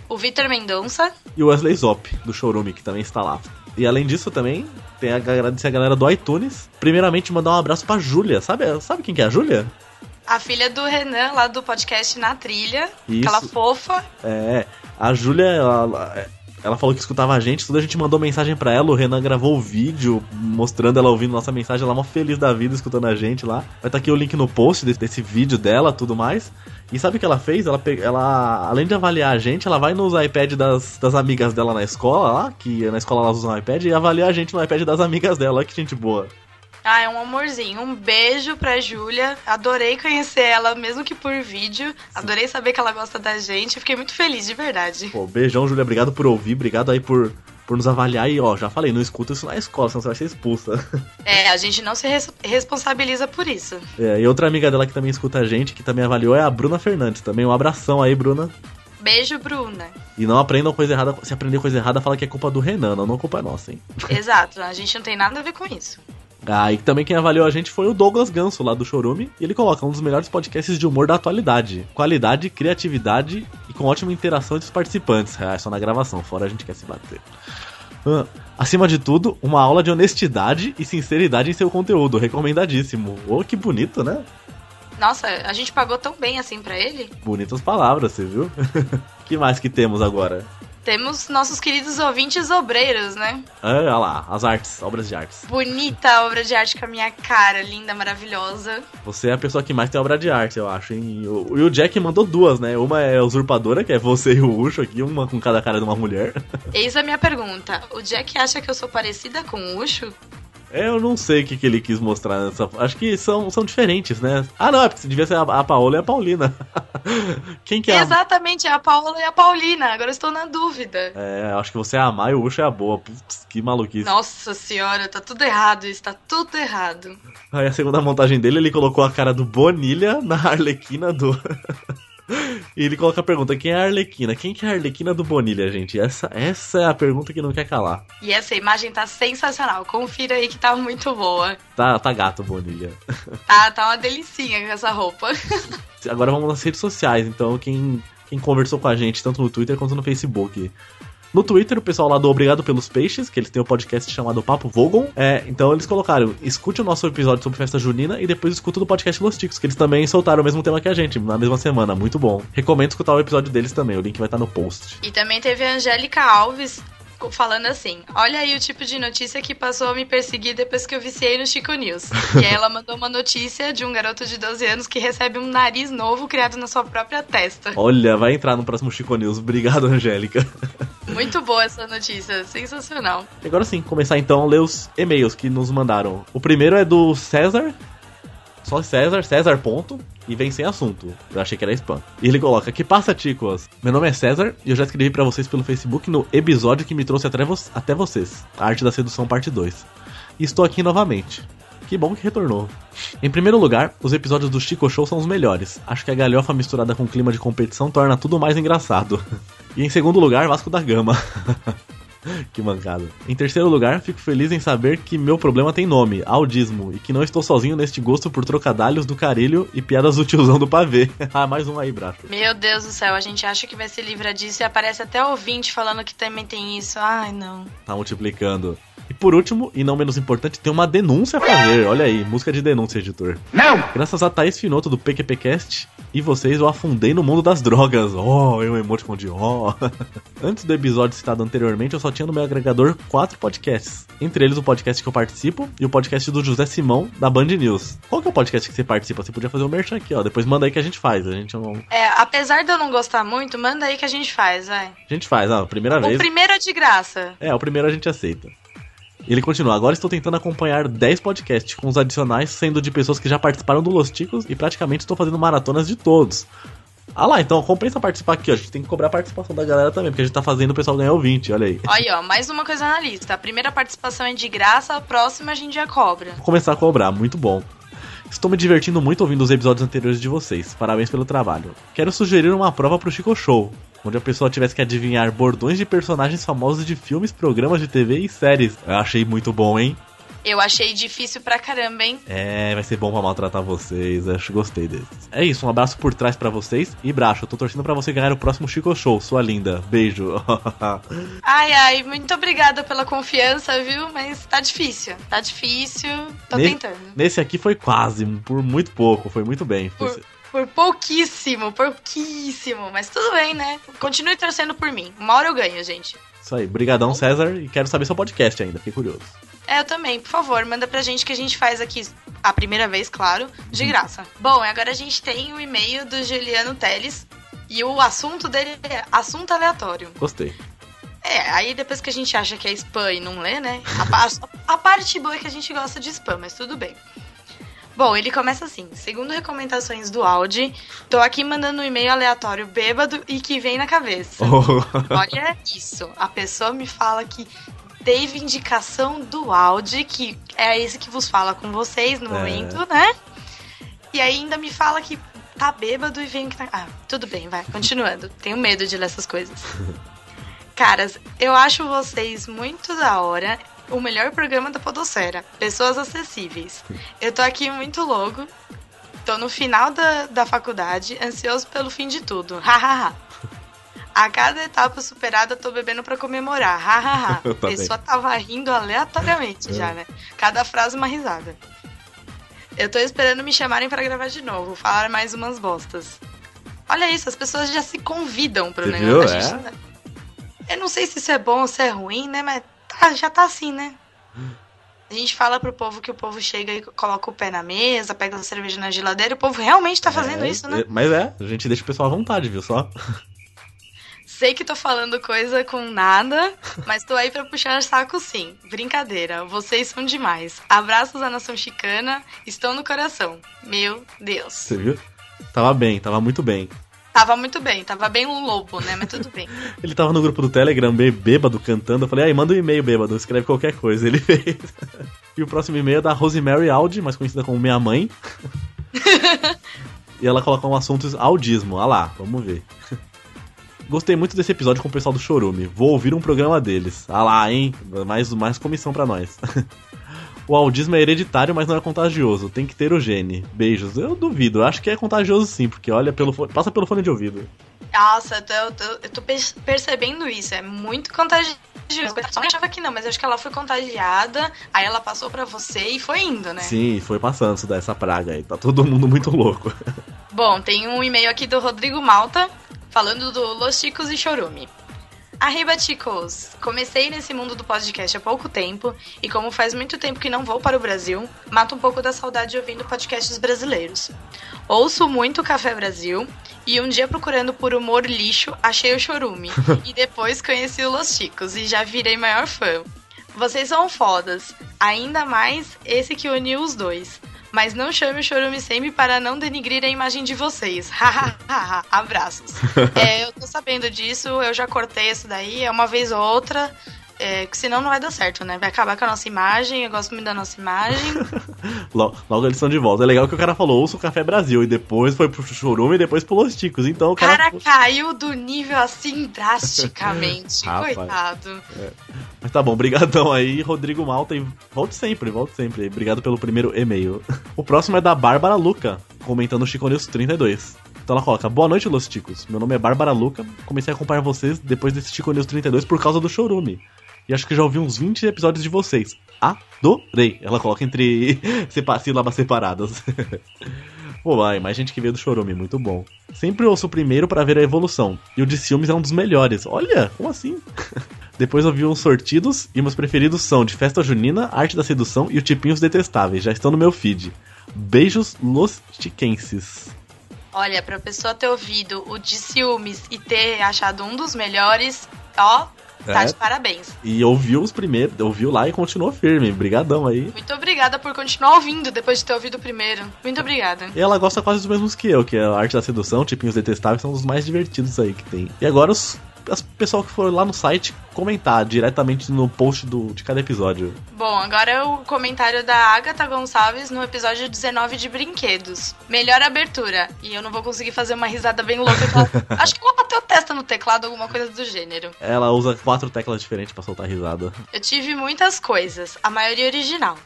O Vitor Mendonça,
e o Wesley Zop, do Showroom, que também está lá. E além disso, também, tem a agradecer a galera do iTunes. Primeiramente, mandar um abraço pra Júlia. Sabe, sabe quem que é a Júlia?
a filha do Renan, lá do podcast Na Trilha.
Isso.
Aquela fofa.
É, a Júlia, ela, ela falou que escutava a gente, tudo a gente mandou mensagem pra ela, o Renan gravou o vídeo mostrando ela ouvindo nossa mensagem, ela é mó feliz da vida escutando a gente lá. Vai estar aqui o link no post desse, desse vídeo dela, tudo mais. E sabe o que ela fez? Ela, pe- ela além de avaliar a gente, ela vai nos iPad das, das amigas dela na escola lá, que na escola elas usam iPad, e avalia a gente no iPad das amigas dela, Olha que gente boa.
Ah, é um amorzinho. Um beijo pra Júlia. Adorei conhecer ela, mesmo que por vídeo. Adorei saber que ela gosta da gente. Fiquei muito feliz, de verdade.
Pô, beijão, Júlia, obrigado por ouvir, obrigado aí por, por nos avaliar. E ó, já falei, não escuta isso na escola, senão você vai ser expulsa.
É, a gente não se res- responsabiliza por isso.
É, e outra amiga dela que também escuta a gente, que também avaliou, é a Bruna Fernandes. Também um abração aí, Bruna.
Beijo, Bruna.
E não aprendam coisa errada. Se aprender coisa errada, fala que é culpa do Renan, não, não é culpa nossa, hein?
Exato, a gente não tem nada a ver com isso.
Ah, e também quem avaliou a gente foi o Douglas Ganso, lá do Chorume. E ele coloca um dos melhores podcasts de humor da atualidade. Qualidade, criatividade e com ótima interação entre os participantes. Ah, é só na gravação, fora a gente quer se bater. Ah, acima de tudo, uma aula de honestidade e sinceridade em seu conteúdo. Recomendadíssimo. Ô, que bonito, né?
Nossa, a gente pagou tão bem assim pra ele.
Bonitas palavras, você viu? que mais que temos agora?
Temos nossos queridos ouvintes obreiros, né?
Ah, olha lá, as artes, obras de artes.
Bonita obra de arte com a minha cara, linda, maravilhosa.
Você é a pessoa que mais tem obra de arte, eu acho, hein? E o, e o Jack mandou duas, né? Uma é a usurpadora, que é você e o Ucho aqui, uma com cada cara de uma mulher.
Eis a minha pergunta. O Jack acha que eu sou parecida com o Ucho?
É, Eu não sei o que, que ele quis mostrar nessa. Acho que são, são diferentes, né? Ah, não, é porque devia ser a, a Paola e a Paulina. Quem que é? a-
Exatamente, é a Paola e a Paulina. Agora eu estou na dúvida.
É, acho que você é a má e o Ucho é a boa. Putz, que maluquice.
Nossa senhora, tá tudo errado isso, tá tudo errado.
Aí a segunda montagem dele, ele colocou a cara do Bonilha na Arlequina do. e ele coloca a pergunta: quem é a Arlequina? Quem que é a Arlequina do Bonilha, gente? Essa, essa é a pergunta que não quer calar.
E essa imagem tá sensacional. Confira aí que tá muito boa.
Tá, tá gato, Bonilha.
Tá, tá uma delicinha com essa roupa.
Agora vamos nas redes sociais, então quem, quem conversou com a gente, tanto no Twitter quanto no Facebook. No Twitter, o pessoal lá do Obrigado pelos Peixes, que eles têm um podcast chamado Papo Vogon. É, então eles colocaram: escute o nosso episódio sobre festa junina e depois escuta o do podcast Los Ticos, que eles também soltaram o mesmo tema que a gente, na mesma semana. Muito bom. Recomendo escutar o episódio deles também, o link vai estar no post.
E também teve a Angélica Alves, falando assim: Olha aí o tipo de notícia que passou a me perseguir depois que eu viciei no Chico News. E aí ela mandou uma notícia de um garoto de 12 anos que recebe um nariz novo criado na sua própria testa.
Olha, vai entrar no próximo Chico News. Obrigado, Angélica.
Muito boa essa notícia, sensacional.
E Agora sim, começar então a ler os e-mails que nos mandaram. O primeiro é do César. Só César, César ponto, e vem sem assunto. Eu achei que era spam. E ele coloca, que passa, ticos? Meu nome é César e eu já escrevi pra vocês pelo Facebook no episódio que me trouxe até, vo- até vocês. A Arte da Sedução Parte 2. E estou aqui novamente. Que bom que retornou. Em primeiro lugar, os episódios do Chico Show são os melhores. Acho que a galhofa misturada com o clima de competição torna tudo mais engraçado. E em segundo lugar, Vasco da Gama. que mancada. Em terceiro lugar, fico feliz em saber que meu problema tem nome, audismo, e que não estou sozinho neste gosto por trocadalhos do carilho e piadas do tiozão do pavê. ah, mais um aí, Bracho.
Meu Deus do céu, a gente acha que vai se livrar disso e aparece até ouvinte falando que também tem isso. Ai, não.
Tá multiplicando. E por último, e não menos importante, tem uma denúncia a fazer. Olha aí, música de denúncia, editor. Não! Graças a Thaís Finoto do PQPcast e vocês, eu afundei no mundo das drogas. Oh, eu emote com de oh. Antes do episódio citado anteriormente, eu só tinha no meu agregador quatro podcasts. Entre eles o podcast que eu participo e o podcast do José Simão, da Band News. Qual que é o podcast que você participa? Você podia fazer um merchan aqui, ó. Depois manda aí que a gente faz. A gente, não- a
É, apesar de eu não gostar muito, manda aí que a gente faz, vai.
gente faz, ah, primeira
O
vez.
primeiro é de graça.
É, o primeiro a gente aceita. Ele continua, agora estou tentando acompanhar 10 podcasts, com os adicionais sendo de pessoas que já participaram do Los Ticos e praticamente estou fazendo maratonas de todos. Ah lá, então compensa participar aqui, ó. A gente tem que cobrar a participação da galera também, porque a gente tá fazendo o pessoal ganhar ouvinte, olha aí.
Olha, aí, ó, mais uma coisa na lista. A primeira participação é de graça, a próxima a gente já cobra.
Vou começar a cobrar, muito bom. Estou me divertindo muito ouvindo os episódios anteriores de vocês. Parabéns pelo trabalho. Quero sugerir uma prova pro Chico Show, onde a pessoa tivesse que adivinhar bordões de personagens famosos de filmes, programas de TV e séries. Eu achei muito bom, hein?
Eu achei difícil pra caramba, hein?
É, vai ser bom pra maltratar vocês. Acho que gostei desses. É isso, um abraço por trás pra vocês. E Bracho, eu tô torcendo pra você ganhar o próximo Chico Show, sua linda. Beijo.
Ai, ai, muito obrigada pela confiança, viu? Mas tá difícil. Tá difícil. Tô
Ne-
tentando.
Nesse aqui foi quase, por muito pouco, foi muito bem. Foi-
Por pouquíssimo, pouquíssimo. Mas tudo bem, né? Continue torcendo por mim. Uma hora eu ganho, gente.
Isso aí, brigadão César, e quero saber seu podcast ainda, fiquei curioso.
É, eu também. Por favor, manda pra gente que a gente faz aqui a primeira vez, claro, de graça. Bom, agora a gente tem o e-mail do Juliano Teles. E o assunto dele é assunto aleatório.
Gostei.
É, aí depois que a gente acha que é spam e não lê, né? A, pa- a parte boa é que a gente gosta de spam, mas tudo bem. Bom, ele começa assim. Segundo recomendações do Audi, tô aqui mandando um e-mail aleatório bêbado e que vem na cabeça. Olha isso. A pessoa me fala que teve indicação do Audi, que é esse que vos fala com vocês no
É.
momento, né? E ainda me fala que tá bêbado e vem que tá. Ah, tudo bem, vai, continuando. Tenho medo de ler essas coisas. Caras, eu acho vocês muito da hora. O melhor programa da Podocera. Pessoas acessíveis. Eu tô aqui muito louco. Tô no final da, da faculdade, ansioso pelo fim de tudo. Hahaha. A cada etapa superada, tô bebendo pra comemorar. Hahaha.
Eu
A
também. É.
pessoa tava rindo aleatoriamente já, né? Cada frase uma risada. Eu tô esperando me chamarem pra gravar de novo, falar mais umas bostas. Olha isso, as pessoas já se convidam pro
Você
negócio.
viu?
A gente
É?
não- eu não sei se isso é bom ou se é ruim, né? Mas tá- já tá assim, né? A gente fala pro povo que o povo chega e coloca o pé na mesa, pega a cerveja na geladeira. O povo realmente tá fazendo
É,
isso, né?
é, Mas é, a gente deixa o pessoal à vontade, viu só?
Sei que tô falando coisa com nada, mas tô aí pra puxar saco sim. Brincadeira, vocês são demais. Abraços à nação chicana, estão no coração. Meu Deus.
Você viu? Tava bem, tava muito bem.
Tava muito bem, tava bem um lobo, né? Mas tudo bem.
Ele tava no grupo do Telegram, bê- bêbado, cantando. Eu falei, aí, manda um e-mail, bêbado, escreve qualquer coisa. Ele fez. E o próximo e-mail é da Rosemary Audi, mais conhecida como Minha Mãe. e ela colocou um assunto audismo. Ah lá, vamos ver. Gostei muito desse episódio com o pessoal do Chorume. Vou ouvir um programa deles. Ah lá, hein? Mais, mais comissão pra nós. O audismo é hereditário, mas não é contagioso. Tem que ter o gene. Beijos. Eu duvido. Eu acho que é contagioso sim, porque olha, pelo fone- passa pelo fone de ouvido.
Nossa, eu tô, eu tô- eu tô per- percebendo isso. É muito contagioso. Eu só achava que não, mas eu acho que ela foi contagiada, aí ela passou pra você e foi indo, né?
Sim, foi passando isso dessa praga aí. Tá todo mundo muito louco.
Bom, tem um e-mail aqui do Rodrigo Malta falando do Los Chicos e Chorume. Arriba, chicos! Comecei nesse mundo do podcast há pouco tempo e, como faz muito tempo que não vou para o Brasil, mato um pouco da saudade ouvindo podcasts brasileiros. Ouço muito Café Brasil e um dia procurando por humor lixo achei o Chorume e depois conheci o Los Chicos e já virei maior fã. Vocês são fodas, ainda mais esse que uniu os dois. Mas não chame o Chorume sempre para não denigrir a imagem de vocês. Abraços. É, eu tô sabendo disso, eu já cortei isso daí, é uma vez ou outra. É, que senão não vai dar certo, né? Vai acabar com a nossa imagem, eu gosto muito da nossa imagem.
Lo- Logo eles estão de volta. É legal que o cara falou, ouça o Café Brasil, e depois foi pro Chorume e depois pro Los Ticos. Então o
O cara
cara.
caiu do nível assim drasticamente.
Rapaz.
Coitado.
É. Mas tá bom, brigadão aí, Rodrigo Malta. E volte sempre, volte sempre. Obrigado pelo primeiro e-mail. O próximo é da Bárbara Luca, comentando o Chico News 32. Então ela coloca, boa noite, Los Ticos. Meu nome é Bárbara Luca. Comecei a acompanhar vocês depois desse Chico News 32 por causa do Chorume. E acho que já ouvi uns 20 episódios de vocês. Adorei. Ela coloca entre sepa- sílabas separadas. Pô, vai, mais gente que veio do Chorume, muito bom. Sempre ouço o primeiro pra ver a evolução. E o de ciúmes é um dos melhores. Olha, como assim? Depois ouvi uns sortidos e meus preferidos são de Festa Junina, Arte da Sedução e o Tipinhos Detestáveis. Já estão no meu feed. Beijos los tiquenses.
Olha, pra pessoa ter ouvido o de ciúmes e ter achado um dos melhores, ó, tá
É.
de parabéns.
E ouviu os primeiros, ouviu lá e continuou firme. Brigadão aí.
Muito obrigada por continuar ouvindo depois de ter ouvido o primeiro. Muito obrigada.
E ela gosta quase dos mesmos que eu, que é a arte da sedução, tipinhos detestáveis, são os mais divertidos aí que tem. E agora os as pessoal que for lá no site comentar diretamente no post do, de cada episódio.
Bom, agora é o comentário da Agatha Gonçalves no episódio 19 de Brinquedos. Melhor abertura. E eu não vou conseguir fazer uma risada bem louca. que ela- Acho que ela bateu a testa no teclado, alguma coisa do gênero.
Ela usa quatro teclas diferentes pra soltar risada.
Eu tive muitas coisas, a maioria original.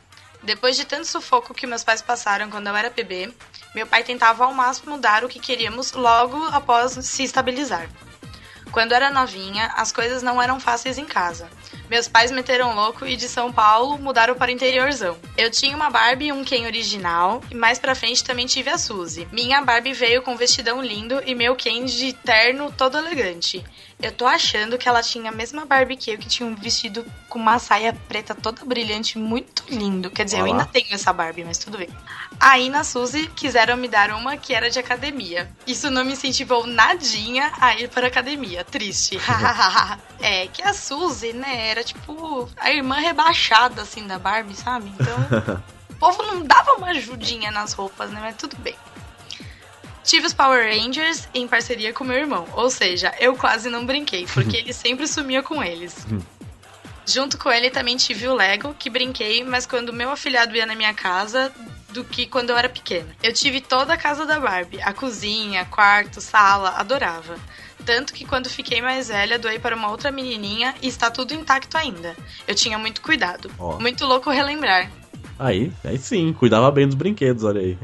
Depois de tanto sufoco que meus pais passaram quando eu era bebê, meu pai tentava ao máximo dar o que queríamos logo após se estabilizar. Quando era novinha, as coisas não eram fáceis em casa. Meus pais meteram louco e de São Paulo mudaram para o interiorzão. Eu tinha uma Barbie e um Ken original, e mais pra frente também tive a Suzy. Minha Barbie veio com um vestidão lindo e meu Ken de terno todo elegante. Eu tô achando que ela tinha a mesma Barbie que eu, que tinha um vestido com uma saia preta toda brilhante, muito lindo. Quer dizer, eu
Olá.
ainda tenho essa Barbie, mas tudo bem. Aí na Suzy quiseram me dar uma que era de academia. Isso não me incentivou nadinha a ir para a academia. Triste. é, que a Suzy, né, era tipo a irmã rebaixada, assim, da Barbie, sabe? Então, o povo não dava uma ajudinha nas roupas, né? Mas tudo bem. Tive os Power Rangers em parceria com meu irmão. Ou seja, eu quase não brinquei, porque ele sempre sumia com eles. Junto com ele também tive o Lego, que brinquei, mas quando meu afilhado ia na minha casa, do que quando eu era pequena. Eu tive toda a casa da Barbie, a cozinha, quarto, sala, adorava. Tanto que quando fiquei mais velha, doei para uma outra menininha e está tudo intacto ainda. Eu tinha muito cuidado.
Ó.
Muito louco relembrar.
Aí, aí sim, cuidava bem dos brinquedos, olha aí.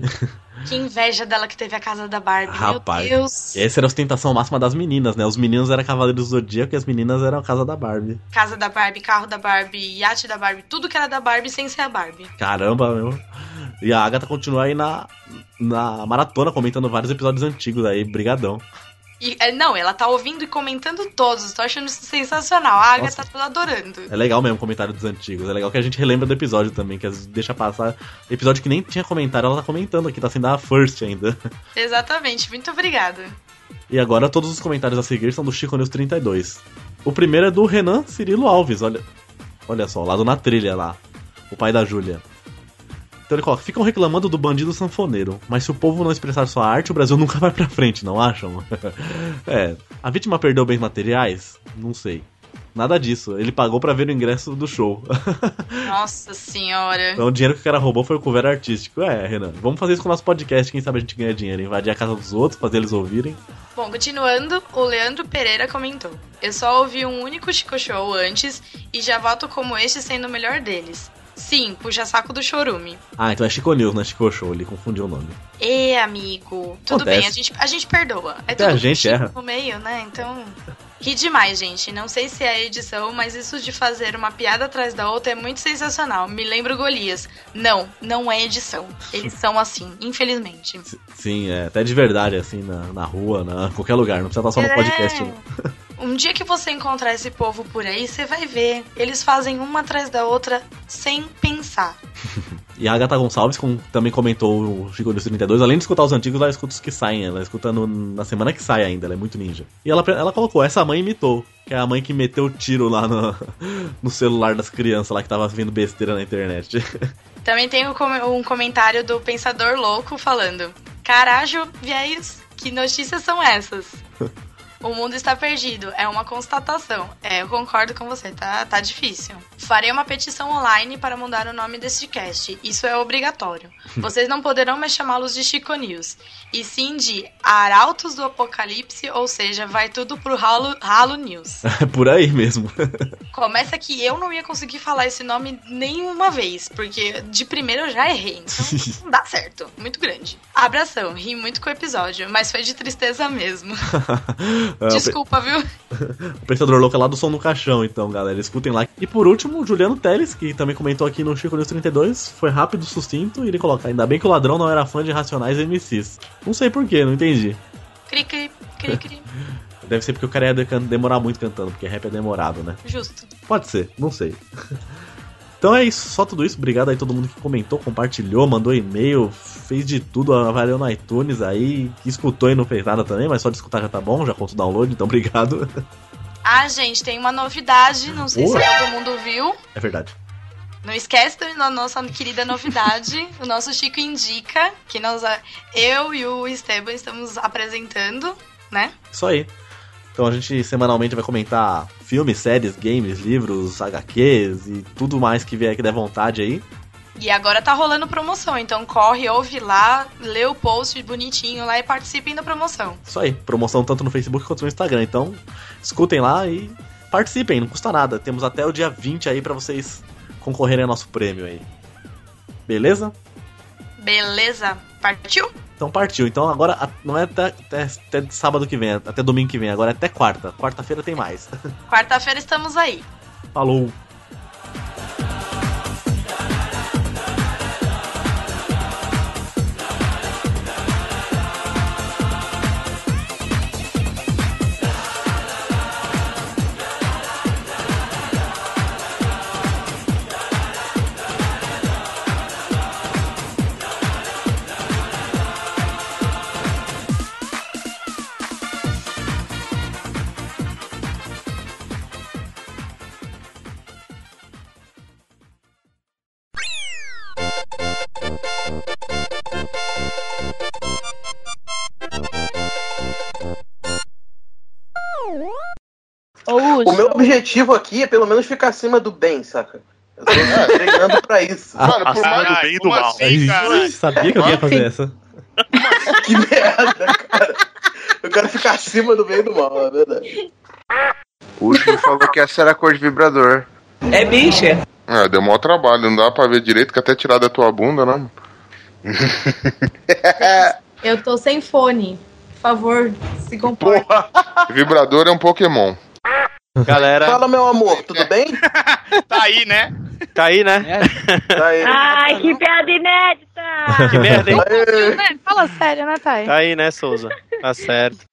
Que inveja dela que teve a casa da Barbie.
Rapaz,
Meu Deus.
essa era a ostentação máxima das meninas, né? Os meninos eram Cavaleiros do Zodíaco e as meninas eram a Casa da Barbie.
Casa da Barbie, carro da Barbie, iate da Barbie, tudo que era da Barbie sem ser a Barbie.
Caramba, meu. E a Agatha continua aí na, na maratona, comentando vários episódios antigos aí. Brigadão.
E, é, não, ela tá ouvindo e comentando todos. Tô achando isso sensacional. A Agatha tá adorando.
É legal mesmo o comentário dos antigos. É legal que a gente relembra do episódio também, que às vezes deixa passar. Episódio que nem tinha comentário, ela tá comentando aqui, tá sendo a first ainda.
Exatamente. Muito obrigada.
E agora todos os comentários a seguir são do Chico News 32. O primeiro é do Renan Cirilo Alves, olha. Olha só, lá do Na Trilha lá. O pai da Júlia. Então ele coloca, ficam reclamando do bandido sanfoneiro, mas se o povo não expressar sua arte, o Brasil nunca vai pra frente, não acham? é. A vítima perdeu bens materiais? Não sei. Nada disso. Ele pagou pra ver o ingresso do show.
Nossa senhora.
Então o dinheiro que o cara roubou foi o cover artístico. É, Renan. Vamos fazer isso com o nosso podcast, quem sabe a gente ganha dinheiro. Invadir a casa dos outros, fazer eles ouvirem.
Bom, continuando, o Leandro Pereira comentou: Eu só ouvi um único Chico Show antes e já voto como este sendo o melhor deles. Sim, puxa saco do chorume.
Ah, então é Chico News, não é Chico Show. Ele confundiu o nome.
Ê, amigo. Tudo
Acontece.
bem, a gente, a gente perdoa. É
Até
tudo
a gente erra.
no meio, né? Então. Ri demais, gente. Não sei se é a edição, mas isso de fazer uma piada atrás da outra é muito sensacional. Me lembro Golias. Não, não é edição. Eles são assim, infelizmente.
Sim, é até de verdade, assim, na, na rua, na qualquer lugar. Não precisa estar só no
É.
podcast. né?
Um dia que você encontrar esse povo por aí, você vai ver. Eles fazem uma atrás da outra sem pensar.
E a Agatha Gonçalves com- também comentou o Chico dos 32. Além de escutar os antigos, ela escuta os que saem. Ela escuta no- na semana que sai ainda. Ela é muito ninja. E ela, ela colocou: essa mãe imitou. Que é a mãe que meteu o tiro lá no, no celular das crianças lá que tava vendo besteira na internet.
Também tem um com- um comentário do Pensador Louco falando: Carajo, viés, que notícias são essas? O mundo está perdido, é uma constatação. É, eu concordo com você, tá, tá difícil. Farei uma petição online para mudar o nome deste cast. Isso é obrigatório. Vocês não poderão mais chamá-los de Chico News. E sim de Arautos do Apocalipse, ou seja, vai tudo pro ralo, ralo News.
É por aí mesmo.
Começa que eu não ia conseguir falar esse nome nenhuma vez, porque de primeira eu já errei, então não dá certo. Muito grande. Abração, ri muito com o episódio, mas foi de tristeza mesmo.
É, o pe-
Desculpa, viu?
O Pensador Louco é lá do Som no Caixão, então, galera. Escutem lá. E por último, o Juliano Teles, que também comentou aqui no Chico News 32. Foi rápido, sucinto, e ele coloca: Ainda bem que o ladrão não era fã de Racionais e MCs. Não sei porquê, não entendi.
Cri, cri, cri, cri.
Deve ser porque o cara ia de- demorar muito cantando, porque rap é demorado, né?
Justo.
Pode ser, não sei. Então é isso, só tudo isso. Obrigado aí todo mundo que comentou, compartilhou, mandou e-mail, fez de tudo, avaliou no iTunes aí, que escutou e não fez nada também, mas só de escutar já tá bom, já conta o download, então obrigado.
Ah, gente, tem uma novidade, não sei
Boa.
se todo mundo viu.
É verdade.
Não esquece da nossa querida novidade, o nosso Chico Indica, que nós, eu e o Esteban estamos apresentando, né?
Isso aí. Então a gente semanalmente vai comentar filmes, séries, games, livros, HQs e tudo mais que vier que der vontade aí.
E agora tá rolando promoção, então corre, ouve lá, lê o post bonitinho lá e participem da promoção.
Isso aí, promoção tanto no Facebook quanto no Instagram. Então, escutem lá e participem, não custa nada. Temos até o dia 20 aí pra vocês concorrerem ao nosso prêmio aí. Beleza?
Beleza? Partiu?
Então partiu. Então agora a- não é até, até- até sábado que vem, é até domingo que vem, agora é até quarta. Quarta-feira tem mais.
Quarta-feira estamos aí.
Falou!
O meu objetivo aqui é pelo menos ficar acima do bem, saca? Eu tô ah, treinando pra isso.
Ah, Mano, por acima mais- do bem e do como mal. assim, Ih, caralho? sabia que alguém ia fazer essa.
Que merda, cara. Eu quero ficar acima do bem e do mal, é verdade.
O último falou que essa era a cor de vibrador.
É bicha?
É, deu maior trabalho, não dá pra ver direito, que até tirar da tua bunda, né?
Eu tô sem fone. Por favor, se comporte.
Vibrador é um Pokémon.
Galera.
Fala, meu amor,
É.
tudo bem?
tá aí, né?
Tá aí, né?
Tá aí.
Ah,
Ai, que piada inédita!
Que merda, hein?
Fala sério, né, Thay?
Tá aí, né, Souza? Tá certo.